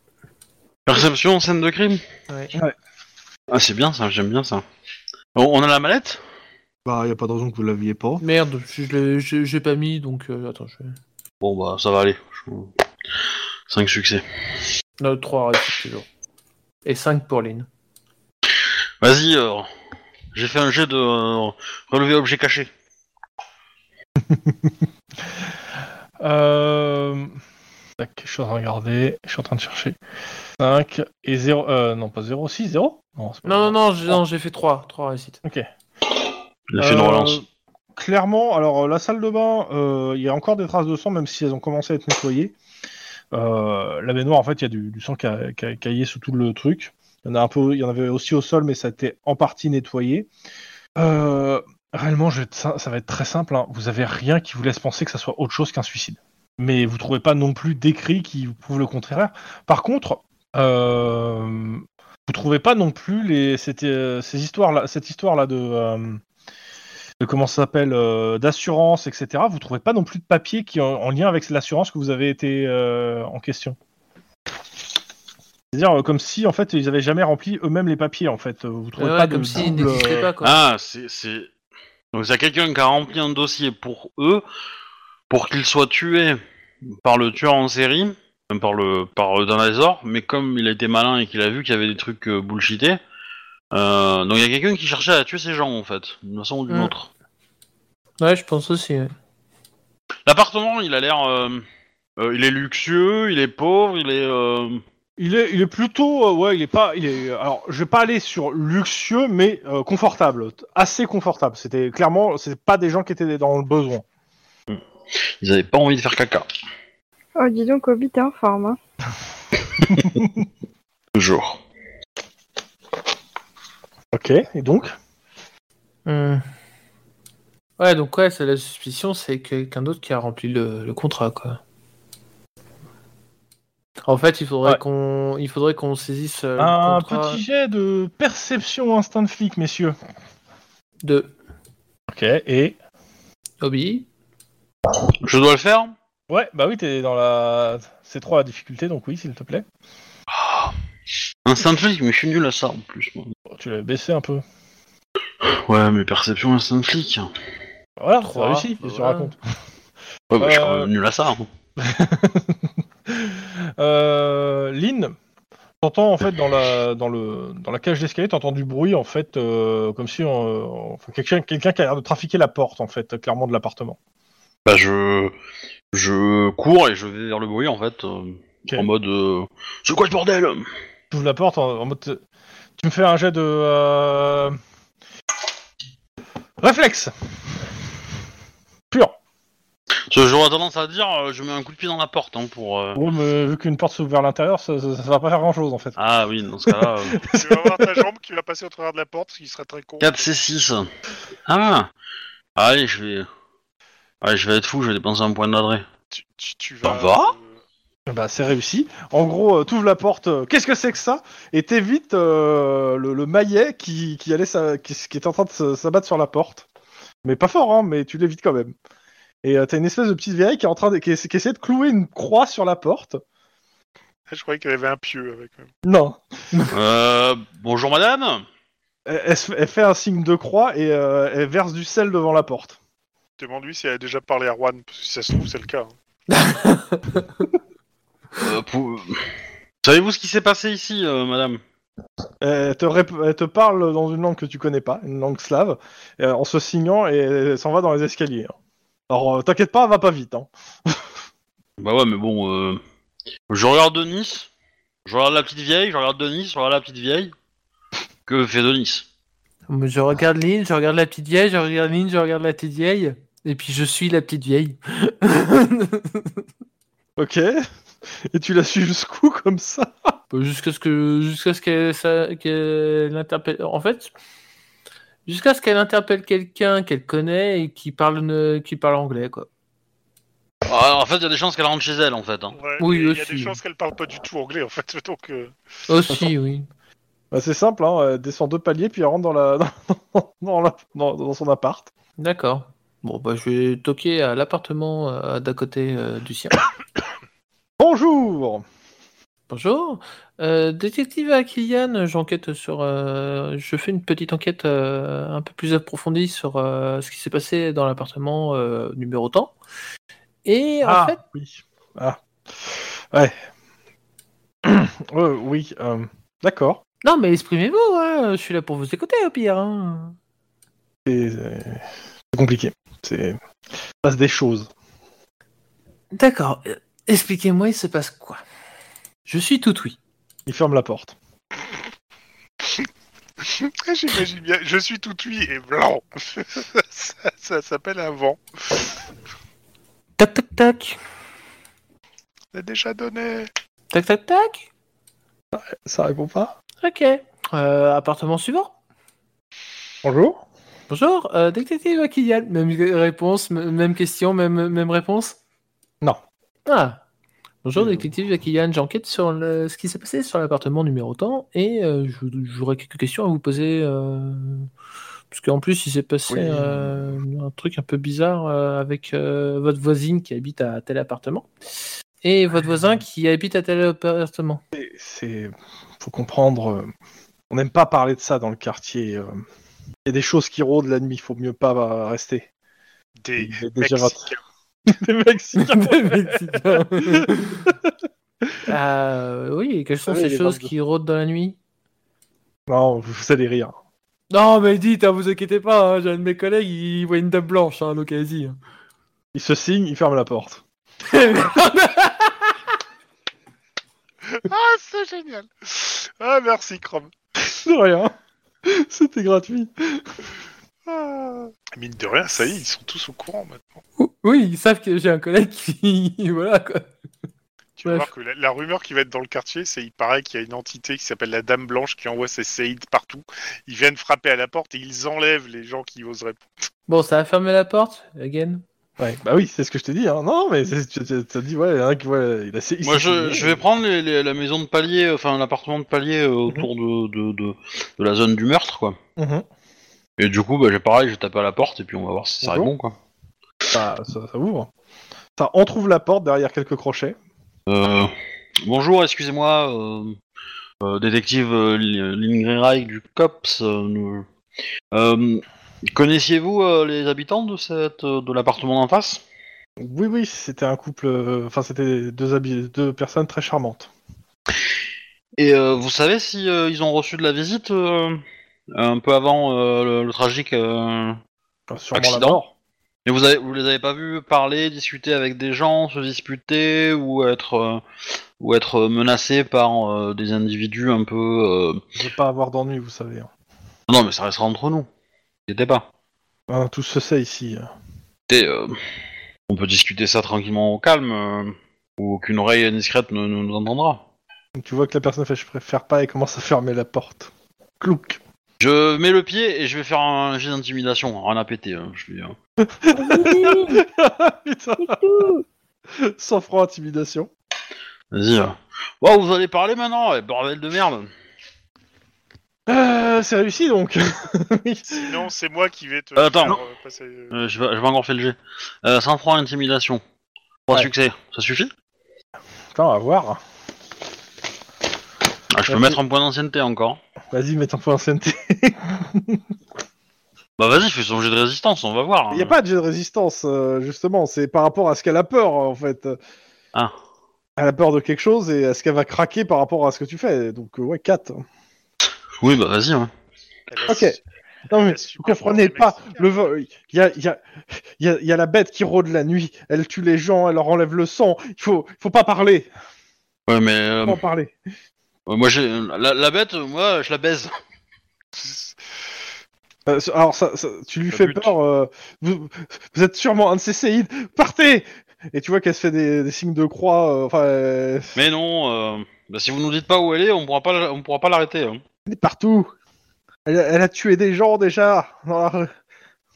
B: Perception, scène de crime
D: Ouais.
B: Ah, c'est bien ça, j'aime bien ça. On- On a la mallette
A: Bah, il a pas de raison que vous l'aviez pas.
D: Merde, je je l'ai je- j'ai pas mis donc euh, attends, je vais.
B: Bon, bah, ça va aller. 5 succès.
D: Non, trois réussites toujours. Et 5 pour Lynn.
B: Vas-y, euh, j'ai fait un jet de euh, relever objet caché.
G: Euh... Tac, quelque chose à regarder. Je suis en train de chercher. 5 et 0. Euh, non, pas 0, 6, 0 Non, c'est pas
D: Non, non,
G: vrai.
D: non, j'ai non, j'ai fait 3. 3 réussites.
B: Il a fait une
A: Euh,
B: relance.
A: Clairement, alors euh, la salle de bain, euh, il y a encore des traces de sang, même si elles ont commencé à être nettoyées. Euh, la baignoire, en fait, il y a du, du sang qui a, qui a caillé sous tout le truc. Il y en a un peu, il y en avait aussi au sol, mais ça a été en partie nettoyé.
G: Euh, réellement, je vais être sim- ça va être très simple. hein. Vous avez rien qui vous laisse penser que ça soit autre chose qu'un suicide. Mais vous trouvez pas non plus d'écrit qui vous prouve le contraire. Par contre, euh, vous trouvez pas non plus les, cette, euh, ces histoires-là, cette histoire-là de, euh, de comment ça s'appelle, euh, d'assurance, etc. Vous trouvez pas non plus de papier qui est en, en lien avec l'assurance que vous avez été euh, en question. C'est-à-dire euh, comme si en fait ils avaient jamais rempli eux-mêmes les papiers. En fait, vous trouvez
D: Ouais,
G: pas
D: comme
G: de
D: s'il
G: double,
D: n'existait
G: euh,
D: pas quoi.
B: Ah, c'est. c'est- Donc, il y a quelqu'un qui a rempli un dossier pour eux, pour qu'il soit tué par le tueur en série, enfin, par le par le dinosaure, mais comme il a été malin et qu'il a vu qu'il y avait des trucs euh, bullshités, euh, donc il y a quelqu'un qui cherchait à tuer ces gens en fait, d'une façon ou d'une
D: Mm.
B: autre.
D: Ouais, je pense aussi. ouais.
B: L'appartement, il a l'air. euh, euh, il est luxueux, il est pauvre, il est. euh,
A: Il est, il est plutôt, euh, ouais, il est pas, il est. euh, Alors, je vais pas aller sur luxueux, mais euh, confortable, t- assez confortable. C'était clairement, c'est pas des gens qui étaient dans le besoin.
B: Ils avaient pas envie de faire caca.
E: Oh, dis donc, Obi, t'es en forme. Hein.
B: Toujours.
A: Ok, et donc
D: Hmm. Ouais, donc ouais, c'est la suspicion, c'est quelqu'un d'autre qui a rempli le, le contrat, quoi. En fait, il faudrait
G: Ouais.
D: qu'on, il faudrait qu'on saisisse euh, le
G: Un
D: contrat
G: petit jet de perception instinct de flic, messieurs.
D: de
G: Ok, et.
D: Obi.
B: Je dois le faire
G: Ouais, bah oui, t'es dans la. C'est 3 la difficulté, donc oui, s'il te plaît.
B: Instinct de Ah, flic, mais je suis nul à ça en plus. moi.
G: Oh, Tu l'as baissé un peu.
B: Ouais, mais perception instinct de flic.
G: Voilà,
D: Trois,
G: t'as réussi,
D: bah
G: qu'est-ce que tu
D: voilà.
G: racontes.
B: Ouais, mais je suis quand
G: Euh.
B: même nul à ça. hein.
G: Euh, Lynn, t'entends en fait dans la, dans le, dans la cage d'escalier, t'entends du bruit en fait, euh, comme si on- enfin, quelqu'un quelqu'un qui a l'air de trafiquer la porte en fait, clairement de l'appartement.
B: Bah, je. Je cours et je vais vers le bruit en fait. euh, En mode. euh, C'est quoi ce bordel
G: J'ouvre la porte en, en mode.
A: euh,
G: Tu me fais un jet de. euh, Réflexe Pur
B: Parce que J'aurais tendance à dire, euh, je mets un coup de pied dans la porte hein, pour. euh,
G: Ouais, mais vu qu'une porte s'ouvre vers l'intérieur, ça, ça, ça va pas faire grand chose en fait.
B: Ah oui, dans ce cas-là. euh,
C: Tu vas avoir ta jambe qui va passer au travers de la porte, ce qui sera très con.
B: 4 C6. Ah Allez, je vais. Allez, je vais être fou, je vais dépenser un point d'adresse.
C: Tu, tu- tu
B: Ça
C: vas.
B: va
C: euh,
A: Bah, c'est réussi. En gros, euh, t'ouvres la porte. euh, Qu'est-ce que c'est que ça Et t'évites euh, le, le maillet qui, qui allait, sa- qui, qui est en train de se- s'abattre sur la porte. Mais pas fort, hein. Mais tu l'évites quand même. Et euh, t'as une espèce de petite vieille qui est en train de, qui, qui essaie de clouer une croix sur la porte.
C: Je croyais qu'il y avait un pieu avec.
A: Non.
B: Euh. Bonjour madame
A: Elle, elle se- elle fait un signe de croix et euh, elle verse du sel devant la porte.
C: Demande-lui si elle a déjà parlé à Juan, parce que si ça se trouve, c'est le cas. hein.
B: Euh, pou- Savez-vous ce qui s'est passé ici, euh, madame
A: Elle te, rép- elle te parle dans une langue que tu connais pas, une langue slave, euh, en se signant et elle s'en va dans les escaliers. hein. Alors, euh, t'inquiète pas, elle va pas vite. Hein.
B: Bah ouais, mais bon, euh, je regarde Denis, Je regarde la petite vieille, je regarde Denis, je regarde la petite vieille. Que fait Denis
D: Mais Je regarde Lynn, je regarde la petite vieille, je regarde Lynn, je regarde la petite vieille. Et puis je suis la petite vieille.
A: Ok. Et tu la suis jusqu'où comme ça
D: Bah, Jusqu'à ce que jusqu'à ce qu'elle ça- qu'elle interpelle. En fait, jusqu'à ce qu'elle interpelle quelqu'un qu'elle connaît et qui parle ne- qui parle anglais quoi.
B: Ah, En fait, il y a des chances qu'elle rentre chez elle, en fait. hein.
C: Ouais,
D: Oui,
C: et Il y a
D: aussi.
C: des chances qu'elle parle pas du tout anglais en fait, donc. euh,
D: Aussi oui.
A: bah, C'est simple, hein, elle descend deux paliers, puis elle rentre dans, la... dans, la- dans- dans son appart.
D: D'accord. Bon bah je vais toquer à l'appartement euh, d'à côté euh, du sien.
A: Bonjour
D: Bonjour, Euh, détective Akilian, j'enquête sur, euh, je fais une petite enquête euh, un peu plus approfondie sur euh, ce qui s'est passé dans l'appartement euh, numéro tant. Et en fait,
A: oui. Ah. Ouais. Euh, oui, euh, d'accord.
D: non mais exprimez-vous, hein, je suis là pour vous écouter au pire. hein.
A: C'est euh, c'est compliqué. C'est... Il se passe des choses.
D: D'accord, Euh, expliquez-moi, il se passe quoi? Je suis tout oui.
A: Il ferme la porte.
C: J'imagine bien. Je suis tout oui et blanc. ça ça s'appelle un vent.
D: Tac tac tac,
C: C'est déjà donné.
D: tac tac tac,
A: Ça répond pas
D: ok. Euh, appartement suivant.
A: Bonjour
D: Bonjour, euh, détective Akilian. Même réponse, m- même question, même, même réponse
A: Non.
D: Ah. Bonjour,
A: Euh,
D: détective Akilian. J'enquête sur le- ce qui s'est passé sur l'appartement numéro tant et euh, je- j'aurais quelques questions à vous poser. euh, Parce qu'en plus, il s'est passé
A: Oui.
D: euh, un truc un peu bizarre euh, avec euh, votre voisine qui habite à tel appartement et votre
A: Ah.
D: voisin qui habite à tel appartement.
A: C'est- C'est. Faut comprendre. euh, On n'aime pas parler de ça dans le quartier. euh. Il y a des choses qui rôdent la nuit, faut mieux pas bah, rester.
C: Des
A: Des- des
C: Mexicains.
A: Des Mexicains.
D: Ah, oui, et quelles sont
A: savez,
D: ces
A: les
D: choses
A: bandes de-
D: qui rôdent dans la nuit
A: Non, vous allez rire.
D: Non, mais dites, hein, vous inquiétez pas, hein, j'ai un de mes collègues, il voit une dame blanche, hein, donc allez-y.
A: Il se signe, il ferme la porte.
C: Ah, c'est génial. Ah, merci, Chrome.
A: De rien. C'était gratuit.
C: Ah. Mine de rien, ça y est, ils sont tous au courant maintenant.
D: Oui, ils savent que j'ai un collègue qui. voilà quoi.
C: Tu vas
D: Bref.
C: voir que la, la rumeur qui va être dans le quartier, c'est il paraît qu'il y a une entité qui s'appelle la Dame Blanche qui envoie ses séides partout. Ils viennent frapper à la porte et ils enlèvent les gens qui oseraient.
D: Bon, ça a fermé la porte, again.
A: Ouais, bah oui, c'est ce que je t'ai dit. Hein. Non, mais c'est- tu tu- t'as dit, ouais, il y en a un qui ouais, il a il
B: Moi,
A: s'est
B: je,
A: signé.
B: je vais prendre les- les- la maison de palier, euh, enfin l'appartement de palier euh, autour de, de, de, de la zone du meurtre, quoi.
A: Mhm.
B: Et du coup, bah, j'ai pareil, je tape à la porte et puis on va voir si ça
A: Bonjour.
B: répond, quoi.
A: Ça, ça- ça ouvre. Ça entrouvre la porte derrière quelques crochets.
B: Euh, bonjour, excusez-moi, euh, euh, détective euh, Lin- Lynn Greenreich du COPS. euh, nous- euh, Connaissiez-vous euh, les habitants de, cette, euh, de l'appartement d'en face
A: Oui, oui, c'était un couple. euh, Enfin, c'était deux, habi- deux personnes très charmantes.
B: Et euh, vous savez si euh, ils ont reçu de la visite euh, un peu avant euh, le, le tragique euh,
A: Enfin, sûrement la
B: accident
A: mort.
B: Et vous, avez, vous les avez pas vus parler, discuter avec des gens, se disputer ou être euh, ou être menacés par euh, des individus un peu. euh,
A: Je veux pas avoir d'ennui, vous savez.
B: Non mais ça restera entre nous. N'hésitez pas.
A: Hein, tout se sait ici.
B: Écoutez, euh, on peut discuter ça tranquillement au calme euh, où aucune oreille indiscrète ne, ne nous entendra.
A: Tu vois que la personne fait je préfère pas et commence à fermer la porte. Clouc.
B: Je mets le pied et je vais faire un jet d'intimidation, rien à péter. hein, je vais, euh,
E: Vas-y,
A: Putain,
E: nique tout.
A: sans froid intimidation.
B: Vas-y. euh. Bon, vous allez parler maintenant, eh, bordel de merde.
A: Euh, c'est réussi donc. Oui.
C: Sinon, c'est moi qui vais te.
B: Euh, attends.
C: faire, euh, passer, euh,
B: Euh, je, vais, je vais encore faire le jet. Euh, sans froid, intimidation. Trois
A: Ouais.
B: succès, ça suffit
A: Putain, on va voir.
B: Ah, je peux
A: Merci.
B: mettre un point d'ancienneté encore.
A: Vas-y, mets ton point d'ancienneté.
B: Bah vas-y, fais son jet de résistance, on va voir. hein.
A: Il n'y a pas de jeu de résistance, euh, justement. C'est par rapport à ce qu'elle a peur, en fait.
B: Ah.
A: Elle a peur de quelque chose et à ce qu'elle va craquer par rapport à ce que tu fais. Donc, euh, ouais, 4.
B: Oui, bah vas-y. ouais.
C: elle va
A: Ok.
C: se-
A: Non, mais
C: elle va se
A: vous comprenez
C: superposer,
A: pas. Le vol. Il y a, il y, a, il y, a, il y a la bête qui rôde la nuit. Elle tue les gens, elle leur enlève le sang. Il faut, il faut pas parler.
B: Ouais, mais euh,
A: Faut pas en parler.
B: Ouais, moi, j'ai la, la bête, moi, je la baise.
A: Euh, alors, ça, ça- tu lui
B: Ça
A: fais
B: bute.
A: peur. euh, vous, vous êtes sûrement un de ces séides. Partez Et tu vois qu'elle se fait des, des signes de croix. euh, Enfin, euh,
B: Mais non, euh, bah, si vous nous dites pas où elle est, on pourra pas, la- on pourra pas l'arrêter. hein.
A: elle est partout. Elle, elle a tué des gens déjà dans la rue.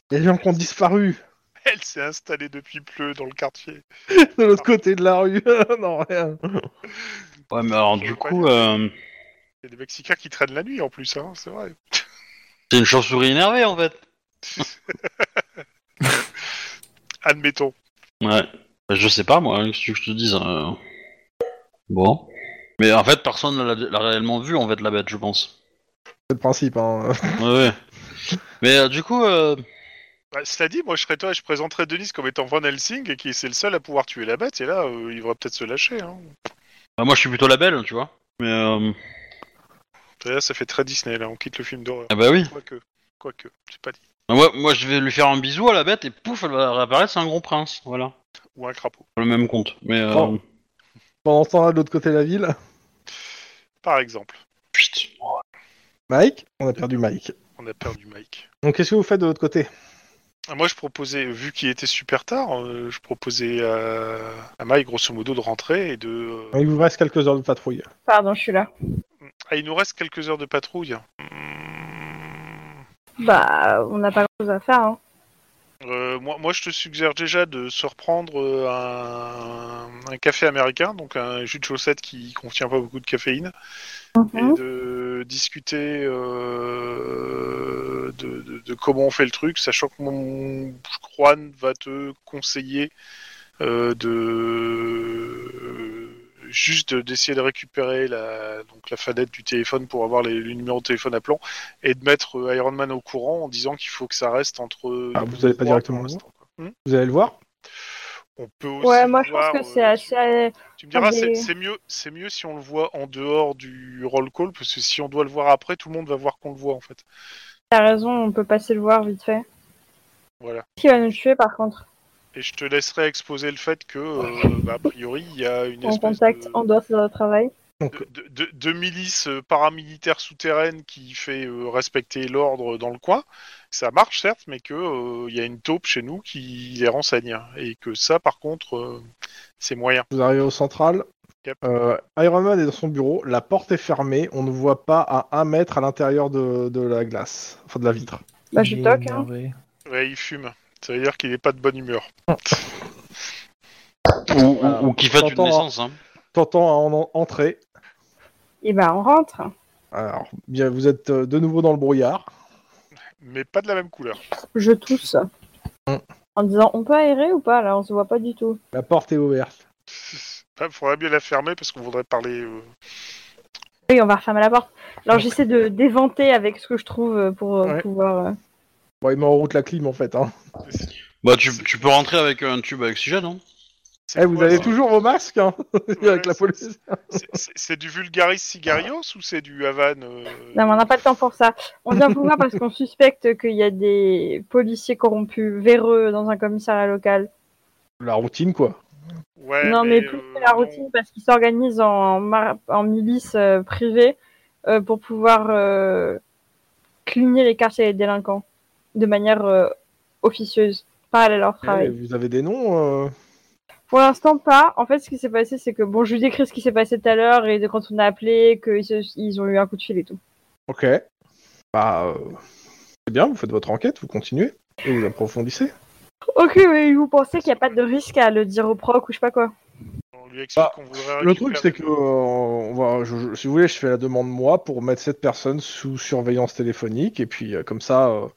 A: Il y a des gens qui ont disparu
C: Elle s'est installée depuis peu dans le quartier.
A: de l'autre côté de la rue. non, rien.
B: Ouais, mais alors,
C: Je
B: du
C: veux pas
B: coup,
C: dire.
B: euh,
C: Il y a des Mexicains qui traînent la nuit en plus, hein, c'est vrai.
B: c'est une chauve-souris énervée, en fait.
C: Admettons.
B: Ouais. Bah, je sais pas, moi, qu'est-ce que tu veux que je te dise. euh. Bon. Mais en fait, personne l'a- l'a réellement vue, en fait, la bête, je pense.
A: C'est le principe. Hein.
B: Ouais, ouais. Mais euh, du coup, euh,
C: Bah, cela dit, moi je serais toi et je présenterais Denis comme étant Van Helsing et qui c'est le seul à pouvoir tuer la bête, et là euh, il va peut-être se lâcher. Hein.
B: bah, moi, je suis plutôt la belle, tu vois. Mais, euh,
C: Et là ça fait très Disney, là on quitte le film d'horreur.
B: ah bah oui.
C: Quoique, quoique, j'ai pas dit.
B: Bah, moi, moi, je vais lui faire un bisou à la bête et pouf, elle va réapparaître, c'est un gros prince. Voilà.
C: Ou un crapaud,
B: Pour le même compte. Mais, euh,
A: Oh. Pendant ce temps-là, de l'autre côté de la ville,
C: par exemple.
B: putain.
A: Mike, on a perdu Mike.
C: On a perdu Mike.
A: Donc, qu'est-ce que vous faites de l'autre côté
C: Ah, Moi je proposais, vu qu'il était super tard, euh, je proposais à... à Mike grosso modo de rentrer et de... euh,
A: Il vous reste quelques heures de patrouille.
E: Pardon, je suis là.
C: Ah il nous reste quelques heures de patrouille.
E: Bah, on n'a pas grand chose à faire. Hein.
C: Euh, moi, moi, je te suggère déjà de se reprendre euh, un, un café américain, donc un jus de chaussette qui contient pas beaucoup de caféine,
A: Mhm.
E: Mmh. Mhm.
C: et de discuter euh, de, de- de comment on fait le truc, sachant que mon Juan va te conseiller euh, de euh, juste de- d'essayer de récupérer la donc la fanette du téléphone pour avoir les, les numéros de téléphone appelant et de mettre euh, Iron Man au courant en disant qu'il faut que ça reste entre.
A: Ah, vous allez pas
C: trois
A: directement
C: pour
A: le
C: l'instant, quoi. Hmm
A: Vous allez le voir.
C: On peut aussi
E: Ouais, moi je
C: voir,
E: pense que c'est
C: euh,
E: assez.
C: Tu me diras,
E: Ah,
C: c'est
E: mais-
C: c'est mieux, c'est mieux si on le voit en dehors du roll call, parce que si on doit le voir après, tout le monde va voir qu'on le voit en fait.
E: T'as raison, on peut passer le voir vite fait.
C: Voilà.
E: Qui va nous tuer par contre
C: Et je te laisserai exposer le fait que, euh, bah, a priori, il y a une
E: En
C: espèce
E: contact,
C: de,
E: en dehors de notre travail.
A: Donc,
C: de, de- de milice euh, paramilitaire souterraine qui fait euh, respecter l'ordre dans le coin. Ça marche certes, mais que euh, il y a une taupe chez nous qui les renseigne. hein. Et que ça, par contre, euh, c'est moyen.
A: vous arrivez au central.
C: Yep.
A: Euh, Iron Man est dans son bureau. La porte est fermée. On ne voit pas à un mètre à l'intérieur de, de la glace, enfin de la vitre.
E: Bah, je
F: Il est
E: toque. Hein.
F: énervé.
C: Ouais, il fume. Ça veut dire qu'il n'est pas de bonne humeur.
B: Ou, ou-
A: Voilà.
B: ou qui fait une
A: T'entends, hein.
B: naissance, hein.
A: T'entends à en en- entrer.
E: Et bah, on rentre.
A: Alors, bien, vous êtes euh, de nouveau dans le brouillard.
C: Mais pas de la même couleur.
E: Je tousse.
A: Mm.
E: En disant, on peut aérer ou pas Là, on se voit pas du tout.
A: La porte est ouverte.
C: Ah, Il faudrait bien la fermer parce qu'on voudrait parler. euh,
E: Oui, on va refermer la porte. Alors, j'essaie de d'éventer avec ce que je trouve euh, pour euh,
A: Ouais.
E: pouvoir. euh,
A: Bon, il met en route la clim en fait. Hein.
B: Bah, tu, tu peux rentrer avec un tube à oxygène, hein.
C: c'est
A: Eh, vous
C: quoi,
A: avez
C: ça
A: toujours vos masques hein, avec la
C: c'est-
A: police.
C: C'est- c'est- C'est du vulgaris cigarios ou c'est du Havane euh,
E: Non, mais on n'a pas le temps pour ça. On vient vous voir parce qu'on suspecte qu'il y a des policiers corrompus véreux dans un commissariat local.
A: La routine quoi.
C: Ouais,
E: non, mais, plus
C: euh,
E: que la
C: non.
E: routine parce qu'ils s'organisent en, mar- en milice euh, privée euh, pour pouvoir euh, cligner les chez les délinquants de manière euh, officieuse, parallèle
C: Ah
E: à leur travail.
A: Eh, vous avez des noms. euh,
E: Pour l'instant, pas. En fait, ce qui s'est passé, c'est que bon, je lui décris ce qui s'est passé tout à l'heure et de quand on a appelé, qu'ils se- ils ont eu un coup de fil et tout.
A: Ok. Bah, euh, c'est bien. Vous faites votre enquête. Vous continuez et vous approfondissez.
E: Ok, oui, vous pensez qu'il n'y a pas de risque à le dire au proc ou je sais pas quoi
C: On lui explique
A: Bah,
C: qu'on voudrait
A: Le
C: récupérer
A: truc, c'est que euh, on va, je- je- si vous voulez, je fais la demande moi pour mettre cette personne sous surveillance téléphonique et puis euh, comme ça, euh,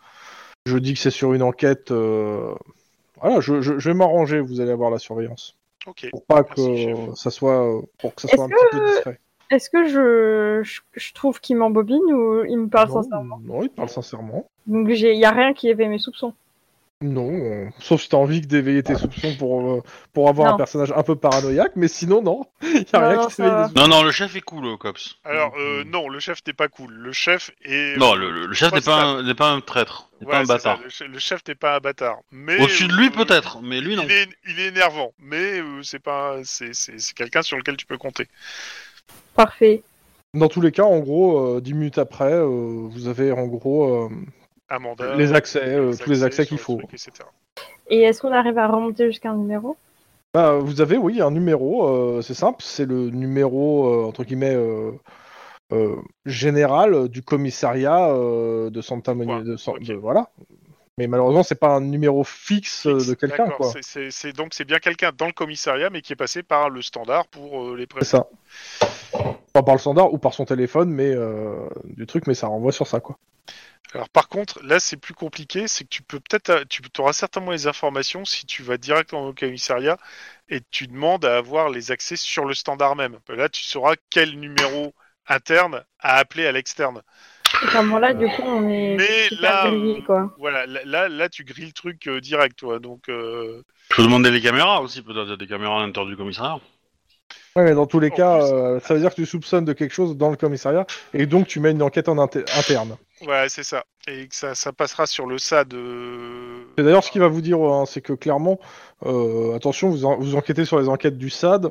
A: je dis que c'est sur une enquête. euh, Voilà, je, je- je vais m'arranger. Vous allez avoir la surveillance
C: Ok.
A: pour pas que
C: Merci, chef.
A: euh, ça soit euh, pour que ça
E: Est-ce
A: soit un petit peu discret.
E: Est-ce que je, je, je trouve qu'il m'embobine ou il me parle
A: non,
E: sincèrement
A: non, il parle sincèrement.
E: Donc il n'y a rien qui éveille mes soupçons.
A: Non, on- sauf si t'as envie que d'éveiller tes soupçons pour euh, pour avoir
E: Non.
A: un personnage un peu paranoïaque, mais sinon non, il y a
E: Non,
A: rien
E: non,
A: qui
E: ça
A: s'éveille
E: va.
A: des soupçons.
B: Non, non, le chef est cool, au cops. Mm.
C: Alors, euh,
A: Mm.
C: non, le chef n'est pas cool. Le chef est.
B: Non, le, le- le chef
C: Moi,
B: n'est
C: c'est
B: pas, un- n'est pas un traître, n'est
C: Voilà,
B: pas un
C: c'est
B: bâtard.
C: ça, Le, che- le chef n'est pas un bâtard. Mais,
B: Au-dessus de lui,
C: euh,
B: peut-être, mais lui, non.
C: Il est, il est énervant, mais euh, c'est pas, c'est c'est- c'est quelqu'un sur lequel tu peux compter.
E: Parfait.
A: Dans tous les cas, en gros, euh, 10 minutes après, euh, vous avez en gros euh,
C: Amanda.
A: les accès, euh,
C: les
A: tous les accès
C: sur
A: qu'il
C: les
A: faut.
C: trucs, etc.
E: Et est-ce qu'on arrive à remonter jusqu'à un numéro
A: Bah, vous avez, oui, un numéro, euh, c'est simple, c'est le numéro, euh, entre guillemets, euh, euh, général euh, du commissariat euh, de Santa Monica.
C: Ouais,
A: de San-
C: ok.
A: de- voilà. Mais malheureusement, c'est pas un numéro fixe euh, de quelqu'un,
C: D'accord,
A: quoi.
C: c'est- c'est- c'est- donc c'est bien quelqu'un dans le commissariat, mais qui est passé par le standard pour euh, les
A: C'est
C: prévenus.
A: ça. Pas par le standard ou par son téléphone, mais euh, du truc, mais ça renvoie sur ça, quoi.
C: Alors par contre, là c'est plus compliqué, c'est que tu peux peut-être, euh, tu auras certainement les informations si tu vas directement au commissariat et tu demandes à avoir les accès sur le standard même. Là tu sauras quel numéro interne à appeler à l'externe.
E: À ce moment-là, du coup, on est
C: Mais
E: super
C: là,
E: grillé,
C: euh,
E: quoi.
C: Voilà, là, là, là, tu grilles le truc euh, direct, toi. Donc euh,
B: Faut demander les caméras aussi, peut-être. Il y a des caméras à l'intérieur du commissariat.
A: Ouais, mais dans tous les
C: En
A: cas,
C: plus-
A: euh, ça veut dire que tu soupçonnes de quelque chose dans le commissariat, et donc tu mets une enquête en inter- interne.
C: voilà, c'est ça. Et que ça, ça passera sur le SAD. euh,
A: C'est d'ailleurs ce qu'il va vous dire, hein, c'est que clairement, euh, attention, vous, en- vous enquêtez sur les enquêtes du SAD.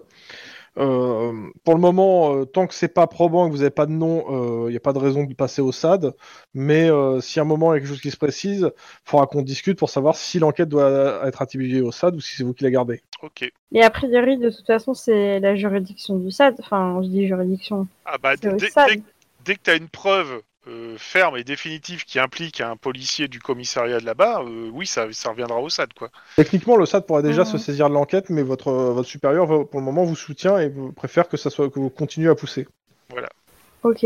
A: Euh, pour le moment, euh, tant que c'est pas probant et que vous n'avez pas de nom, il n'y a pas de raison de passer au SAD. Mais euh, si à un moment il y a quelque chose qui se précise, il faudra qu'on discute pour savoir si l'enquête doit être attribuée au SAD ou si c'est vous qui la gardez.
C: Ok.
E: Et a priori, de toute façon, c'est la juridiction du SAD. Enfin, je dis juridiction.
C: Ah bah
E: C'est
C: dès,
E: au
C: dès-
E: SAD.
C: dès- dès que tu as une preuve euh, ferme et définitive qui implique un policier du commissariat de là-bas, euh, oui, ça, ça reviendra au SAD, quoi.
A: Techniquement, le SAD pourra déjà
E: Mhm.
A: se saisir de l'enquête, mais votre, votre supérieur va- pour le moment vous soutient et vous préfère que ça soit que vous continuez à pousser.
E: Ok.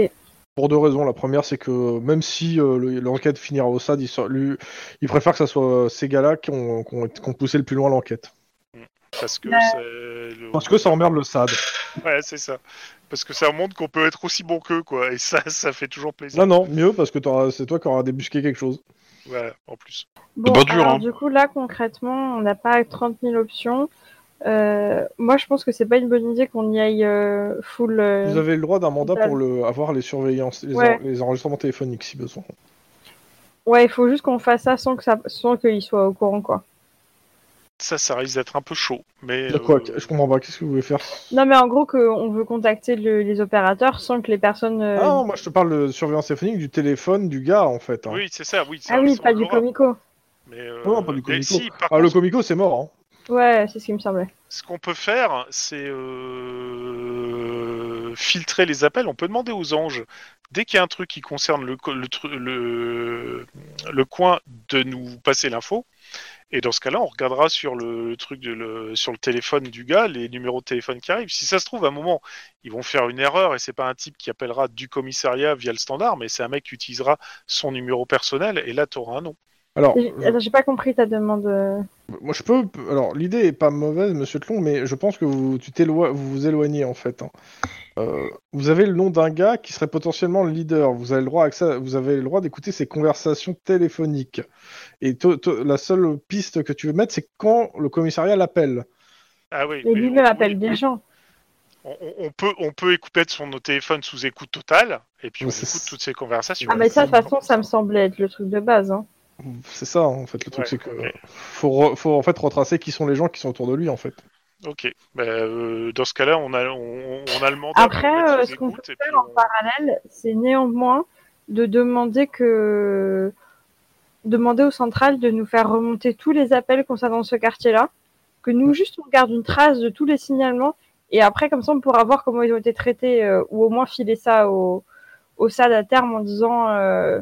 A: Pour deux raisons. La première, c'est que même si euh, le- l'enquête finira au SAD, il, sera- lui- il préfère que ce soit euh, ces gars-là qui ont, qui ont- qui ont poussé le plus loin l'enquête.
C: Parce que
E: Ouais.
C: c'est le-
A: Parce que ça emmerde le SAD.
C: Ouais, c'est ça. Parce que ça montre qu'on peut être aussi bon qu'eux, quoi. Et ça, ça fait toujours plaisir.
A: Non, non, mieux, parce que t'auras- c'est toi qui auras débusqué quelque chose.
C: Voilà, en plus.
E: Bon,
B: pas dur,
E: alors,
B: hein.
E: du coup, là, concrètement, on n'a pas 30 000 options. Euh, moi, je pense que c'est pas une bonne idée qu'on y aille euh, full. euh,
A: Vous avez le droit d'un mandat
E: total.
A: pour le, avoir les surveillances, les, en-
E: Ouais.
A: les enregistrements téléphoniques si besoin.
E: Ouais, il faut juste qu'on fasse ça sans que ça, sans qu'ils soient au courant, quoi.
C: Ça, ça risque d'être un peu chaud. Mais.
A: De quoi
C: euh,
A: Je comprends pas, qu'est-ce que vous voulez faire
E: Non, mais en gros, qu'on veut contacter le- les opérateurs sans que les personnes. euh,
A: Ah non, moi je te parle de surveillance téléphonique du téléphone du gars en fait. hein.
C: Oui, c'est ça, oui. ça,
E: ah oui,
C: ça, on
E: pas du
C: l'aura.
E: comico.
C: Mais, euh,
A: Non, non, pas du
C: mais
A: comico.
C: si, par
A: Ah, le
C: contre,
A: comico c'est mort. hein.
E: Ouais, c'est ce qui me semblait.
C: ce qu'on peut faire, c'est euh, filtrer les appels. On peut demander aux anges, dès qu'il y a un truc qui concerne le, co- le, tru- le, le coin, de nous passer l'info. Et dans ce cas-là, on regardera sur le truc de le, sur le téléphone du gars, les numéros de téléphone qui arrivent. Si ça se trouve, à un moment, ils vont faire une erreur et c'est pas un type qui appellera du commissariat via le standard, mais c'est un mec qui utilisera son numéro personnel et là, t'auras un nom.
A: Alors,
E: J'ai-
A: je-
E: Attends, j'ai pas compris ta demande. euh.
A: Moi, je peux. Alors, l'idée est pas mauvaise, monsieur Tlon, mais je pense que vous tu t'éloi- vous, vous éloignez en fait. hein. Euh, vous avez le nom d'un gars qui serait potentiellement le leader. Vous avez le droit, à accès- vous avez le droit d'écouter ses conversations téléphoniques. Et to- to- la seule piste que tu veux mettre, c'est quand le commissariat l'appelle.
C: Ah oui.
E: Et
C: mais
E: lui-même
C: on-
E: appelle
C: oui.
E: des gens.
C: On, on- on peut, on peut écouter de son nos téléphones sous écoute totale, et puis on
A: Ouais, c'est-
C: écoute toutes ces conversations.
E: Ah, mais ça, de toute façon, ça me semblait être le truc de base. Hein.
A: C'est ça, en fait. Le truc,
C: Ouais,
A: c'est que
C: ok.
A: faut, re- faut en fait retracer qui sont les gens qui sont autour de lui, en fait.
C: Ok. Bah, euh, dans ce cas-là, on a, on, on a le mandat.
E: Après,
C: pour mettre
E: euh,
C: sous
E: ce qu'on peut
C: écoute, et
E: faire
C: puis
E: en
C: on-
E: parallèle, c'est néanmoins de demander que demander aux centrales de nous faire remonter tous les appels concernant ce quartier-là, que nous juste on garde une trace de tous les signalements et après comme ça on pourra voir comment ils ont été traités euh, ou au moins filer ça au au SAD à terme en disant euh,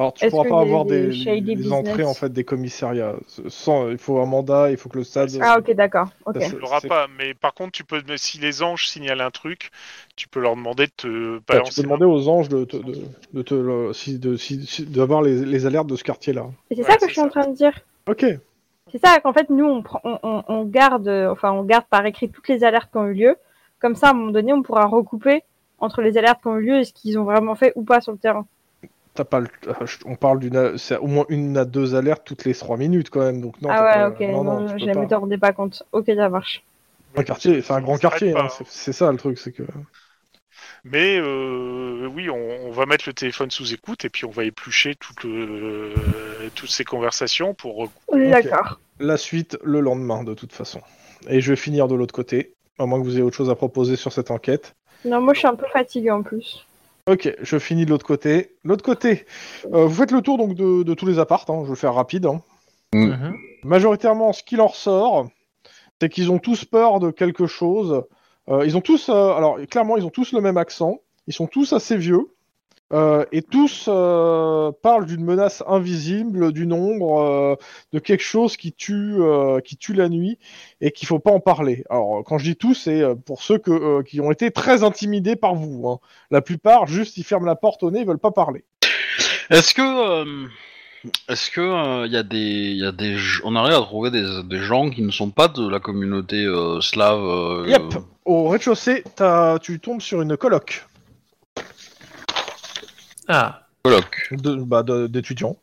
A: Alors, tu
E: Est-ce
A: pourras
E: que
A: pas
E: les-
A: avoir des,
E: les shady
A: des
E: business
A: entrées en fait des commissariats. Sans, il faut un mandat, il faut que le stade.
E: ah ok d'accord ok
A: Ça,
C: on l'aura
A: c'est-
C: pas. Mais par contre, tu peux, mais si les anges signalent un truc, tu peux leur demander de te
A: Ouais,
C: balancer
A: Bah, tu peux demander aux anges de, te- de, de te le- si- de- si- si- d'avoir les, les alertes de ce quartier-là.
E: et c'est
C: ouais,
E: ça que
C: c'est
E: je suis
C: ça.
E: en train de dire
A: Ok.
E: C'est ça qu'en fait, nous, on, prend- on, on- on garde, euh, enfin, on garde par écrit toutes les alertes qui ont eu lieu. Comme ça, à un moment donné, on pourra recouper entre les alertes qui ont eu lieu et ce qu'ils ont vraiment fait ou pas sur le terrain.
A: T'as pas le- euh, je- on parle d'une, a- c'est au moins une à deux alertes toutes les trois minutes quand même. Donc non.
E: ah
A: t'as
E: ouais,
A: pas-
E: ok,
A: non, non,
E: non,
A: tu
E: je
A: peux
E: ne
A: pas.
E: rendais pas compte. Ok, ça marche.
A: Un quartier, c'est un grand quartier.
C: Pas,
A: hein, c'est- c'est ça le truc, c'est que.
C: Mais euh, oui, on, on va mettre le téléphone sous écoute et puis on va éplucher toute le, toutes ces conversations pour. euh,
E: On est
A: Ok.
E: d'accord.
A: La suite le lendemain de toute façon. Et je vais finir de l'autre côté, à moins que vous ayez autre chose à proposer sur cette enquête.
E: Non, moi je suis un peu fatiguée en plus.
A: Ok, je finis de l'autre côté. L'autre côté, euh, vous faites le tour donc de, de tous les appartes, hein, je vais le faire rapide. hein.
B: Mm.
F: Mhm.
A: Majoritairement, ce qu'il en ressort, c'est qu'ils ont tous peur de quelque chose. Euh, ils ont tous, euh, alors clairement, ils ont tous le même accent. Ils sont tous assez vieux. Euh, et tous euh, parlent d'une menace invisible, d'une ombre, euh, de quelque chose qui tue, euh, qui tue la nuit et qu'il faut pas en parler. Alors, quand je dis tous, c'est euh, pour ceux que, euh, qui ont été très intimidés par vous. hein. La plupart, juste, ils ferment la porte au nez, ils veulent pas parler.
B: Est-ce que. euh, Est-ce que euh, y a des, y a des, j- on arrive à trouver des, des gens qui ne sont pas de la communauté euh, slave euh,
A: Yep. Au rez-de-chaussée, t'as- tu tombes sur une coloc
F: Ah,
B: colloque
A: de- bah, de- d'étudiants.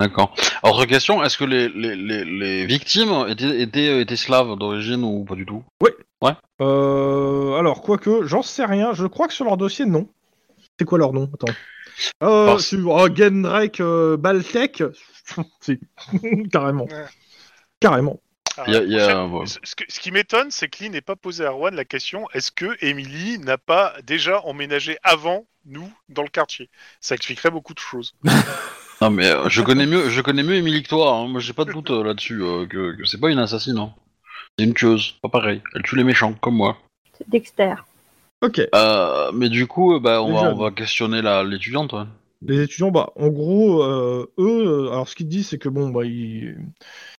B: D'accord. Autre question, est-ce que les, les, les, les victimes étaient, euh, étaient, étaient slaves d'origine ou pas du tout
A: Euh, alors, quoique, j'en sais rien. Je crois que sur leur dossier, non. C'est quoi leur nom Attends. Euh,
B: Parce-
A: c'est- oh, Gendrek euh, Baltek. C'est- Carrément.
C: Ouais.
A: Carrément.
C: Ah,
B: Il y a- il y a-
C: en fait, ce, ce que- ce qui m'étonne, c'est que Lee n'ait pas posé à Rouen la question est-ce que Emily n'a pas déjà emménagé avant nous dans le quartier Ça expliquerait beaucoup de choses.
B: Non mais euh, je connais mieux, je connais mieux Émilie que toi. hein. Moi j'ai pas de doute euh, là-dessus euh, que, que c'est pas une assassine. hein. C'est une tueuse, pas pareil. Elle tue les méchants comme moi.
E: C'est Dexter.
A: Ok.
B: Euh, mais du coup, euh, bah, on,
A: Les
B: va, on
A: jeunes.
B: va questionner la- l'étudiante. hein. ouais.
A: Les étudiants, bah, en gros, euh, eux, euh, alors ce qu'ils disent, c'est que bon, bah, ils,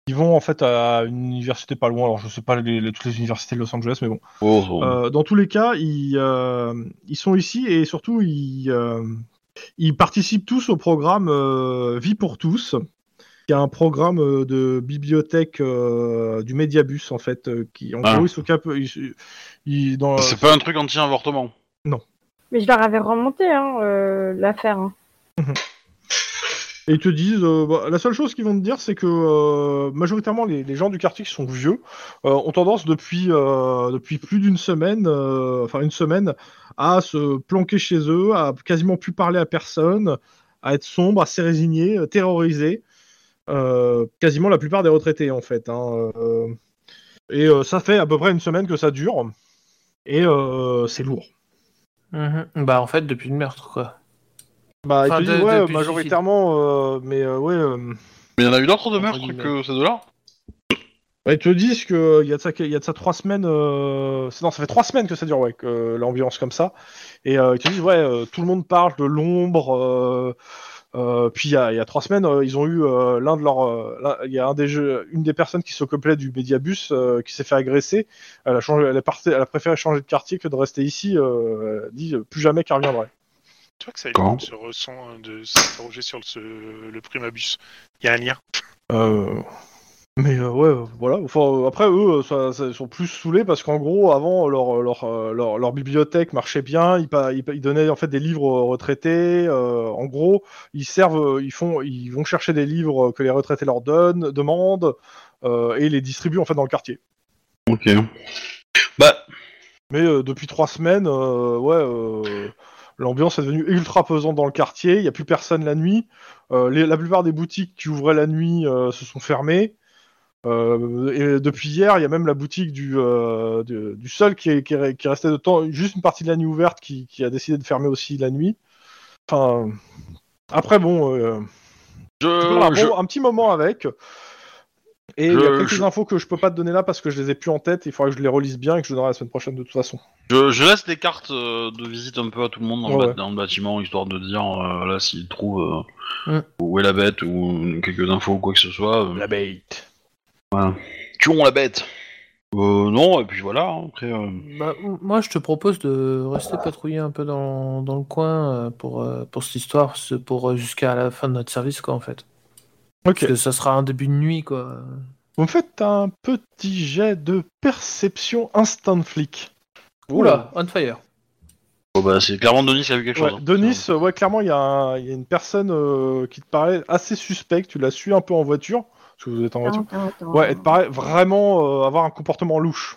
A: ils vont en fait à une université pas loin. Alors, je sais pas les- les- toutes les universités de Los Angeles, mais bon.
B: Oh, oh.
A: Euh, dans tous les cas, ils, euh, ils sont ici et surtout, ils, euh, ils participent tous au programme euh, Vie pour tous, qui est un programme euh, de bibliothèque euh, du Mediabus, en fait, euh, qui, en
B: Ah.
A: gros, ils s'occupent... Ils, ils- dans,
B: C'est pas un truc anti-avortement.
E: Mais je leur avais remonté hein, euh, l'affaire. hein.
A: Et ils te disent, euh, bah, la seule chose qu'ils vont te dire, c'est que euh, majoritairement les, les gens du quartier qui sont vieux euh, ont tendance depuis, euh, depuis plus d'une semaine, euh, enfin une semaine, à se planquer chez eux, à quasiment plus parler à personne, à être sombre, à se résigner, euh, terrorisés. Euh, quasiment la plupart des retraités en fait. hein, euh. et euh, ça fait à peu près une semaine que ça dure. Et euh, c'est lourd.
F: mhm.
D: Bah en fait depuis le meurtre quoi.
A: Bah, ils
D: Enfin,
A: te
D: de-
A: disent, ouais,
D: depuis le
A: majoritairement, euh, mais euh, ouais. euh,
B: Mais il y en a eu d'autres de
D: Entre
B: meurtres
D: guillemets.
B: que ces deux-là
A: Bah, ils te disent que euh, il y a de ça, que- il y a de ça trois semaines. euh, c'est- Non, ça fait trois semaines que ça dure, ouais, que, euh, l'ambiance comme ça. Et euh, ils te disent, ouais, euh, tout le monde parle de l'ombre. euh, euh, puis il y, a, il y a trois semaines, euh, ils ont eu euh, l'un de leurs, euh, l'un- il y a un des jeux, une des personnes qui s'occupait du médiabus euh, qui s'est fait agresser. Elle a changé, elle, est partie- elle a préféré changer de quartier que de rester ici. euh, elle dit euh, plus jamais qu'elle reviendrait.
C: Tu vois que ça a
B: Quand
C: de se ressent, hein, de s'interroger sur le, ce- le primabus. Il y a un lien.
A: Euh, Mais euh, ouais, euh, voilà. Enfin, euh, après, eux, euh, ça- ça- ils sont plus saoulés parce qu'en gros, avant, leur, leur, euh, leur, leur bibliothèque marchait bien. Ils, pa- ils, pa- ils donnaient en fait des livres aux retraités. euh, en gros, ils servent, euh, ils font, ils vont chercher des livres euh, que les retraités leur donnent, demandent, euh, et les distribuent en fait dans le quartier.
B: Ok. Bah,
A: Mais euh, depuis trois semaines, euh, ouais, euh, l'ambiance est devenue ultra pesante dans le quartier. Il n'y a plus personne la nuit. Euh, les- la plupart des boutiques qui ouvraient la nuit euh, se sont fermées. Euh, et depuis hier, il y a même la boutique du, euh, du, du seul qui, est, qui, est- qui restait de temps, juste une partie de la nuit ouverte, qui, qui a décidé de fermer aussi la nuit. Enfin, après bon, euh,
B: je,
A: toujours un,
B: Euh, je-
A: bon- un petit moment avec. Et il y a
B: Je-
A: quelques
B: je-
A: infos que je peux pas te donner là parce que je les ai plus en tête. Il faudra que je les relise bien et que je donnerai la semaine prochaine de toute façon.
B: je- je laisse des cartes euh, de visite un peu à tout le monde dans, le,
A: Ouais,
B: ba-
A: ouais.
B: dans le bâtiment, histoire de dire euh, là s'ils trouvent euh,
D: Mm.
B: où est la bête ou quelques infos ou quoi que ce soit. euh,
A: bête.
B: Tuons la bête Euh, non, et puis voilà, hein, après. euh,
D: Bah, m- moi, je te propose de rester patrouiller un peu dans, dans le coin euh, pour, euh, pour cette histoire, ce- pour euh, jusqu'à la fin de notre service, quoi, en fait.
A: Ok.
D: Parce que ça sera un début de nuit, quoi.
A: Vous me faites un petit jet de perception instant flic.
D: Oula, on fire.
B: Bon, bah, c'est clairement Denis qui a vu quelque
A: Ouais,
B: chose. hein.
A: Denis, euh, ouais, clairement, il y, a un- il y a une personne euh, qui te paraît assez suspecte. Tu la suis un peu en voiture. Parce que vous êtes en voiture.
E: Attends, attends,
A: Ouais, elle te
E: attends.
A: paraît vraiment euh, avoir un comportement louche.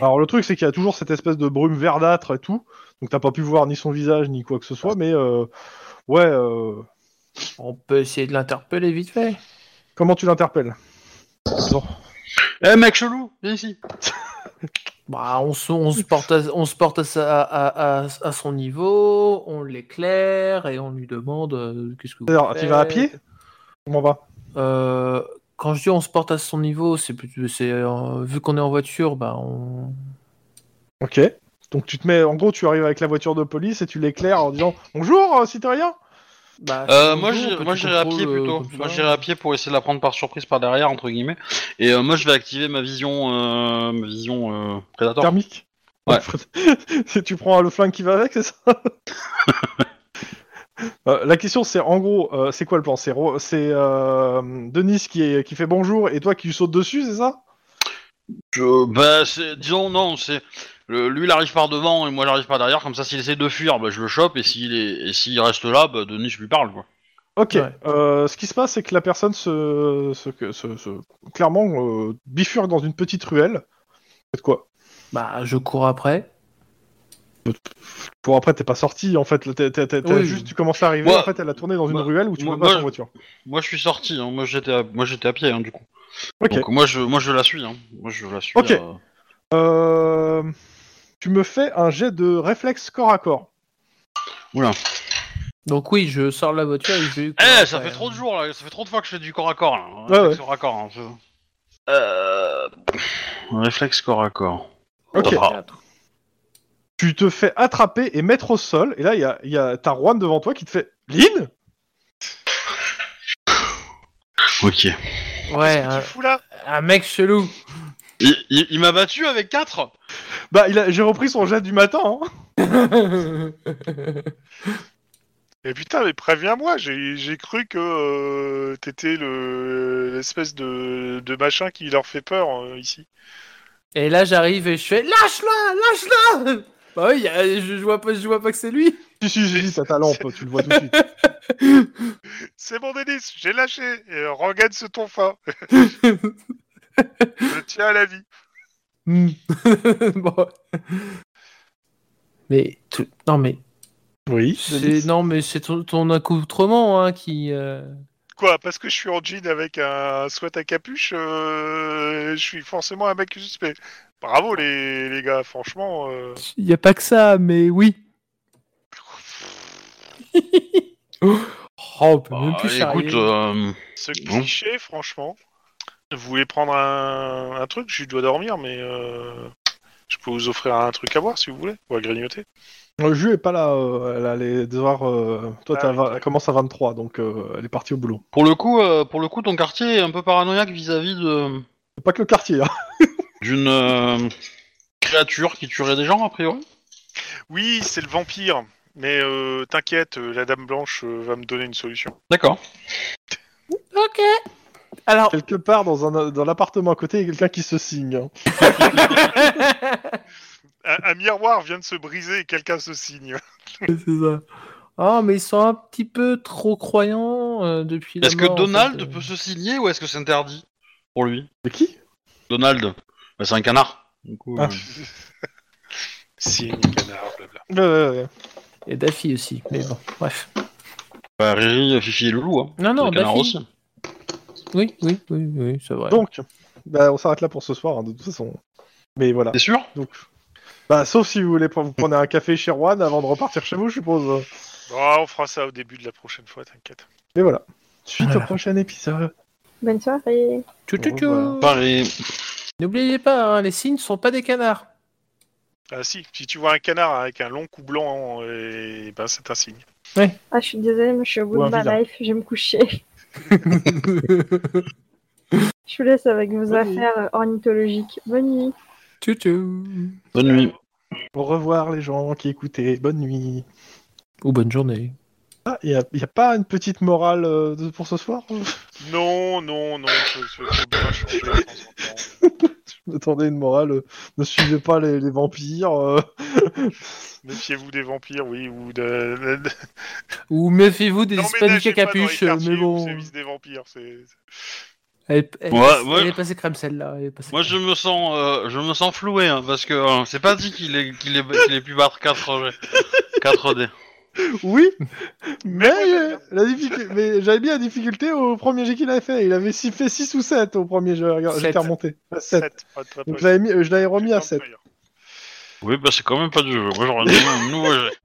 A: Alors, le truc, c'est qu'il y a toujours cette espèce de brume verdâtre et tout. Donc, t'as pas pu voir ni son visage, ni quoi que ce soit. Mais, euh, ouais, euh,
D: On peut essayer de l'interpeller vite fait.
A: comment tu l'interpelles
B: Eh mec chelou, viens ici.
D: Bah, on, se, on se porte, à, on se porte à, sa- à- à- à son niveau, on l'éclaire et on lui demande euh, qu'est-ce que vous
A: Alors, tu vas à
D: faites.
A: pied Comment va
D: Euh, Quand je dis on se porte à son niveau, c'est plus- c'est, euh, vu qu'on est en voiture, bah, on...
A: Ok. Donc tu te mets, en gros, tu arrives avec la voiture de police et tu l'éclaires en disant bonjour euh, citoyen.
D: bah,
B: Euh,
D: c'est
B: moi,
D: bonjour,
B: j'ai-
D: petit
B: moi j'irai à pied
D: contrôle, euh,
B: plutôt.
D: comme
B: Moi
D: ça.
B: j'irai à pied pour essayer de la prendre par surprise par derrière entre guillemets. Et euh, moi je vais activer ma vision, euh, ma vision euh, prédateur.
A: Thermique.
B: Ouais.
A: Si tu prends le flingue qui va avec, c'est ça Euh, La question c'est en gros, euh, c'est quoi le plan C'est Ro- c'est, euh, Denis qui, est, qui fait bonjour et toi qui lui sautes dessus, c'est ça
B: Je- bah, c'est- disons non, c'est le- lui il arrive par devant et moi j'arrive par derrière. Comme ça, s'il essaie de fuir, bah, je le chope et s'il est et s'il reste là, bah, Denis je lui parle quoi.
A: Ok.
D: Ouais.
A: Euh, ce qui se passe, c'est que la personne se, se, que- se- se- clairement euh, bifurque dans une petite ruelle. Faites quoi
D: Bah, je cours après.
A: Pour après, t'es pas sorti. En fait, T'es- t'es- t'es- t'as
D: Oui.
A: juste tu commences à arriver.
B: Moi-
A: en fait, elle a tourné dans une
B: moi-
A: ruelle où tu
B: moi-
A: peux pas
B: moi,
A: sans
B: je-
A: voiture.
B: Moi je suis sorti, hein. moi j'étais à... moi j'étais à pied hein, du coup.
A: Ok.
B: Donc moi je moi je la suis, hein. moi je la suis.
A: Ok.
B: euh,
A: Euh, tu me fais un jet de réflexe corps à corps.
D: Donc oui, je sors de la voiture et je vais...
B: Eh,
D: courir
B: ça
D: après,
B: fait trop de
D: hein.
B: jours là, ça fait trop de fois que je fais du corps à corps là.
A: Ouais,
B: Réflexe corps à corps. hein, je- Euh... Réflexe corps à corps.
A: Ok.
D: hein.
B: Ça fera-
A: Tu te fais attraper et mettre au sol. Et là, il y a, il y a ta Juan devant toi qui te fait Lynn
B: Ok.
D: Ouais,
C: Tu
D: un,
C: fous là
D: un mec chelou.
B: Il, il- il m'a battu avec 4
A: Bah, il a- j'ai repris son jet du matin. hein.
C: Mais putain, mais préviens-moi, j'ai j'ai cru que euh, t'étais le- l'espèce de, de machin qui leur fait peur euh, ici.
D: Et là, j'arrive et je fais lâche-la, lâche-la. Bah oui, y a- je, je vois pas, je vois pas que c'est lui.
A: Si, si, si, si, ça ta lampe, tu le vois tout de suite.
C: C'est bon, Denis, j'ai lâché. Et regagne ce tonfa. Je tiens à la vie.
D: Hmm. Bon. Mais tout- non mais
A: Oui.
D: c'est non mais c'est ton, ton accoutrement hein, qui. euh,
C: Quoi Parce que je suis en jean avec un sweat à capuche, euh, je suis forcément un mec suspect. Bravo les, les gars, franchement. euh,
D: Il y a pas que ça, mais oui. oh, on peut même plus charrier.
B: Bah, Écoute, euh,
C: Ce
B: Bon.
C: cliché, franchement. Vous voulez prendre un, un truc Je dois dormir, mais euh, je peux vous offrir un truc à boire si vous voulez, ou à grignoter.
A: Le jeu est pas là. euh, elle a les devoirs. euh, Toi,
C: Ah,
A: t'as
C: oui.
A: vingt- elle commence à 23, donc euh, elle est partie au boulot.
B: pour le coup, euh, pour le coup, ton quartier est un peu paranoïaque vis-à-vis de
A: C'est Pas que le quartier. hein.
B: d'une euh, créature qui tuerait des gens a priori.
C: Oui, c'est le vampire. Mais euh, t'inquiète, euh, la dame blanche euh, va me donner une solution.
B: D'accord.
D: Ok. Alors.
A: Quelque part dans, un, dans l'appartement à côté, il y a quelqu'un qui se signe. hein.
C: Un, un miroir vient de se briser et quelqu'un se signe.
D: C'est ça. Ah, mais ils sont un petit peu trop croyants euh, depuis la
B: Est-ce que
D: mort, en
B: Donald
D: fait, euh.
B: peut se signer ou est-ce que c'est interdit pour lui
A: C'est qui
B: Donald, bah, c'est un canard. Du coup,
A: Ah.
B: euh,
C: Signe, canard, blabla.
A: Euh, ouais, ouais.
D: Et Daffy aussi, mais bon, bref.
B: bah, Riri, Fifi et Loulou. Hein.
D: Non, non,
B: le canard
D: Daffy.
B: aussi.
D: Oui, oui, oui, oui, c'est vrai.
A: Donc, bah, on s'arrête là pour ce soir, hein, de toute façon. Mais voilà.
B: T'es sûr
A: Donc, bah, sauf si vous voulez pre- vous prenez un café chez Juan avant de repartir chez vous, je suppose.
C: Oh, on fera ça au début de la prochaine fois, t'inquiète.
A: Mais voilà. Suite
D: Voilà.
A: au prochain épisode.
E: Bonne soirée.
D: Tchou, tchou, tchou.
A: Voilà.
B: Pareil.
D: N'oubliez pas, hein, les signes ne sont pas des canards.
C: Ah si, si tu vois un canard avec un long cou blanc, et ben c'est un signe.
E: Ah, je suis désolée, mais je suis au bout
A: Ou un
E: de ma
A: visa.
E: life. Je vais me coucher. Je vous laisse avec vos
D: Bonne nuit.
E: affaires ornithologiques. Bonne nuit.
D: Tchou, tchou.
B: Bonne nuit.
A: Au revoir, les gens qui écoutaient. Bonne nuit.
D: Ou bonne journée.
A: Ah, il n'y a, y a pas une petite morale euh, de- pour ce soir
C: Non, non, non, je, je, je, bien changer de temps en temps.
A: Attendez, une morale. euh, ne suivez pas les, les vampires. euh.
C: Méfiez-vous des vampires, oui, ou de. de-
D: Ou méfiez-vous des hispaniques
C: N'emménagez
D: à
C: pas dans les
D: capuche,
C: quartiers
D: mais
C: où
D: bon.
C: sévissent des vampires, c'est.
D: Elle, est- elle est
B: Ouais,
D: passée-
B: ouais.
D: elle est passée crème celle-là. elle est passée
B: Moi je me sens euh, je me sens hein, floué hein, parce que euh, c'est pas dit qu'il est qu'il est qu'il est plus battre 4 4D.
A: Oui, mais, euh, la difficulté, mais j'avais mis la difficulté au premier jet qu'il avait fait. Il avait si- fait 6 ou 7 au premier jeu. Regarde,
D: Sept.
A: J'étais remonté. 7.
C: Sept, pas de- pas de-
A: Donc je l'avais mis- je l'avais euh, remis à 7.
B: Oui, bah c'est quand même pas du jeu. Moi j'aurais donné un nouveau jet.